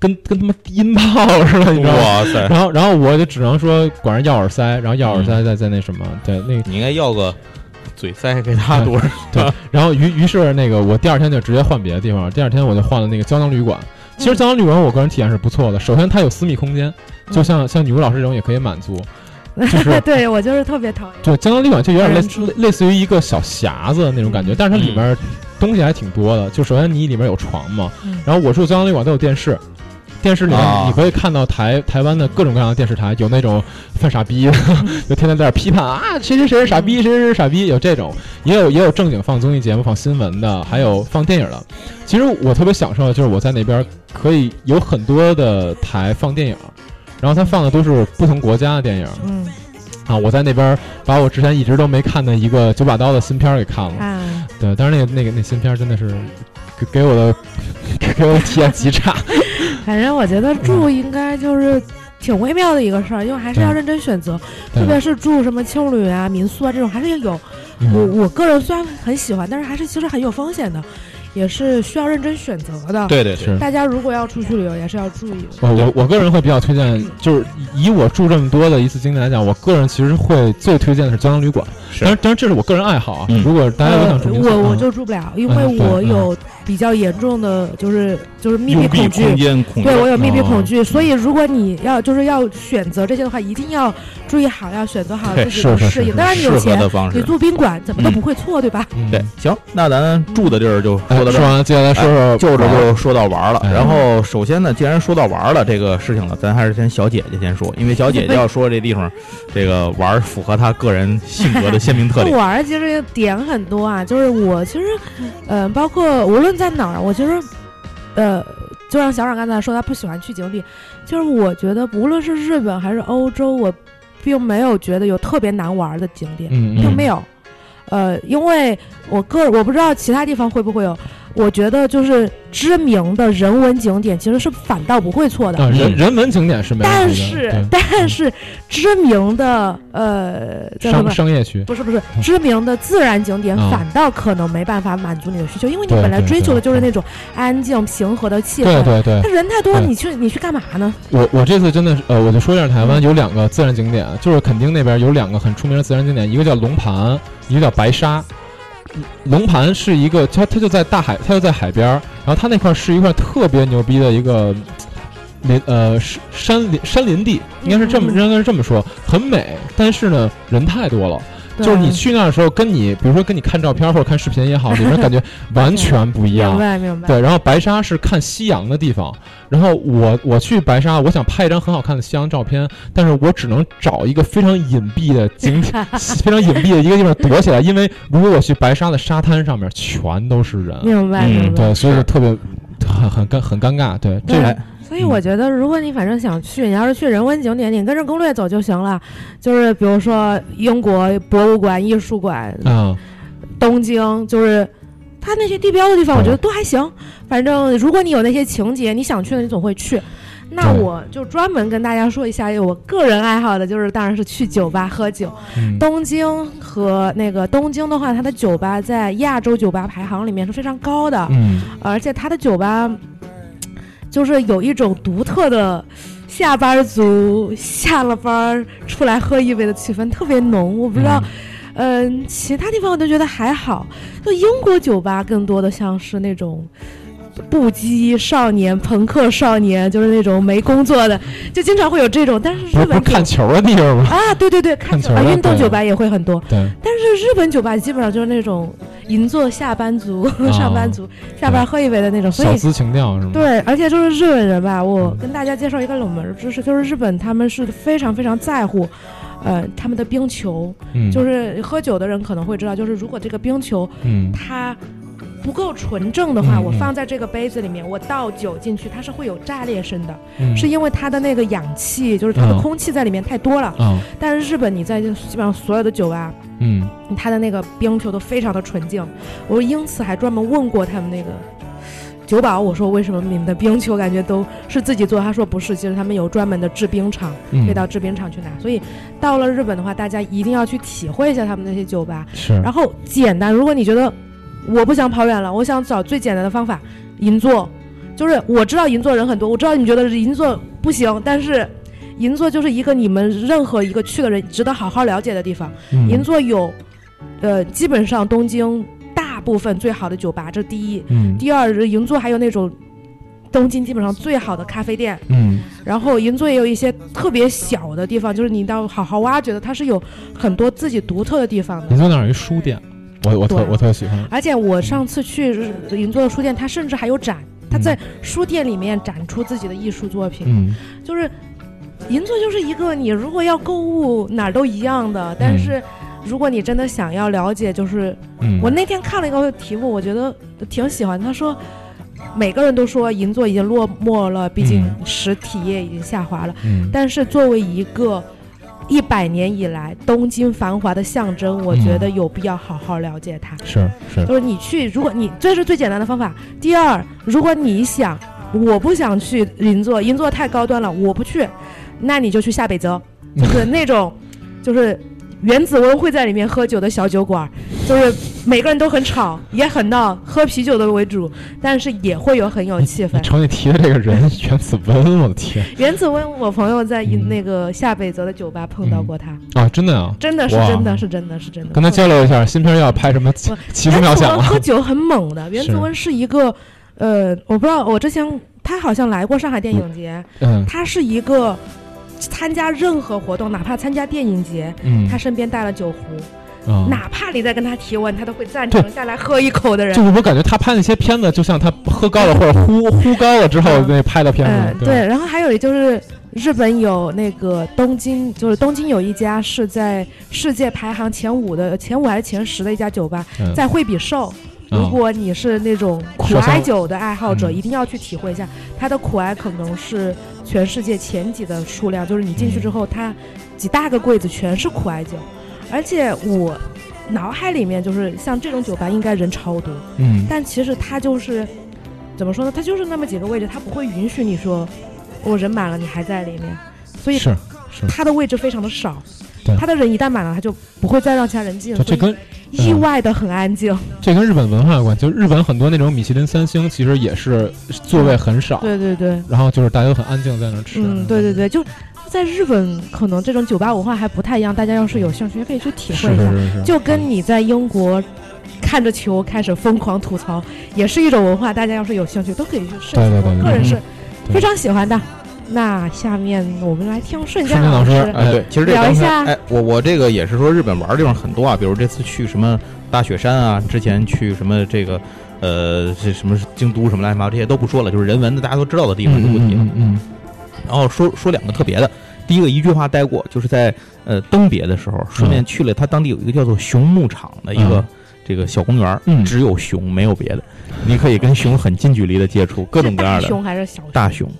Speaker 3: 跟跟他妈音炮似的，你知道吗？
Speaker 1: 哇塞，
Speaker 3: 然后，然后我就只能说管人要耳塞，然后要耳塞再再那什么，对，那
Speaker 1: 你应该要个嘴塞给他多少？
Speaker 3: 然后于于是那个我第二天就直接换别的地方了，第二天我就换了那个胶囊旅馆。其实胶囊旅馆我个人体验是不错的，首先它有私密空间，就像像女巫老师这种也可以满足。是
Speaker 2: 对我就是特别讨厌，
Speaker 3: 对，胶囊旅馆就有点类似
Speaker 2: 嗯
Speaker 3: 类类似于一个小匣子那种感觉，但是它里面东西还挺多的。就首先你里面有床嘛，
Speaker 2: 嗯
Speaker 3: 然后我住胶囊旅馆都有电视。电视里
Speaker 1: 啊
Speaker 3: 面你可以看到台台湾的各种各样的电视台，有那种犯傻逼， 就天天在那儿批判啊，谁谁谁是傻
Speaker 2: 嗯
Speaker 3: 逼，谁谁谁是傻逼，有这种，也有也有正经放综艺节目、放新闻的，还有放电影的。其实我特别享受的就是我在那边可以有很多的台放电影，然后它放的都是不同国家的电影，
Speaker 2: 嗯
Speaker 3: 啊，我在那边儿把我之前一直都没看的一个九把刀的新片儿给看了。
Speaker 2: 啊，
Speaker 3: 对，当然那个那个那新片儿真的是给给我的 给我的体验极 差。
Speaker 2: 反正我觉得住应该就是挺微妙的一个事儿，因为还是要认真选择，
Speaker 3: 对
Speaker 2: 特别是住什么青旅啊、民宿啊这种，还是有我
Speaker 3: 嗯
Speaker 2: 我个人虽然很喜欢，但是还是其实很有风险的，也是需要认真选择的。
Speaker 1: 对对
Speaker 3: 是
Speaker 2: 大家如果要出去旅游，也是要注意的。
Speaker 3: 我我我个人会比较推荐，就是以我住这么多的一次经历来讲，我个人其实会最推荐的是胶囊旅馆。
Speaker 1: 是
Speaker 3: 当然，当然这是我个人爱好啊。
Speaker 1: 嗯
Speaker 3: 如果大家都想住
Speaker 2: 呃
Speaker 3: 民宿，
Speaker 2: 我我
Speaker 3: 嗯
Speaker 2: 就住不了，因
Speaker 3: 嗯
Speaker 2: 为
Speaker 3: 对
Speaker 2: 我
Speaker 3: 嗯
Speaker 2: 有比较严重的就是就是密
Speaker 1: 幽
Speaker 2: 闭
Speaker 1: 闭
Speaker 2: 恐惧
Speaker 1: 空，间恐
Speaker 2: 对我有密闭恐
Speaker 3: 哦
Speaker 2: 惧，所以如果你要就是要选择这些的话，一定要注意好，要选择好
Speaker 1: 对
Speaker 2: 自己
Speaker 3: 是
Speaker 2: 的
Speaker 3: 是
Speaker 2: 适
Speaker 3: 是
Speaker 2: 应。当然你有
Speaker 1: 适合
Speaker 2: 钱，
Speaker 1: 的方
Speaker 2: 你
Speaker 1: 式。
Speaker 2: 住宾馆怎么都不会错，对吧？
Speaker 3: 嗯
Speaker 1: 对，行，那咱住的地儿就
Speaker 3: 哎
Speaker 1: 说到这
Speaker 3: 说
Speaker 1: 儿。
Speaker 3: 完了，接下来说说
Speaker 1: 就着
Speaker 3: 玩儿
Speaker 1: 就说到玩儿了，
Speaker 3: 哎
Speaker 1: 然后首先呢，既然说到玩儿了这个事情了，咱还是先小姐姐先说，因为小姐姐要说这地方，这个玩儿符合她个人性格的鲜明特
Speaker 2: 那
Speaker 1: 点。
Speaker 2: 玩儿其实点很多啊，就是我其实，嗯、包括无论在哪儿，我其实，呃，就像小冉刚才说，他不喜欢去景点，就是我觉得无论是日本还是欧洲，我并没有觉得有特别难玩儿的景点，
Speaker 3: 嗯
Speaker 2: 并
Speaker 3: 嗯
Speaker 2: 没有。呃，因为我个我不知道其他地方会不会有，我觉得就是知名的人文景点其实是反倒不会错的。
Speaker 3: 啊，
Speaker 1: 嗯
Speaker 3: 人人文景点是没问
Speaker 2: 但
Speaker 3: 题的
Speaker 2: 是，但是，知名的呃叫什
Speaker 3: 对商
Speaker 2: 么
Speaker 3: 商业区
Speaker 2: 不是不是，知名的自然景点
Speaker 3: 啊
Speaker 2: 反倒可能没办法满足你的需求，因为你
Speaker 3: 对
Speaker 2: 本来
Speaker 3: 对
Speaker 2: 追求
Speaker 3: 对
Speaker 2: 的就是
Speaker 3: 对
Speaker 2: 那种安静平和的气
Speaker 3: 对
Speaker 2: 氛。
Speaker 3: 对对
Speaker 2: 那，人太多，
Speaker 3: 对
Speaker 2: 你去你去干嘛呢？
Speaker 3: 我我这次真的是，呃，我就说一下台湾有两个自然景点，就是垦丁那边有两个很出名的自然景点，一个叫龙盘，一个叫白沙。龙盘是一个，它它就在大海，它就在海边儿，然后它那块儿是一块特别牛逼的一个林呃是山林山林地，应该是这么、
Speaker 2: 嗯
Speaker 3: 应该是这么说，很美，但是呢人太多了，就是你去那儿的时候，跟你比如说跟你看照片或者看视频也好，里面感觉完全不一
Speaker 2: 明
Speaker 3: 样。
Speaker 2: 白明白，
Speaker 3: 对，然后白沙是看夕阳的地方，然后我我去白沙，我想拍一张很好看的夕阳照片，但是我只能找一个非常隐蔽的景点， 非常隐蔽的一个地方躲起来，因为如果我去白沙的沙滩上面，全都是人，
Speaker 2: 明白
Speaker 1: 嗯
Speaker 2: 明白。
Speaker 3: 对，所以就特别很很尴很尴尬，对，这
Speaker 2: 对
Speaker 1: 哎
Speaker 3: 个，
Speaker 2: 所以我觉得，如果你反正想去，你要是去人文景点，你跟着攻略走就行了。就是比如说英国博物馆、艺术馆、
Speaker 3: 啊、
Speaker 2: 东京，就是它那些地标的地方，我觉得都还行。反正如果你有那些情节，你想去的，你总会去。那
Speaker 3: 对
Speaker 2: 我就专门跟大家说一下，我个人爱好的就是，当然是去酒吧喝酒。
Speaker 3: 嗯，
Speaker 2: 东京和那个东京的话，它的酒吧在亚洲酒吧排行里面是非常高的。
Speaker 3: 嗯，
Speaker 2: 而且他的酒吧就是有一种独特的下班族下了班儿出来喝一杯的气氛，特别浓。我不知道，嗯、其他地方我都觉得还好。就英国酒吧更多的像是那种。不羁少年、朋克少年，就是那种没工作的，就经常会有这种。但是
Speaker 3: 不
Speaker 2: 日
Speaker 3: 是不
Speaker 2: 本
Speaker 3: 是看
Speaker 2: 酒
Speaker 3: 球的地 方吗？
Speaker 2: 啊，对对对，看
Speaker 3: 看
Speaker 2: 球
Speaker 3: 球
Speaker 2: 啊，
Speaker 3: 的
Speaker 2: 运动
Speaker 3: 对
Speaker 2: 酒吧也会很多。
Speaker 3: 对，
Speaker 2: 但是日本酒吧基本上就是那种银座下班族、
Speaker 3: 哦
Speaker 2: 上班族下班喝一杯的那种，所
Speaker 3: 小
Speaker 2: 以
Speaker 3: 资情调是吗？
Speaker 2: 对，而且就是日本人吧，我跟大家介绍一个冷门知识，就是日本他们是非常非常在乎。呃，他们的冰球，
Speaker 3: 嗯，
Speaker 2: 就是喝酒的人可能会知道，就是如果这个冰球
Speaker 3: 嗯，
Speaker 2: 它不够纯正的话，
Speaker 3: 嗯嗯
Speaker 2: 我放在这个杯子里面，我倒酒进去，它是会有炸裂声的，
Speaker 3: 嗯
Speaker 2: 是因为它的那个氧气，就是它的
Speaker 3: 嗯
Speaker 2: 空气在里面太多了。
Speaker 3: 啊，
Speaker 2: 但是日本你在基本上所有的酒吧，
Speaker 3: 嗯，
Speaker 2: 它的那个冰球都非常的纯净。我因此还专门问过他们那个酒保，我说为什么你们的冰球感觉都是自己做？他说不是，其实他们有专门的制冰厂，
Speaker 3: 嗯
Speaker 2: 可以到制冰厂去拿。所以到了日本的话，大家一定要去体会一下他们那些酒吧。
Speaker 3: 是，
Speaker 2: 然后简单，如果你觉得我不想跑远了，我想找最简单的方法，银座。就是我知道银座人很多，我知道你觉得银座不行，但是银座就是一个你们任何一个去的人值得好好了解的地方。
Speaker 3: 嗯
Speaker 2: 银座有，呃，基本上东京大部分最好的酒吧，这第一。
Speaker 3: 嗯
Speaker 2: 第二，银座还有那种东京基本上最好的咖啡店，
Speaker 3: 嗯
Speaker 2: 然后银座也有一些特别小的地方，就是你要好好挖掘的，它是有很多自己独特的地方的。
Speaker 3: 银座那儿有一书店，我我特
Speaker 2: 对
Speaker 3: 我特喜欢。
Speaker 2: 而且我上次去日银座的书店，它甚至还有展，它在书店里面展出自己的艺术作品，
Speaker 3: 嗯
Speaker 2: 就是银座就是一个你如果要购物哪儿都一样的，但是如果你真的想要了解，就是
Speaker 3: 嗯，
Speaker 2: 我那天看了一个题目，我觉得挺喜欢。他说，每个人都说银座已经落寞了，毕竟
Speaker 3: 嗯
Speaker 2: 实体业已经下滑了。
Speaker 3: 嗯
Speaker 2: 但是作为一个一百年以来东京繁华的象征，我觉
Speaker 3: 嗯
Speaker 2: 得有必要好好了解它。
Speaker 3: 是是
Speaker 2: 就是你去，如果你这是最简单的方法。第二，如果你想，我不想去银座，银座太高端了，我不去，那你就去下北 泽，就是那种，就是原子温会在里面喝酒的小酒馆，就是每个人都很吵，也很闹，喝啤酒的为主，但是也会有很有气 氛
Speaker 3: 你。瞅你提的这个人原子温，我的天
Speaker 2: 原子温，我朋友在一
Speaker 3: 嗯
Speaker 2: 那个下北泽的酒吧碰到过他，
Speaker 3: 啊，真的啊！
Speaker 2: 真的是
Speaker 3: 哇
Speaker 2: 真的是真的是真的。
Speaker 3: 跟他交流一下，新片要拍什么奇奇思
Speaker 2: 原
Speaker 3: 妙
Speaker 2: 子
Speaker 3: 想
Speaker 2: 温
Speaker 3: 了
Speaker 2: 哎喝酒很猛的，原子温是一个，呃，我不知道，我之前他好像来过上海电影节，
Speaker 3: 嗯
Speaker 2: 他是一个参加任何活动，哪怕参加电影节，
Speaker 3: 嗯
Speaker 2: 他身边带了酒壶，
Speaker 3: 嗯，
Speaker 2: 哪怕你在跟他提问，他都会赞成下来喝一口的人
Speaker 3: 就。是我感觉他拍那些片子，就像他喝高了或者呼呼高了之后
Speaker 2: 嗯
Speaker 3: 那拍的片
Speaker 2: 嗯，
Speaker 3: 子，
Speaker 2: 对，然后还有就是日本有那个东京，就是东京有一家是在世界排行前五的前五还是前十的一家酒吧，
Speaker 3: 嗯
Speaker 2: 在惠比寿。
Speaker 3: 嗯
Speaker 2: 如果你是那种苦
Speaker 3: 说
Speaker 2: 艾
Speaker 3: 香
Speaker 2: 酒的爱好者，
Speaker 3: 嗯
Speaker 2: 一定要去体会一下，它的苦艾可能是全世界前几的数量，就是你进
Speaker 3: 嗯
Speaker 2: 去之后，它几大个柜子全是苦艾酒，而且我脑海里面就是像这种酒吧应该人超多，
Speaker 3: 嗯
Speaker 2: 但其实它就是怎么说呢？它就是那么几个位置，它不会允许你说我人满了你还在里面，所以
Speaker 3: 是是，
Speaker 2: 它的位置非常的少
Speaker 3: 对。
Speaker 2: 它的人一旦满了，它就不会再让其他人进
Speaker 3: 就，
Speaker 2: 所
Speaker 3: 这
Speaker 2: 以
Speaker 3: 跟
Speaker 2: 意外的很安静。
Speaker 3: 这跟日本文化有关，就日本很多那种米其林三星其实也是座位很少，
Speaker 2: 对对对，嗯
Speaker 3: 然后就是大家都很安静在那儿吃，
Speaker 2: 嗯，对对，对，就在日本可能这种酒吧文化还不太一样，大家要是有兴趣也可以去体会
Speaker 3: 是
Speaker 2: 一下。
Speaker 3: 是是是，
Speaker 2: 就跟你在英国看着球开始疯狂吐槽，也是一种文化。大家要是有兴趣，都可以去试一下。
Speaker 3: 对对对对
Speaker 2: 我个人是
Speaker 3: 对
Speaker 2: 非常喜欢的。那下面我们来听瞬间
Speaker 3: 瞬间老
Speaker 2: 师
Speaker 3: 师
Speaker 1: 哎，对， 其实这
Speaker 2: 聊
Speaker 1: 刚
Speaker 2: 一
Speaker 1: 才
Speaker 2: 下
Speaker 1: 哎，我我这个也是说日本玩的地方很多啊，比如这次去什么大雪山啊，之前去什么这个呃这什么京都什么乱七八糟这些都不说了，就是人文的大家都知道的地方的
Speaker 3: 嗯
Speaker 1: 问题。
Speaker 3: 嗯嗯
Speaker 1: 然后说说两个特别的，第一个一句话带过，就是在呃登别的时候，顺便去了他当地有一个叫做熊牧场的一个
Speaker 3: 嗯
Speaker 1: 这个小公园儿，
Speaker 3: 嗯
Speaker 1: 只有熊没有别的，你可以跟熊很近距离的接触，各种各样
Speaker 2: 是大
Speaker 1: 的
Speaker 2: 熊还是小熊
Speaker 1: 大熊。哦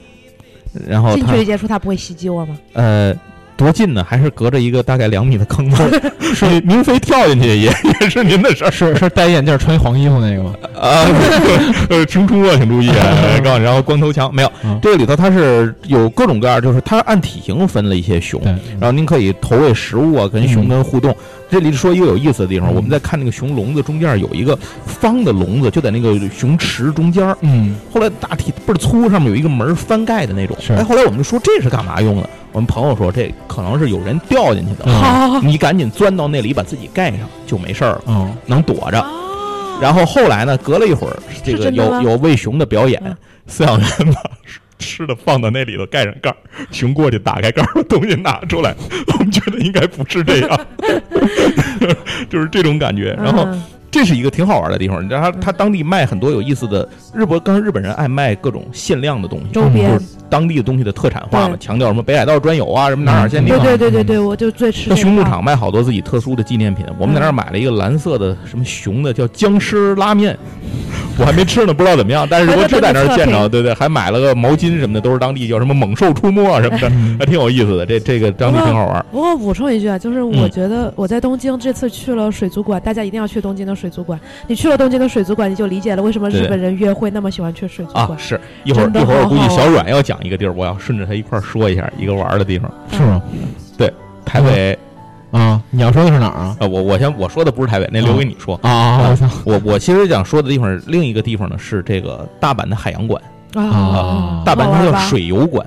Speaker 1: 然后
Speaker 2: 近
Speaker 1: 它
Speaker 2: 距离接触它不会袭击我吗？
Speaker 1: 呃多近呢？还是隔着一个大概两米的坑洞？ 是您非跳进去也也是您的事儿
Speaker 3: 嗯，是是戴一眼镜儿穿一黄衣服那个吗？
Speaker 1: 啊， 呃，请注意，请注意，哎告诉你，然后光头强没有
Speaker 3: 嗯，
Speaker 1: 这个里头它是有各种各样，就是它按体型分了一些熊
Speaker 3: 对，，
Speaker 1: 然后您可以投喂食物啊，跟熊
Speaker 3: 嗯
Speaker 1: 跟互动。这里说一个有意思的地方，
Speaker 3: 嗯
Speaker 1: 我们在看那个熊笼子中间有一个方的笼子，就在那个熊池中间儿。
Speaker 3: 嗯，
Speaker 1: 后来大体倍儿粗，上面有一个门儿翻盖的那种。
Speaker 3: 是
Speaker 1: 哎，后来我们就说这是干嘛用的？我们朋友说这可能是有人掉进去的，
Speaker 3: 嗯
Speaker 2: 好
Speaker 1: 你赶紧钻到那里把自己盖上就没事儿了，
Speaker 3: 哦，
Speaker 1: 能躲着。
Speaker 2: 哦，
Speaker 1: 然后后来呢，隔了一会儿，这
Speaker 2: 是
Speaker 1: 个
Speaker 2: 真的
Speaker 1: 有
Speaker 2: 吗
Speaker 1: 有喂熊的表演
Speaker 2: 嗯，
Speaker 1: 饲养员把吃的放到那里头，盖上盖儿，熊过去打开盖儿，把东西拿出来。我们觉得应该不是这 样，就是这种感觉。然后
Speaker 2: 嗯
Speaker 1: 这是一个挺好玩的地方，你知道他他当地卖很多有意思的日本，跟日本人爱卖各种限量的东西，
Speaker 2: 周边
Speaker 1: 就是当地的东西的特产化嘛，
Speaker 2: 对
Speaker 1: 强调什么北海道专有啊，什么哪儿哪儿限定
Speaker 2: 对
Speaker 1: 啊。
Speaker 2: 对对对对，我就最吃
Speaker 1: 那
Speaker 2: 这
Speaker 1: 熊牧
Speaker 2: 套
Speaker 1: 场卖好多自己特殊的纪念品，我们在那儿买了一个蓝色的什么熊的，叫僵尸拉面，我还没吃呢，不知道怎么样，但是我只在那儿见 着，对对，还买了个毛巾什么的，都是当地叫什么猛兽出没啊什么的，
Speaker 3: 嗯
Speaker 1: 还挺有意思的，这这个当地挺好玩。
Speaker 2: 不过补充一句啊，就是我
Speaker 1: 嗯
Speaker 2: 觉得我在东京这次去了水族馆，大家一定要去东京的水族馆。你去了东京的水族馆，你就理解了为什么
Speaker 1: 对
Speaker 2: 日本人约会那么喜欢去水族
Speaker 1: 啊，
Speaker 2: 馆。
Speaker 1: 是一会儿
Speaker 2: 真的
Speaker 1: 一会儿我
Speaker 2: 好
Speaker 1: 估计
Speaker 2: 好
Speaker 1: 小
Speaker 2: 玩
Speaker 1: 阮要讲一个地儿，我要顺着他一块儿说一下一个玩儿的地方，
Speaker 3: 是吗？
Speaker 1: 台北
Speaker 3: 啊，你要说的是哪儿啊？
Speaker 1: 啊，我我先我说的不是台北，那留给你说。
Speaker 3: 啊啊！我操！
Speaker 1: 我我其实想说的地方，另一个地方呢是这个大阪的海洋馆，
Speaker 3: 啊
Speaker 1: 大阪它
Speaker 2: 好玩
Speaker 1: 叫
Speaker 2: 吧
Speaker 1: 水游馆，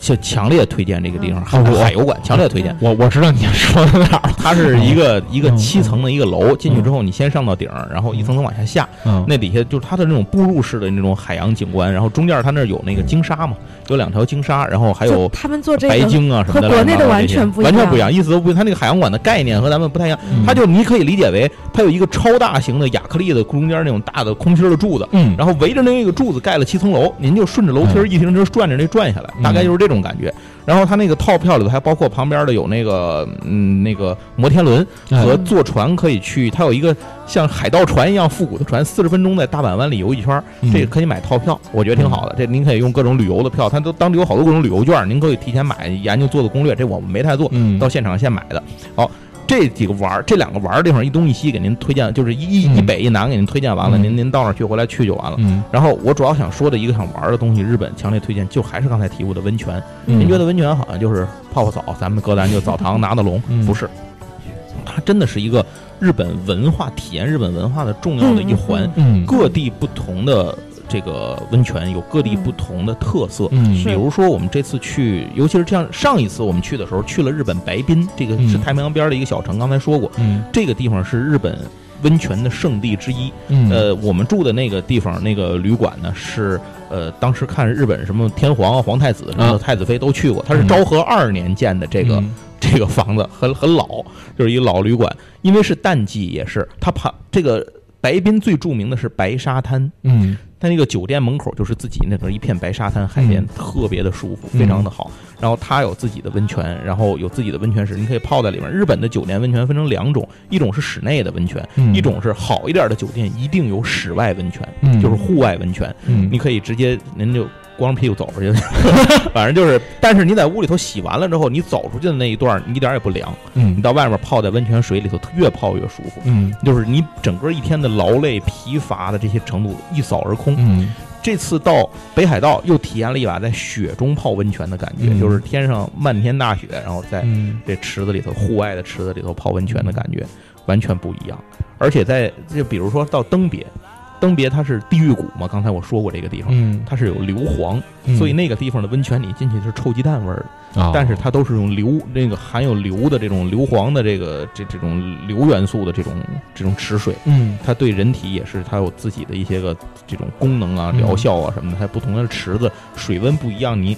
Speaker 1: 强强烈推荐这个地方，
Speaker 2: 嗯
Speaker 1: 海
Speaker 3: 哦我
Speaker 1: 海游馆强烈推荐。
Speaker 3: 我我知道你要说的哪儿了。
Speaker 1: 它是一个一个
Speaker 3: 嗯
Speaker 1: 七层的一个楼，进去之后你先上到顶儿，然后一层层往下下，
Speaker 3: 嗯，
Speaker 1: 那底下就是它的那种步入式的那种海洋景观，然后中间它那儿有那个鲸鲨嘛，有两条鲸鲨，然后还
Speaker 2: 就
Speaker 1: 有
Speaker 2: 他们做这
Speaker 1: 白
Speaker 2: 个，
Speaker 1: 鲸啊什么的，
Speaker 2: 和国内的
Speaker 1: 乱
Speaker 2: 完
Speaker 1: 七八糟
Speaker 2: 全不
Speaker 1: 这些
Speaker 2: 一
Speaker 1: 完
Speaker 2: 样
Speaker 1: 全不一样，意思都不一样。它那个海洋馆的概念和咱们不太一样，
Speaker 2: 嗯
Speaker 1: 它就你可以理解为它有一个超大型的亚克力的中间那种大的空心儿的柱子，
Speaker 3: 嗯，
Speaker 1: 然后围着那个柱子盖了七层楼，您就顺着楼梯儿一停车转着那转下来，
Speaker 3: 嗯
Speaker 1: 大概就是这种感觉。然后它那个套票里头还包括旁边的有那个嗯那个摩天轮
Speaker 3: 哎
Speaker 1: 和坐船可以去，它有一个像海盗船一样复古的船，四十分钟在大阪湾里游一圈儿，
Speaker 3: 嗯
Speaker 1: 这个可以买套票，我觉得挺好的。这您可以用各种旅游的票，它都当地有好多各种旅游券，您可以提前买研究做的攻略，这我们没太做，
Speaker 3: 嗯
Speaker 1: 到现场现买的。好，这几个玩儿，这两个玩儿的地方，一东一西给您推荐，就是一一
Speaker 3: 嗯
Speaker 1: 一北一南给您推荐完了，
Speaker 3: 嗯
Speaker 1: 您您到那儿去回来去就完了。
Speaker 3: 嗯
Speaker 1: 然后我主要想说的一个想玩儿的东西，日本强烈推荐，就还是刚才提过的温泉。
Speaker 3: 嗯
Speaker 1: 您觉得温泉好像就是泡泡澡，咱们搁咱就澡 堂拿的龙
Speaker 3: 嗯，
Speaker 1: 不是？它真的是一个日本文化体验日本文化的重要的一环。
Speaker 2: 嗯
Speaker 3: 嗯
Speaker 1: 各地不同的这个温泉有各地不同的特色，
Speaker 3: 嗯
Speaker 2: 是
Speaker 1: 比如说我们这次去，尤其是像上一次我们去的时候，去了日本白滨，这个是
Speaker 3: 嗯
Speaker 1: 太平洋边的一个小城，刚才说过，
Speaker 3: 嗯
Speaker 1: 这个地方是日本温泉的圣地之一。
Speaker 3: 嗯
Speaker 1: 呃，我们住的那个地方那个旅馆呢是。呃，当时看日本什么天皇啊、皇太子什么的，
Speaker 3: 啊
Speaker 1: 太子妃都去过。它是
Speaker 3: 嗯
Speaker 1: 昭和二年建的这个、
Speaker 3: 嗯
Speaker 1: 这个房子很很老，就是一老旅馆，因为是淡季，也是它旁这个白滨最著名的是白沙滩，
Speaker 3: 嗯
Speaker 1: 它那个酒店门口就是自己那个一片白沙滩海边，
Speaker 3: 嗯
Speaker 1: 特别的舒服，
Speaker 3: 嗯
Speaker 1: 非常的好。然后它有自己的温泉，然后有自己的温泉室，你可以泡在里面。日本的酒店温泉分成两种，一种是室内的温泉，
Speaker 3: 嗯
Speaker 1: 一种是好一点的酒店一定有室外温泉，
Speaker 3: 嗯
Speaker 1: 就是户外温泉。
Speaker 3: 嗯
Speaker 1: 你可以直接您就光着屁股走出去， 反正就是，但是你在屋里头洗完了之后，你走出去的那一段儿你一点儿也不凉，你
Speaker 3: 嗯
Speaker 1: 到外面泡在温泉水里头，越泡越舒服。
Speaker 3: 嗯
Speaker 1: 就是你整个一天的劳累、疲乏的这些程度一扫而空。
Speaker 3: 嗯
Speaker 1: 这次到北海道又体验了一把在雪中泡温泉的感觉，
Speaker 3: 嗯
Speaker 1: 就是天上漫天大雪，然后在
Speaker 3: 嗯
Speaker 1: 这池子里头，户外的池子里头泡温泉的感觉完全不一样。而且在就比如说到登别，登别它是地狱谷嘛，刚才我说过这个地方，
Speaker 3: 嗯，
Speaker 1: 它是有硫磺，
Speaker 3: 嗯
Speaker 1: 所以那个地方的温泉你进去是臭鸡蛋味儿的，
Speaker 3: 啊
Speaker 1: 但是它都是用硫那个含有硫的这种硫磺的这个这这种硫元素的这种这种池水。
Speaker 3: 嗯
Speaker 1: 它对人体也是，它有自己的一些个这种功能啊、
Speaker 3: 嗯
Speaker 1: 疗效啊什么的。它不同的池子水温不一样，你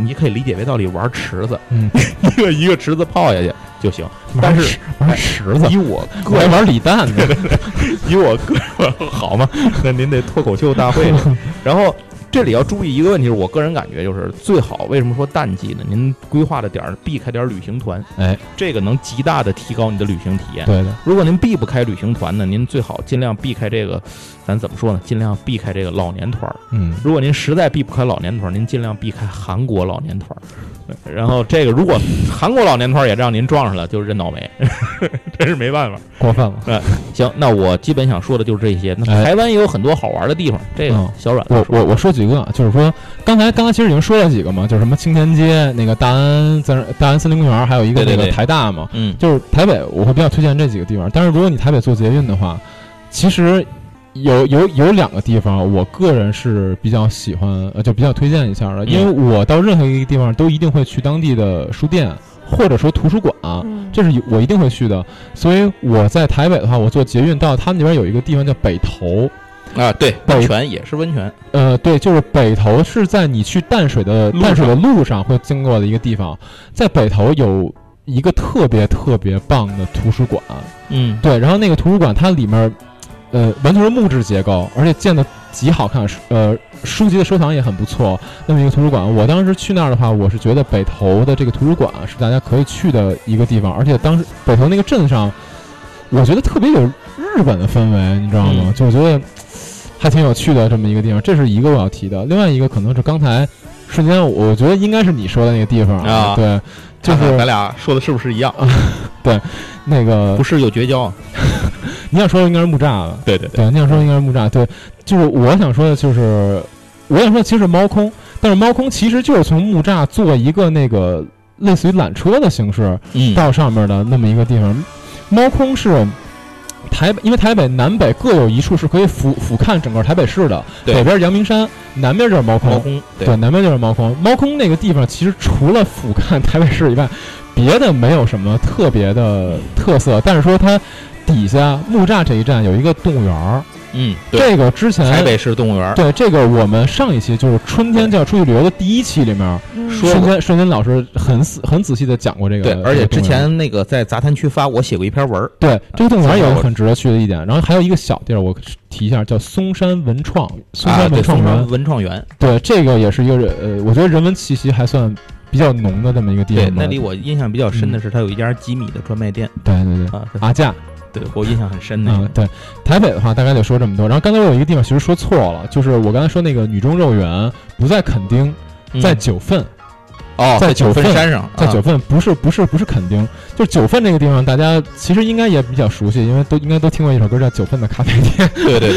Speaker 1: 你可以理解为到里玩池子，
Speaker 3: 嗯，
Speaker 1: 一个一个池子泡下去就行。但是
Speaker 3: 玩石子，
Speaker 1: 以我个
Speaker 3: 还玩李诞 呢，
Speaker 1: 以我个人好嘛， 那您得脱口秀大会了。然后这里要注意一个问题，是我个人感觉就是最好。为什么说淡季呢？您规划的点儿避开点儿旅行团，
Speaker 3: 哎，
Speaker 1: 这个能极大的提高你的旅行体验。
Speaker 3: 对的，
Speaker 1: 如果您避不开旅行团呢，您最好尽量避开这个，咱怎么说呢？尽量避开这个老年团儿。
Speaker 3: 嗯
Speaker 1: 如果您实在避不开老年团儿，您尽量避开韩国老年团儿。呃然后这个如果韩国老年团儿也让您撞上了， 就是认倒霉，真是没办法。
Speaker 3: 过分了。
Speaker 1: 行，那我基本想说的就是这些。那
Speaker 3: 哎
Speaker 1: 台湾也有很多好玩的地方，这个
Speaker 3: 嗯
Speaker 1: 小阮
Speaker 3: 我
Speaker 1: 说
Speaker 3: 我我说几个啊，就是说刚才刚才其实已经说了几个嘛，就是什么青田街那个大安自然大安森林公园，还有一
Speaker 1: 对
Speaker 3: 个
Speaker 1: 对
Speaker 3: 那个
Speaker 1: 对
Speaker 3: 台大嘛，
Speaker 1: 嗯，
Speaker 3: 就是台北，我会比较推荐这几个地方。但是如果你台北坐捷运的话，其实有有有两个地方，我个人是比较喜欢，呃，就比较推荐一下的，
Speaker 1: 嗯
Speaker 3: 因为我到任何一个地方都一定会去当地的书店或者说图书馆。
Speaker 2: 嗯，
Speaker 3: 这是我一定会去的，所以我在台北的话，我坐捷运到他们那边有一个地方叫北投，
Speaker 1: 啊，对，
Speaker 3: 对
Speaker 1: 温泉也是温泉，
Speaker 3: 呃，对，就是北投是在你去淡水的
Speaker 1: 路上
Speaker 3: 淡水的路上会经过的一个地方，在北投有一个特别特别棒的图书馆，
Speaker 1: 嗯
Speaker 3: 对，然后那个图书馆它里面儿，呃，完全是木质结构，而且建的极好看，是呃，书籍的收藏也很不错。那么一个图书馆，我当时去那儿的话，我是觉得北投的这个图书馆是大家可以去的一个地方，而且当时北投那个镇上，我觉得特别有日本的氛围，你知道吗？
Speaker 1: 嗯
Speaker 3: 就我觉得还挺有趣的这么一个地方，这是一个我要提的。另外一个可能是刚才瞬间，我觉得应该是你说的那个地方
Speaker 1: 啊
Speaker 3: 对，就
Speaker 1: 看看咱
Speaker 3: 是
Speaker 1: 俩说的是不啊是一样？
Speaker 3: 那个
Speaker 1: 不是有绝交，啊
Speaker 3: 你想说的应该是木栅吧？
Speaker 1: 对对对，
Speaker 3: 对，那样说应该是木栅。对，就是我想说的，就是我想说的其实是猫空，但是猫空其实就是从木栅做一个那个类似于缆车的形式
Speaker 1: 嗯
Speaker 3: 到上面的那么一个地方。猫空是台北，因为台北南北各有一处是可以俯俯瞰整个台北市的，
Speaker 1: 对
Speaker 3: 北边阳明山，南边就是猫空。
Speaker 1: 猫空，对
Speaker 3: 对，南边就是猫空。猫空那个地方其实除了俯瞰台北市以外，别的没有什么特别的特色。但是说它底下木栅这一站有一个动物园儿，
Speaker 1: 嗯，对，
Speaker 3: 这个之前
Speaker 1: 台北市动物园，
Speaker 3: 对这个我们上一期就是春天就要出去旅游的第一期里面，
Speaker 2: 嗯
Speaker 1: 说
Speaker 3: 瞬间瞬间老师很仔很仔细的讲过这个。
Speaker 1: 对，而且之
Speaker 3: 这个动物园
Speaker 1: 前那个在杂谈区发我写过一篇文儿，
Speaker 3: 对这个动物园
Speaker 1: 啊
Speaker 3: 有一个很值得去的一点，然后还有一个小地儿我提一下，叫松山文创松
Speaker 1: 啊，
Speaker 3: 山
Speaker 1: 对，
Speaker 3: 文创
Speaker 1: 松
Speaker 3: 园。
Speaker 1: 山文创园，
Speaker 3: 对，这个也是一个呃，我觉得人文气息还算比较浓的这么一个地
Speaker 1: 对，
Speaker 3: 方吧。
Speaker 1: 那里我印象比较深
Speaker 3: 嗯
Speaker 1: 的是它有一家吉米的专卖店
Speaker 3: 对对对，
Speaker 1: 啊，
Speaker 3: 阿架，
Speaker 1: 对我印象很深那
Speaker 3: 嗯
Speaker 1: 个，，
Speaker 3: 对，台北的话大概就说这么多。然后刚才我有一个地方其实说错了，就是我刚才说那个女中肉圆不在垦丁，
Speaker 1: 嗯
Speaker 3: 在九份，
Speaker 1: 哦，
Speaker 3: 在
Speaker 1: 九
Speaker 3: 九
Speaker 1: 份
Speaker 3: 份
Speaker 1: 山上，
Speaker 3: 在
Speaker 1: 啊
Speaker 3: 九份不是不是不是垦丁，就是九份这个地方大家其实应该也比较熟悉，因为都应该都听过一首歌叫《九份的咖啡店》。
Speaker 1: 对对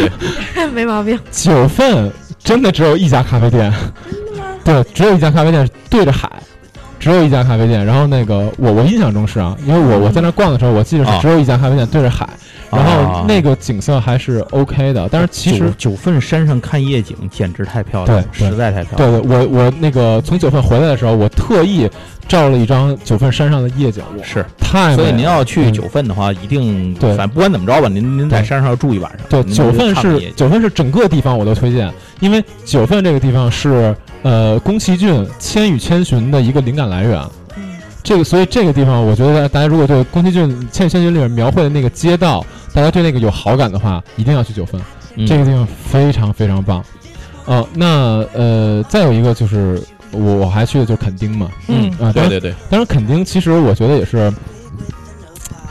Speaker 1: 对，
Speaker 2: 没毛病。
Speaker 3: 九份真的只有一家咖啡店，对，只有一家咖啡店对着海，只有一家咖啡店。然后那个我我印象中是啊，因为我我在那逛的时候，我记得
Speaker 1: 啊
Speaker 3: 是只有一家咖啡店对着海，然后
Speaker 1: 啊
Speaker 3: 那个景色还是 OK 的。但是其实
Speaker 1: 九九份山上看夜景简直太漂亮了，
Speaker 3: 对对
Speaker 1: 实在太漂亮
Speaker 3: 对
Speaker 1: 了。
Speaker 3: 对，我我那个从九份回来的时候，我特意照了一张九份山上的夜景，哇
Speaker 1: 是，
Speaker 3: 太美了。
Speaker 1: 所以您要去
Speaker 3: 嗯
Speaker 1: 九份的话，一定，
Speaker 3: 对
Speaker 1: 反正不管怎么着吧，您您在
Speaker 3: 对
Speaker 1: 山上要住一晚上。
Speaker 3: 对，
Speaker 1: 您
Speaker 3: 九
Speaker 1: 看
Speaker 3: 份
Speaker 1: 看
Speaker 3: 是
Speaker 1: 夜景
Speaker 3: 九份是整个地方我都推荐，因为九份这个地方是呃宫崎骏《千与千寻》的一个灵感来源。
Speaker 2: 嗯
Speaker 3: 这个，所以这个地方，我觉得大家如果对宫崎骏《千与千寻》里面描绘的那个街道，大家对那个有好感的话，一定要去九份，
Speaker 1: 嗯
Speaker 3: 这个地方非常非常棒。哦，那呃，再有一个就是我我还去的就是垦丁嘛，
Speaker 1: 嗯
Speaker 3: 啊
Speaker 1: 对
Speaker 3: 当
Speaker 1: 对对，
Speaker 3: 当然垦丁其实我觉得也是，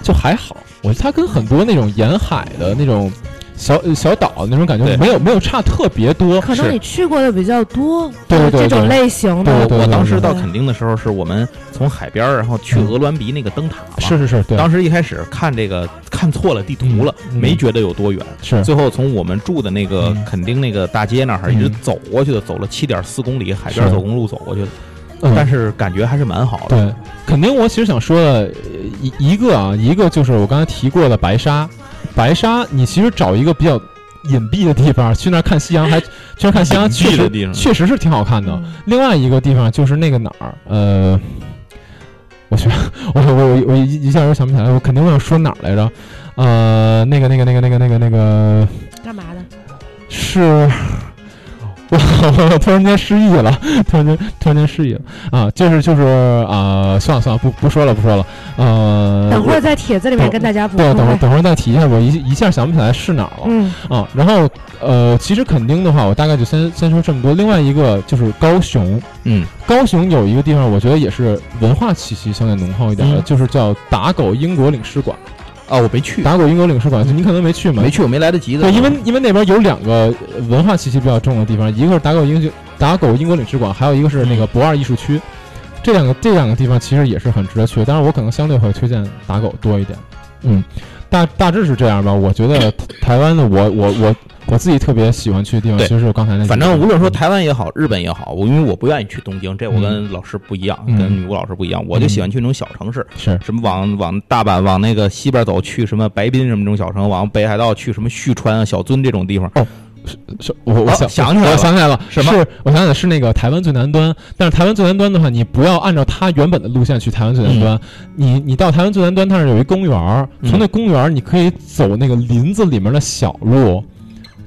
Speaker 3: 就还好，我觉得它跟很多那种沿海的那种小小岛那种感
Speaker 1: 对
Speaker 3: 觉没有没有差特别多，
Speaker 2: 可能
Speaker 1: 是
Speaker 2: 你去过的比较多，
Speaker 3: 对
Speaker 2: 就是这
Speaker 3: 对
Speaker 2: 种
Speaker 3: 对
Speaker 2: 类型
Speaker 3: 对
Speaker 2: 的
Speaker 1: 我
Speaker 3: 对
Speaker 1: 我
Speaker 3: 对
Speaker 1: 当时
Speaker 3: 对
Speaker 1: 到
Speaker 2: 对
Speaker 1: 垦丁的时候，是我们从海边儿然后去
Speaker 3: 嗯
Speaker 1: 鹅銮鼻那个灯塔嘛。
Speaker 3: 是是是，对，
Speaker 1: 当时一开始看这个看错了地图了，
Speaker 3: 嗯嗯
Speaker 1: 没觉得有多远。
Speaker 3: 是
Speaker 1: 最后从我们住的那个
Speaker 3: 嗯
Speaker 1: 垦丁那个大街那儿一直
Speaker 3: 嗯
Speaker 1: 走过去的，走了七点四公里，海边
Speaker 3: 是
Speaker 1: 走公路走过去的，
Speaker 3: 嗯
Speaker 1: 但是感觉还是蛮好的。
Speaker 3: 对，肯定我其实想说的呃一一个啊，一个就是我刚才提过的白沙，白沙你其实找一个比较隐蔽的地方，去那儿看夕阳还，去那儿看夕阳，
Speaker 4: 隐
Speaker 3: 确
Speaker 4: 蔽的地
Speaker 3: 实
Speaker 4: 方
Speaker 3: 确实是挺好看的。
Speaker 2: 嗯
Speaker 3: 另外一个地方就是那个哪儿，呃，我去， 我我我我一一下又想不起来，我肯定要说哪儿来着，呃，那个那个那个那个那个那个
Speaker 2: 干嘛的？
Speaker 3: 是，我我突然间失忆了，突然间突然间失忆了啊，就是就是啊、算了算了，不不说了不说了，呃，
Speaker 2: 等会儿在帖子里面
Speaker 3: 等
Speaker 2: 跟大家补
Speaker 3: 对，
Speaker 2: 充
Speaker 3: 等会儿
Speaker 2: 呗。
Speaker 3: 等会儿再提一下，我一一下想不起来是哪儿了。
Speaker 2: 嗯，
Speaker 3: 啊，然后呃，其实垦丁的话，我大概就先先说这么多。另外一个就是高雄，
Speaker 1: 嗯，
Speaker 3: 高雄有一个地方，我觉得也是文化气息相对浓厚一点的，
Speaker 1: 嗯
Speaker 3: 就是叫打狗英国领事馆。
Speaker 1: 啊，我没去，
Speaker 3: 打狗英国领事馆，你可能没去嘛？
Speaker 1: 没去，我没来得及的。
Speaker 3: 对，因为因为那边有两个呃文化气息比较重的地方，一个是打狗英打狗英国领事馆，还有一个是那个博二艺术区。这两个这两个地方其实也是很值得去的，当然我可能相对会推荐打狗多一点。嗯，大大致是这样吧。我觉得台湾的我我我我自己特别喜欢去的地方，
Speaker 1: 对
Speaker 3: 其实是刚才那几个地方。嗯
Speaker 1: 反正无论说台湾也好，日本也好，我因为我不愿意去东京，这我跟老师不一样，
Speaker 3: 嗯
Speaker 1: 跟女巫老师不一样，我就喜欢去那种小城市，
Speaker 3: 是
Speaker 1: 什么往往大阪往那个西边走去什么白滨什么这种小城，往北海道去什么旭川啊、小樽这种地方。
Speaker 3: 是，我我
Speaker 1: 哦
Speaker 3: 想
Speaker 1: 想起来
Speaker 3: 我
Speaker 1: 了
Speaker 3: 想起来了，
Speaker 1: 什么
Speaker 3: 是我想起来是那个台湾最南端，但是台湾最南端的话，你不要按照它原本的路线去台湾最南端，你你到台湾最南端，它是有一公园儿，
Speaker 1: 嗯
Speaker 3: 从那公园儿你可以走那个林子里面的小路。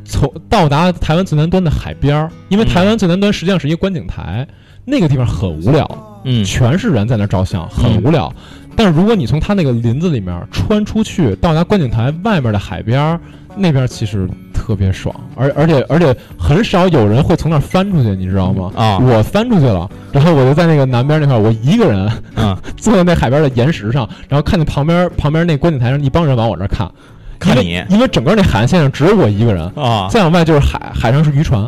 Speaker 3: 从到达台湾最南端的海边儿，因为
Speaker 1: 嗯
Speaker 3: 台湾最南端实际上是一个观景台，那个地方很无聊，
Speaker 1: 嗯
Speaker 3: 全是人在那儿照相，很
Speaker 1: 嗯
Speaker 3: 无聊。但是如果你从他那个林子里面穿出去，到达观景台外面的海边儿，那边其实特别爽，而而且而且很少有人会从那儿翻出去，你知道吗？
Speaker 1: 啊
Speaker 3: 我翻出去了，然后我就在那个南边那块儿，我一个人
Speaker 1: 啊，
Speaker 3: 坐在那海边的岩石上，然后看见旁边旁边那观景台上一帮人往我这儿看，
Speaker 1: 看
Speaker 3: 因为
Speaker 1: 你
Speaker 3: 因为整个那海岸线上只有我一个人，
Speaker 1: 啊，
Speaker 3: 再往外就是海，海上是渔船，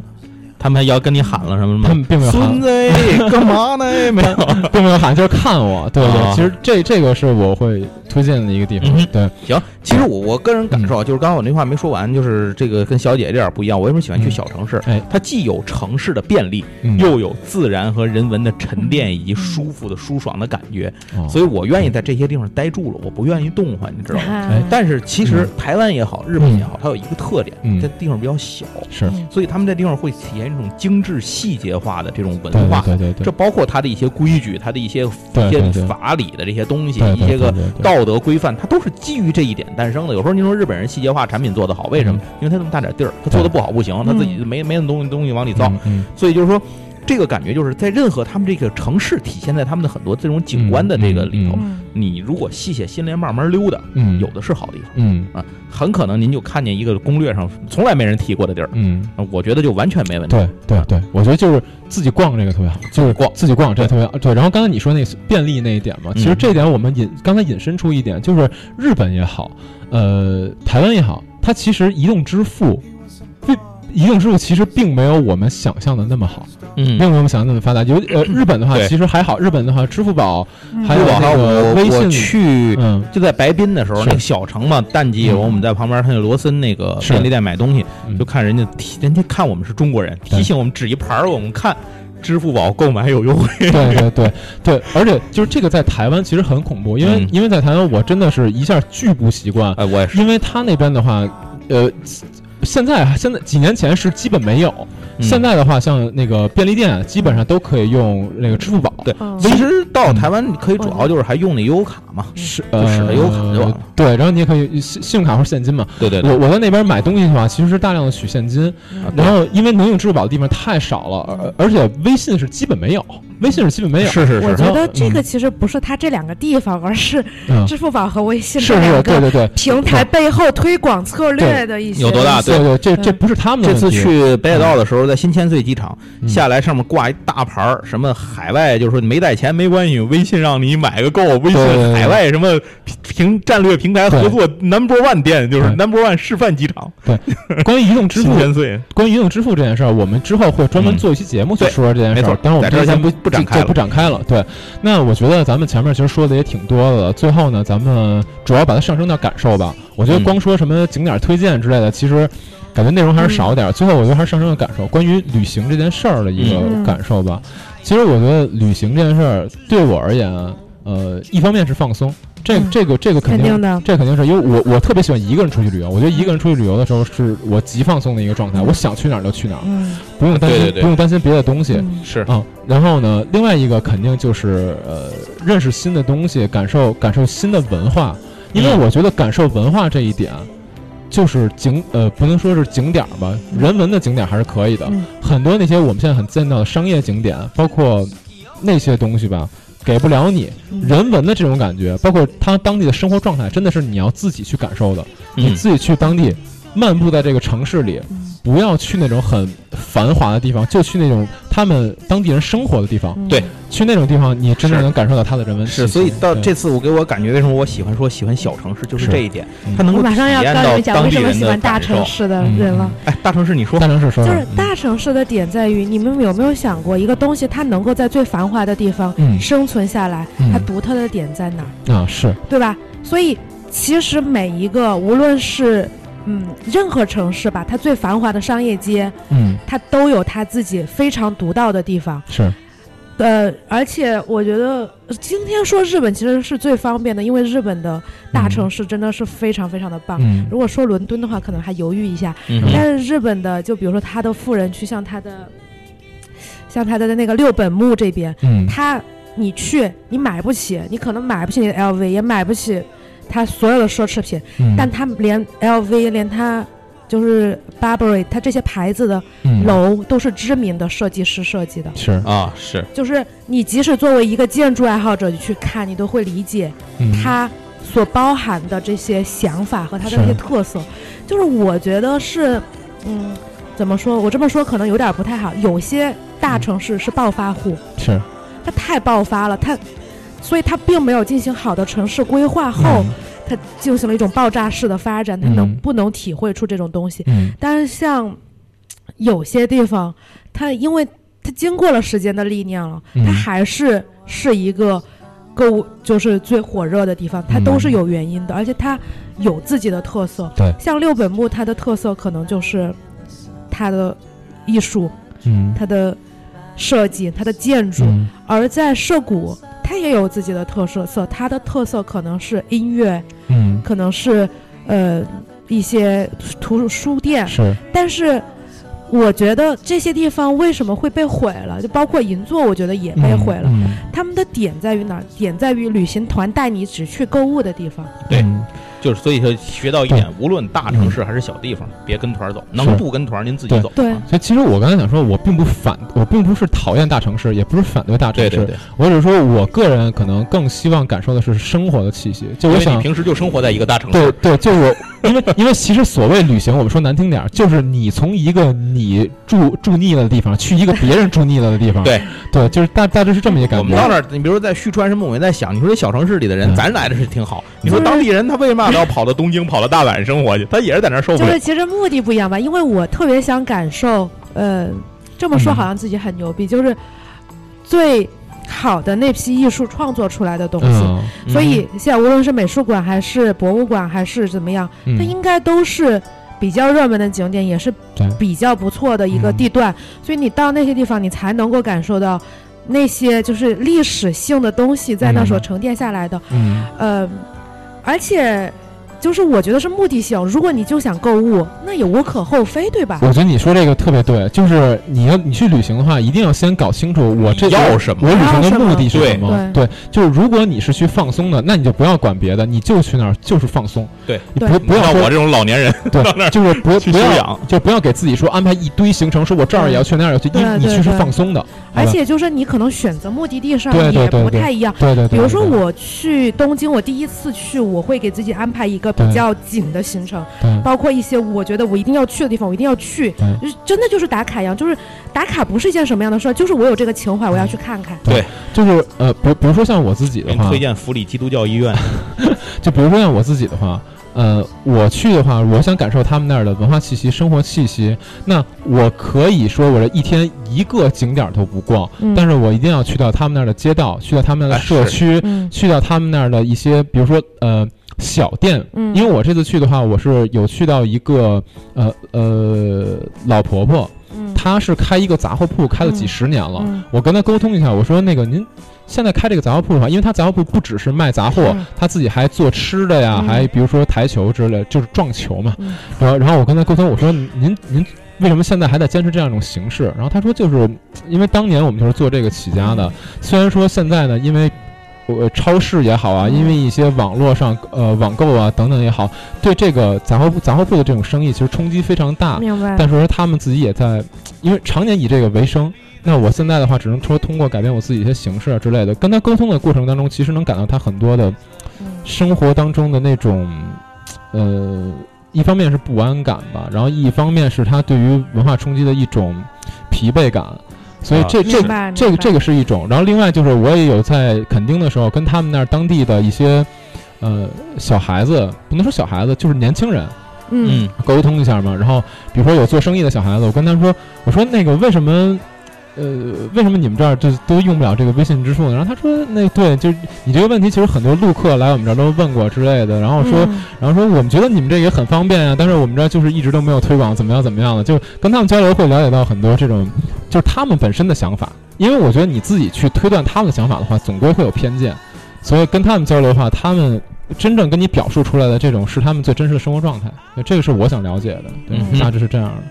Speaker 1: 他们还要跟你喊了什么
Speaker 3: 他
Speaker 1: 吗？
Speaker 3: 们并没有喊
Speaker 1: 孙子，哎干嘛 呢？没有。
Speaker 3: 并没有喊，就是看我。对对，
Speaker 1: 啊
Speaker 3: 其实这这个是我会推荐的一个地方。
Speaker 1: 嗯哼
Speaker 3: 对，
Speaker 1: 行，其实我我个人感受
Speaker 3: 嗯
Speaker 1: 啊，就是刚刚我那话没说完，就是这个跟小姐这点儿不一样。我为什么喜欢去
Speaker 3: 嗯
Speaker 1: 小城市？
Speaker 3: 哎，
Speaker 1: 它既有城市的便利，
Speaker 3: 嗯
Speaker 1: 又有自然和人文的沉淀以及舒服的舒爽的感觉，
Speaker 3: 哦
Speaker 1: 所以我愿意在这些地方待住了，我不愿意动换，你知道吗？
Speaker 2: 哎
Speaker 1: 但是其实台湾也好，日本也好，它有一个特点，
Speaker 3: 嗯嗯
Speaker 1: 这地方比较小，
Speaker 3: 是
Speaker 2: 嗯
Speaker 1: 所以他们这地方会体现一种精致细节化的这种
Speaker 3: 对
Speaker 1: 文化。
Speaker 3: 对对对，
Speaker 1: 这包括它的一些规矩，它的一些
Speaker 3: 对
Speaker 1: 一
Speaker 3: 对
Speaker 1: 些
Speaker 3: 对
Speaker 1: 法理的这些东西，
Speaker 3: 对
Speaker 1: 一些个
Speaker 3: 对对对
Speaker 1: 道德规范，它都是基于这一点诞生的。有时候您说日本人细节化产品做得
Speaker 3: 嗯
Speaker 1: 好，为什么？因为他那么大点地儿，他做的不好不行，他自己没没那东西东西往里造，
Speaker 3: 嗯嗯
Speaker 1: 所以就是说。这个感觉就是在任何他们这个城市体现在他们的很多这种景观的这个里头，
Speaker 2: 嗯
Speaker 1: 你如果细下心来慢慢溜达，
Speaker 3: 嗯
Speaker 1: 有的是好地方
Speaker 3: 嗯
Speaker 1: 啊，很可能您就看见一个攻略上从来没人提过的地儿，
Speaker 3: 嗯。
Speaker 1: 啊我觉得就完全没问题。
Speaker 3: 对对对，我觉得就是自己逛这个特别好，就是
Speaker 1: 逛
Speaker 3: 自己逛这个特别好。对，然后刚才你说那便利那一点嘛，其实
Speaker 1: 嗯
Speaker 3: 这点我们引刚才引申出一点，就是日本也好，呃，台湾也好，它其实移动支付，并移动支付其实并没有我们想象的那么好，
Speaker 1: 嗯
Speaker 3: 并没有我们想象的那么发达。有呃，日本的话
Speaker 1: 对
Speaker 3: 其实还好，日本的话，支付宝
Speaker 2: 嗯
Speaker 3: 还有
Speaker 1: 网
Speaker 3: 那
Speaker 1: 上
Speaker 3: 个
Speaker 1: 我
Speaker 3: 微
Speaker 1: 我
Speaker 3: 信
Speaker 1: 去
Speaker 3: 嗯
Speaker 1: 就在白滨的时候，
Speaker 3: 是
Speaker 1: 那个小城嘛，淡季，
Speaker 3: 嗯
Speaker 1: 我们在旁边他那罗森那个
Speaker 3: 是
Speaker 1: 便利店买东西
Speaker 3: 嗯，
Speaker 1: 就看人家提，人家看我们是中国人，
Speaker 3: 对
Speaker 1: 提醒我们指一牌儿，我们看支付宝购买有优惠。
Speaker 3: 对对对对，而且就是这个在台湾其实很恐怖，因为、
Speaker 1: 嗯
Speaker 3: 因为在台湾我真的是一下巨不习惯，
Speaker 1: 哎，我也是，
Speaker 3: 因为他那边的话，呃，现在现在几年前是基本没有，
Speaker 1: 嗯
Speaker 3: 现在的话像那个便利店啊基本上都可以用那个支付宝，
Speaker 1: 对
Speaker 2: 嗯
Speaker 1: 其实到台湾可以主要就是还用那悠游卡嘛，
Speaker 3: 是
Speaker 1: 就使
Speaker 3: 呃
Speaker 1: 得有卡就完了
Speaker 3: 对，然后你也可以信信用卡或者现金嘛。
Speaker 1: 对对对啊
Speaker 3: 我，我在那边买东西的话，其实是大量的取现金，
Speaker 2: 嗯
Speaker 3: 然后因为能用支付宝的地方太少了，而而且微信是基本没有，微信是基本没有。
Speaker 1: 是是
Speaker 2: 我
Speaker 1: 是，嗯
Speaker 2: 觉得这个其实不是它这两个地方，而是
Speaker 3: 嗯，
Speaker 2: 支付宝和微信
Speaker 3: 是
Speaker 2: 这两
Speaker 3: 是，对
Speaker 2: 个
Speaker 3: 对对，
Speaker 2: 平台背后推广策略的一些
Speaker 1: 有多大
Speaker 3: 对对，这这不是他们的
Speaker 1: 这次
Speaker 3: 问题
Speaker 1: 去北海道的时候，在新千岁机场
Speaker 3: 嗯
Speaker 1: 下来，上面挂一大牌儿，什么海外，就是说你没带钱没关系，微信让你买个够，微
Speaker 3: 对对对
Speaker 1: 信海外什么平战略平台合作 number one 店，就是
Speaker 3: 对
Speaker 1: number one 示范机场，
Speaker 3: 关于移动支
Speaker 1: 新
Speaker 3: 付，
Speaker 1: 千岁。
Speaker 3: 关于移动支付这件事儿，我们之后会专门
Speaker 1: 嗯
Speaker 3: 做一期节目去
Speaker 1: 对
Speaker 3: 说这件事
Speaker 1: 没
Speaker 3: 儿
Speaker 1: 错。
Speaker 3: 但是我们
Speaker 1: 在这儿
Speaker 3: 先
Speaker 1: 先不不展开了
Speaker 3: 不展开了。对，那我觉得咱们前面其实说的也挺多的，最后呢，咱们主要把它上升到感受吧。我觉得
Speaker 1: 嗯
Speaker 3: 光说什么景点推荐之类的，其实感觉内容还是少点儿。最后我觉得还是上升到感受，关于旅行这件事儿的一个
Speaker 2: 嗯
Speaker 3: 感受吧。其实我觉得旅行这件事儿对我而言，呃，一方面是放松，这
Speaker 2: 嗯
Speaker 3: 这个这个肯
Speaker 2: 肯
Speaker 3: 定
Speaker 2: 定的，
Speaker 3: 这肯定是因为我我特别喜欢一个人出去旅游，我觉得一个人出去旅游的时候是我极放松的一个状态，我想去哪儿就去哪儿，
Speaker 2: 嗯，
Speaker 3: 不用担心
Speaker 1: 对对对
Speaker 3: 不用担心别的东西。
Speaker 2: 嗯
Speaker 1: 是
Speaker 3: 啊、然后呢，另外一个肯定就是呃，认识新的东西，感受感受新的文化，因为
Speaker 1: 嗯
Speaker 3: 我觉得感受文化这一点，就是景呃，不能说是景点儿吧，
Speaker 2: 嗯
Speaker 3: 人文的景点儿还是可以的，
Speaker 2: 嗯
Speaker 3: 很多那些我们现在很见到的商业景点，包括那些东西吧，给不了你
Speaker 2: 嗯
Speaker 3: 人文的这种感觉，包括他当地的生活状态，真的是你要自己去感受的，你
Speaker 1: 嗯
Speaker 3: 自己去当地漫步在这个城市里，
Speaker 2: 嗯
Speaker 3: 不要去那种很繁华的地方，就去那种他们当地人生活的地方。
Speaker 2: 嗯
Speaker 1: 对
Speaker 3: 去那种地方，你真的
Speaker 1: 是
Speaker 3: 能感受到他的人文气息。
Speaker 1: 是，所以到
Speaker 3: 对
Speaker 1: 这次我给我感觉，为什么我喜欢说喜欢小城市，就是
Speaker 3: 是
Speaker 1: 这一点
Speaker 3: 嗯，
Speaker 1: 它能
Speaker 2: 我
Speaker 1: 够
Speaker 2: 马上要
Speaker 1: 体验
Speaker 2: 跟你
Speaker 1: 到
Speaker 2: 们讲
Speaker 1: 当
Speaker 2: 为
Speaker 1: 地
Speaker 2: 什么
Speaker 1: 人
Speaker 2: 喜
Speaker 1: 的
Speaker 2: 欢大
Speaker 1: 感受嗯
Speaker 2: 城。市的
Speaker 3: 嗯
Speaker 2: 人了。
Speaker 1: 哎，大城市你说
Speaker 3: 大，城市说
Speaker 2: 就
Speaker 3: 说
Speaker 2: 是大城市的点在于，你们有没有想过，一个东西它能够在最繁华的地方
Speaker 3: 嗯
Speaker 2: 生存下来，
Speaker 3: 嗯
Speaker 2: 它独特的点在哪儿，
Speaker 3: 嗯啊是
Speaker 2: 对吧？所以其实每一个，无论是嗯任何城市吧，它最繁华的商业街，
Speaker 3: 嗯
Speaker 2: 它都有它自己非常独到的地方。
Speaker 3: 是
Speaker 2: 呃，而且我觉得呃今天说日本其实是最方便的，因为日本的大城市真的是非常非常的棒。
Speaker 3: 嗯
Speaker 2: 如果说伦敦的话，可能还犹豫一下，
Speaker 1: 嗯
Speaker 2: 但是日本的，就比如说它的富人区，像它的，像它的那个六本木这边，
Speaker 3: 嗯
Speaker 2: 它你去你买不起，你可能买不起你的 LV，也买不起它所有的奢侈品，
Speaker 3: 嗯
Speaker 2: 但它连 LV 连它。就是 Burberry，它这些牌子的
Speaker 3: 嗯
Speaker 2: 楼都是知名的设计师设计的，
Speaker 3: 是
Speaker 1: 啊是，
Speaker 2: 就是你即使作为一个建筑爱好者，你去看，你都会理解
Speaker 3: 嗯
Speaker 2: 它所包含的这些想法和它的
Speaker 3: 是
Speaker 2: 那些特色。就是我觉得是，嗯，怎么说？我这么说可能有点不太好。有些大
Speaker 3: 嗯
Speaker 2: 城市是暴发户，
Speaker 3: 是
Speaker 2: 它太爆发了，它，所以它并没有进行好的城市规划后，它进行了一种爆炸式的发展，它能
Speaker 3: 嗯
Speaker 2: 不能体会出这种东西？
Speaker 3: 嗯
Speaker 2: 但是像有些地方，它因为它经过了时间的历练了，
Speaker 3: 嗯
Speaker 2: 它还是是一个购物就是最火热的地方，它
Speaker 3: 嗯
Speaker 2: 都是有原因的，而且它有自己的特色。
Speaker 3: 对
Speaker 2: 像六本木，它的特色可能就是它的艺术、
Speaker 3: 嗯
Speaker 2: 它的设计、它的建筑，
Speaker 3: 嗯
Speaker 2: 而在涉谷。它也有自己的特色色，它的特色可能是音乐，
Speaker 3: 嗯
Speaker 2: 可能是呃一些图书店，
Speaker 3: 是
Speaker 2: 但是我觉得这些地方为什么会被毁了？就包括银座，我觉得也被毁了。
Speaker 3: 嗯嗯
Speaker 2: 他们的点在于哪儿？点在于旅行团带你只去购物的地方。
Speaker 1: 对
Speaker 3: 嗯
Speaker 1: 就是所以说学到一点，无论大城市还是小地方，别跟团儿走，能不跟团儿您自己走。
Speaker 2: 对
Speaker 1: 啊
Speaker 3: 所以其实我刚才想说，我并不反，我并不是讨厌大城市，也不是反对大城
Speaker 1: 对
Speaker 3: 市，
Speaker 1: 对对，
Speaker 3: 我只是说我个人可能更希望感受的是生活的气息。就
Speaker 1: 因
Speaker 3: 我
Speaker 1: 为你
Speaker 3: 想，
Speaker 1: 平时就生活在一个大城
Speaker 3: 对
Speaker 1: 市，
Speaker 3: 对，就我，因为因为其实所谓旅行，我们说难听点儿，就是你从一个你住住腻了的地方去一个别人住腻了的地方。
Speaker 1: 对
Speaker 3: 对，就是大大致是这么一个
Speaker 1: 我
Speaker 3: 感
Speaker 1: 们到
Speaker 3: 觉。
Speaker 1: 那儿，你比如说在旭川什么，我们在想，你说这小城市里的人，
Speaker 3: 嗯
Speaker 1: 咱来的是挺好。你说
Speaker 2: 就是
Speaker 1: 当地人他为嘛要跑到东京、跑到大阪生活去？他也是在那儿受不
Speaker 2: 就
Speaker 1: 了
Speaker 2: 是。其实目的不一样吧，因为我特别想感受，呃，这么
Speaker 3: 嗯
Speaker 2: 说好像自己很牛逼，就是最好的那批艺术创作出来的东西。
Speaker 3: 嗯，
Speaker 2: 所以现在无论是美术馆还是博物馆还是怎么样，它
Speaker 3: 嗯
Speaker 2: 应该都是比较热门的景点，也是
Speaker 3: 对嗯
Speaker 2: 比较不错的一个地段，所以你到那些地方，你才能够感受到那些就是历史性的东西在那所
Speaker 3: 嗯
Speaker 2: 沉淀下来的，
Speaker 3: 嗯
Speaker 2: 呃，而且就是我觉得是目的性，如果你就想购物，那也无可厚非，对吧
Speaker 3: 我？觉得你说这个特别对，就是你要你去旅行的话，一定要先搞清楚我这
Speaker 1: 你要什么
Speaker 3: 我旅行的目的是
Speaker 1: 要
Speaker 3: 什
Speaker 1: 什
Speaker 2: 么
Speaker 3: 么。对，就是如果你是去放松的，那你就不要管别的，你就去那儿就是放松。
Speaker 1: 对，
Speaker 3: 你
Speaker 2: 对
Speaker 3: 不不要
Speaker 1: 像我
Speaker 3: 说
Speaker 1: 这种老年人到那
Speaker 3: 对，
Speaker 1: 儿
Speaker 3: 就是不
Speaker 1: 去
Speaker 3: 不
Speaker 1: 休
Speaker 3: 要
Speaker 1: 养，
Speaker 3: 就不要给自己说安排一堆行程，说我这儿也要去那儿也要去，
Speaker 2: 对
Speaker 3: 你你
Speaker 2: 对
Speaker 3: 去是
Speaker 2: 对
Speaker 3: 放松的，好
Speaker 2: 而
Speaker 3: 吧
Speaker 2: 且就是你可能选择目的地上
Speaker 3: 对对
Speaker 2: 也
Speaker 3: 对
Speaker 2: 不
Speaker 3: 对
Speaker 2: 太一样。
Speaker 3: 对对对。
Speaker 2: 比如说
Speaker 3: 对，
Speaker 2: 我去东京，我第一次去，我会给自己安排一个比
Speaker 3: 对
Speaker 2: 较紧的行程，
Speaker 3: 对
Speaker 2: 包括一些我觉得我一定要去的地方，我一定要去，
Speaker 3: 对
Speaker 2: 就是真的就是打卡一样，就是打卡不是一件什么样的事儿，就是我有这个情怀，我要去看看。
Speaker 3: 就是呃，比比如说像我自己
Speaker 1: 给
Speaker 3: 的
Speaker 1: 你
Speaker 3: 话
Speaker 1: 推，荐福利基督教医院，
Speaker 3: 就比如说像我自己的话，呃，我去的话，我想感受他们那儿的文化气息、生活气息。那我可以说，我这一天一个景点儿都不逛，
Speaker 2: 嗯
Speaker 3: 但是我一定要去到他们那儿的街道，去到他们那儿
Speaker 1: 哎
Speaker 3: 的社
Speaker 1: 是
Speaker 3: 区，
Speaker 2: 嗯
Speaker 3: 去到他们那儿的一些，比如说呃小店。
Speaker 2: 嗯
Speaker 3: 因为我这次去的话，我是有去到一个呃呃老婆婆，
Speaker 2: 嗯，
Speaker 3: 他是开一个杂货铺，开了几十年了。
Speaker 2: 嗯
Speaker 3: 我跟他沟通一下，我说那个您现在开这个杂货铺的话，因为他杂货铺不只是卖杂货
Speaker 2: 是，
Speaker 3: 他自己还做吃的呀，
Speaker 2: 嗯
Speaker 3: 还比如说台球之类，就是撞球嘛。
Speaker 2: 嗯
Speaker 3: 然后，然后我跟他沟通，我说您您为什么现在还在坚持这样一种形式？然后他说，就是因为当年我们就是做这个起家
Speaker 2: 嗯
Speaker 3: 的，虽然说现在呢，因为。呃，超市也好啊，
Speaker 2: 嗯
Speaker 3: 因为一些网络上呃网购啊等等也好，对这个杂货铺杂货铺的这种生意其实冲击非常大。
Speaker 2: 明白。
Speaker 3: 啊但是说他们自己也在，因为常年以这个为生。那我现在的话，只能说通过改变我自己一些形式啊之类的，跟他沟通的过程当中，其实能感到他很多的
Speaker 2: 嗯
Speaker 3: 生活当中的那种，呃，一方面是不安感吧，然后一方面是他对于文化冲击的一种疲惫感。所以
Speaker 1: 啊
Speaker 3: 这、这
Speaker 2: 明白
Speaker 3: 这个
Speaker 2: 明白
Speaker 3: 这个是一种，然后另外就是我也有在垦丁的时候，跟他们那儿当地的一些，呃，小孩子不能说小孩子，就是年轻人，
Speaker 2: 嗯
Speaker 1: 嗯
Speaker 3: 沟通一下嘛。然后比如说有做生意的小孩子，我跟他说，我说那个为什么？呃，为什么你们这儿就都用不了这个微信支付呢？然后他说，那对，就是你这个问题，其实很多陆客来我们这儿都问过之类的。然后说，
Speaker 2: 嗯
Speaker 3: 然后说我们觉得你们这也很方便啊，但是我们这儿就是一直都没有推广，怎么样怎么样的，就跟他们交流会了解到很多这种，就是他们本身的想法，因为我觉得你自己去推断他们的想法的话，总归会有偏见，所以跟他们交流的话，他们真正跟你表述出来的这种是他们最真实的生活状态，对这个是我想了解的，对，
Speaker 1: 嗯哼
Speaker 3: 大致是这样的。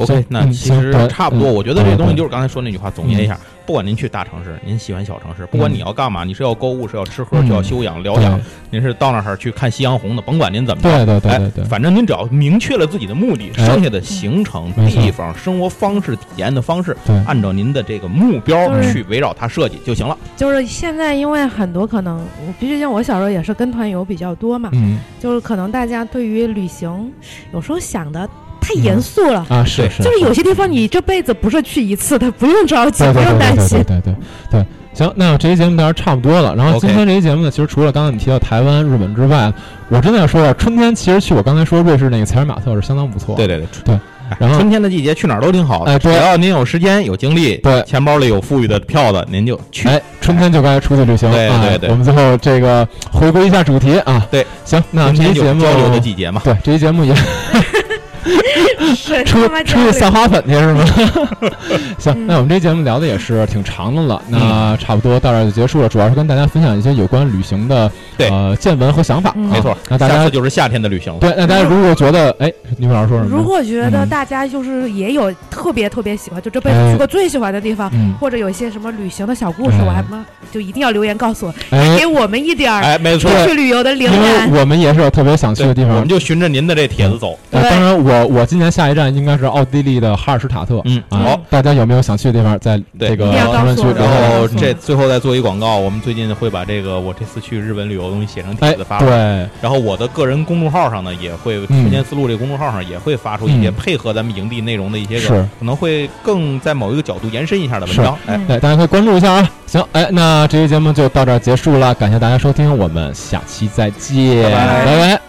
Speaker 1: OK，
Speaker 3: 行
Speaker 1: 那
Speaker 3: 嗯
Speaker 1: 其
Speaker 3: 行
Speaker 1: 实
Speaker 3: 对
Speaker 1: 差不多。
Speaker 3: 嗯
Speaker 1: 我觉得这
Speaker 3: 对
Speaker 1: 东西
Speaker 3: 对嗯
Speaker 1: 就是刚才说那句话，总结一下：不管您去大城市，您喜欢小城市，不管你要干嘛，你是要购物，是要吃喝，
Speaker 3: 嗯
Speaker 1: 是要休养疗
Speaker 3: 对
Speaker 1: 养，您是到那儿去看夕阳红的，甭管您怎么着，
Speaker 3: 对对对对对，
Speaker 1: 反正您只要明确了自己的目的，
Speaker 3: 哎
Speaker 1: 剩下的行程、
Speaker 3: 没错
Speaker 1: 地方、生活方式、体验的方式，
Speaker 3: 对
Speaker 1: 按照您的这个目标
Speaker 2: 就是
Speaker 1: 去围绕它设计就行了。
Speaker 2: 就是现在，因为很多可能，我必须像我小时候也是跟团游比较多嘛，
Speaker 3: 嗯
Speaker 2: 就是可能大家对于旅行有时候想的太严肃了。
Speaker 3: 啊是
Speaker 1: 对
Speaker 3: 是，
Speaker 2: 就是有些地方你这辈子不是去一次的，不用着急，
Speaker 3: 对
Speaker 2: 不
Speaker 3: 对
Speaker 2: 用
Speaker 3: 对
Speaker 2: 担
Speaker 3: 对
Speaker 2: 心
Speaker 3: 对。对对对，行，那这期节目到这儿差不多了。然后
Speaker 1: OK
Speaker 3: 今天这期节目呢，其实除了刚才你提到台湾、日本之外，我真的要说啊，春天其实去我刚才说瑞士那个采尔马特是相当不错。
Speaker 1: 对对对
Speaker 3: 对
Speaker 1: 哎
Speaker 3: 然后
Speaker 1: 春天的季节去哪儿都挺好，
Speaker 3: 哎
Speaker 1: 只
Speaker 3: 对
Speaker 1: 要您有时间、有精力，
Speaker 3: 对
Speaker 1: 钱包里有富裕的票子，您就去。
Speaker 3: 哎，春天就该出去旅行
Speaker 1: 对
Speaker 3: 啊！
Speaker 1: 对对
Speaker 3: 我们最后这个回归一下主题啊。
Speaker 1: 对，
Speaker 3: 行，那
Speaker 1: 春
Speaker 3: 这期
Speaker 1: 天就
Speaker 3: 节
Speaker 1: 是
Speaker 3: 目
Speaker 1: 交流的季节嘛。
Speaker 3: 对这期节目也
Speaker 2: 是
Speaker 3: 出
Speaker 2: 他妈
Speaker 3: 出去
Speaker 2: 家
Speaker 3: 散
Speaker 2: 里
Speaker 3: 花粉去是 吗？行，
Speaker 2: 嗯
Speaker 3: 那我们这节目聊的也是挺长的了，那
Speaker 1: 嗯
Speaker 3: 差不多到这儿就结束了，主要是跟大家分享一些有关旅行的
Speaker 1: 对
Speaker 3: 呃见闻和想法啊。
Speaker 2: 嗯
Speaker 1: 没错，
Speaker 3: 那大
Speaker 1: 下
Speaker 3: 家
Speaker 1: 次就是夏天的旅行了。
Speaker 3: 对，那大家如果觉得哎，女老师说什么？
Speaker 2: 如果觉得
Speaker 3: 嗯
Speaker 2: 大家就是也有特别特别喜欢，就这辈子
Speaker 3: 哎
Speaker 2: 去过最喜欢的地方，
Speaker 3: 嗯，
Speaker 2: 或者有一些什么旅行的小故事，
Speaker 3: 哎
Speaker 2: 我还妈就一定要留言告诉我，
Speaker 3: 哎
Speaker 2: 给，我们一点儿
Speaker 1: 哎，没
Speaker 2: 出
Speaker 1: 错，
Speaker 2: 去旅游的灵
Speaker 3: 因
Speaker 2: 感。
Speaker 3: 为我们也是有特别想去
Speaker 1: 对
Speaker 3: 的地
Speaker 1: 我
Speaker 3: 方
Speaker 1: 们。就循着您的这帖子走。
Speaker 3: 呃
Speaker 2: 对
Speaker 3: 当然我，我今年下一站应该是奥地利的哈尔施塔特。
Speaker 1: 嗯，
Speaker 3: 啊
Speaker 1: 好。
Speaker 3: 大家有没有想去的地方？在
Speaker 1: 对
Speaker 3: 这个
Speaker 2: 一定要
Speaker 3: 评论区
Speaker 2: 告诉我
Speaker 3: 留
Speaker 1: 然
Speaker 3: 言。哎
Speaker 1: 后这最后再做一广告，我们最近会把这个我这次去日本旅游的东西写成帖
Speaker 3: 哎，
Speaker 1: 子发出来。
Speaker 2: 嗯
Speaker 3: 对，
Speaker 1: 然后我的个人公众号上呢，也会
Speaker 3: 嗯
Speaker 1: 春天思路这个公众号上也会发出一些
Speaker 3: 嗯
Speaker 1: 配合咱们营地内容的一些个
Speaker 3: 是
Speaker 1: 可能会更在某一个角度延伸一下的文章。哎，
Speaker 2: 嗯
Speaker 3: 对，大家可以关注一下啊。行，哎，那这期节目就到这儿结束了，感谢大家收听，我们下期再见，
Speaker 1: 拜
Speaker 2: 拜
Speaker 3: 拜拜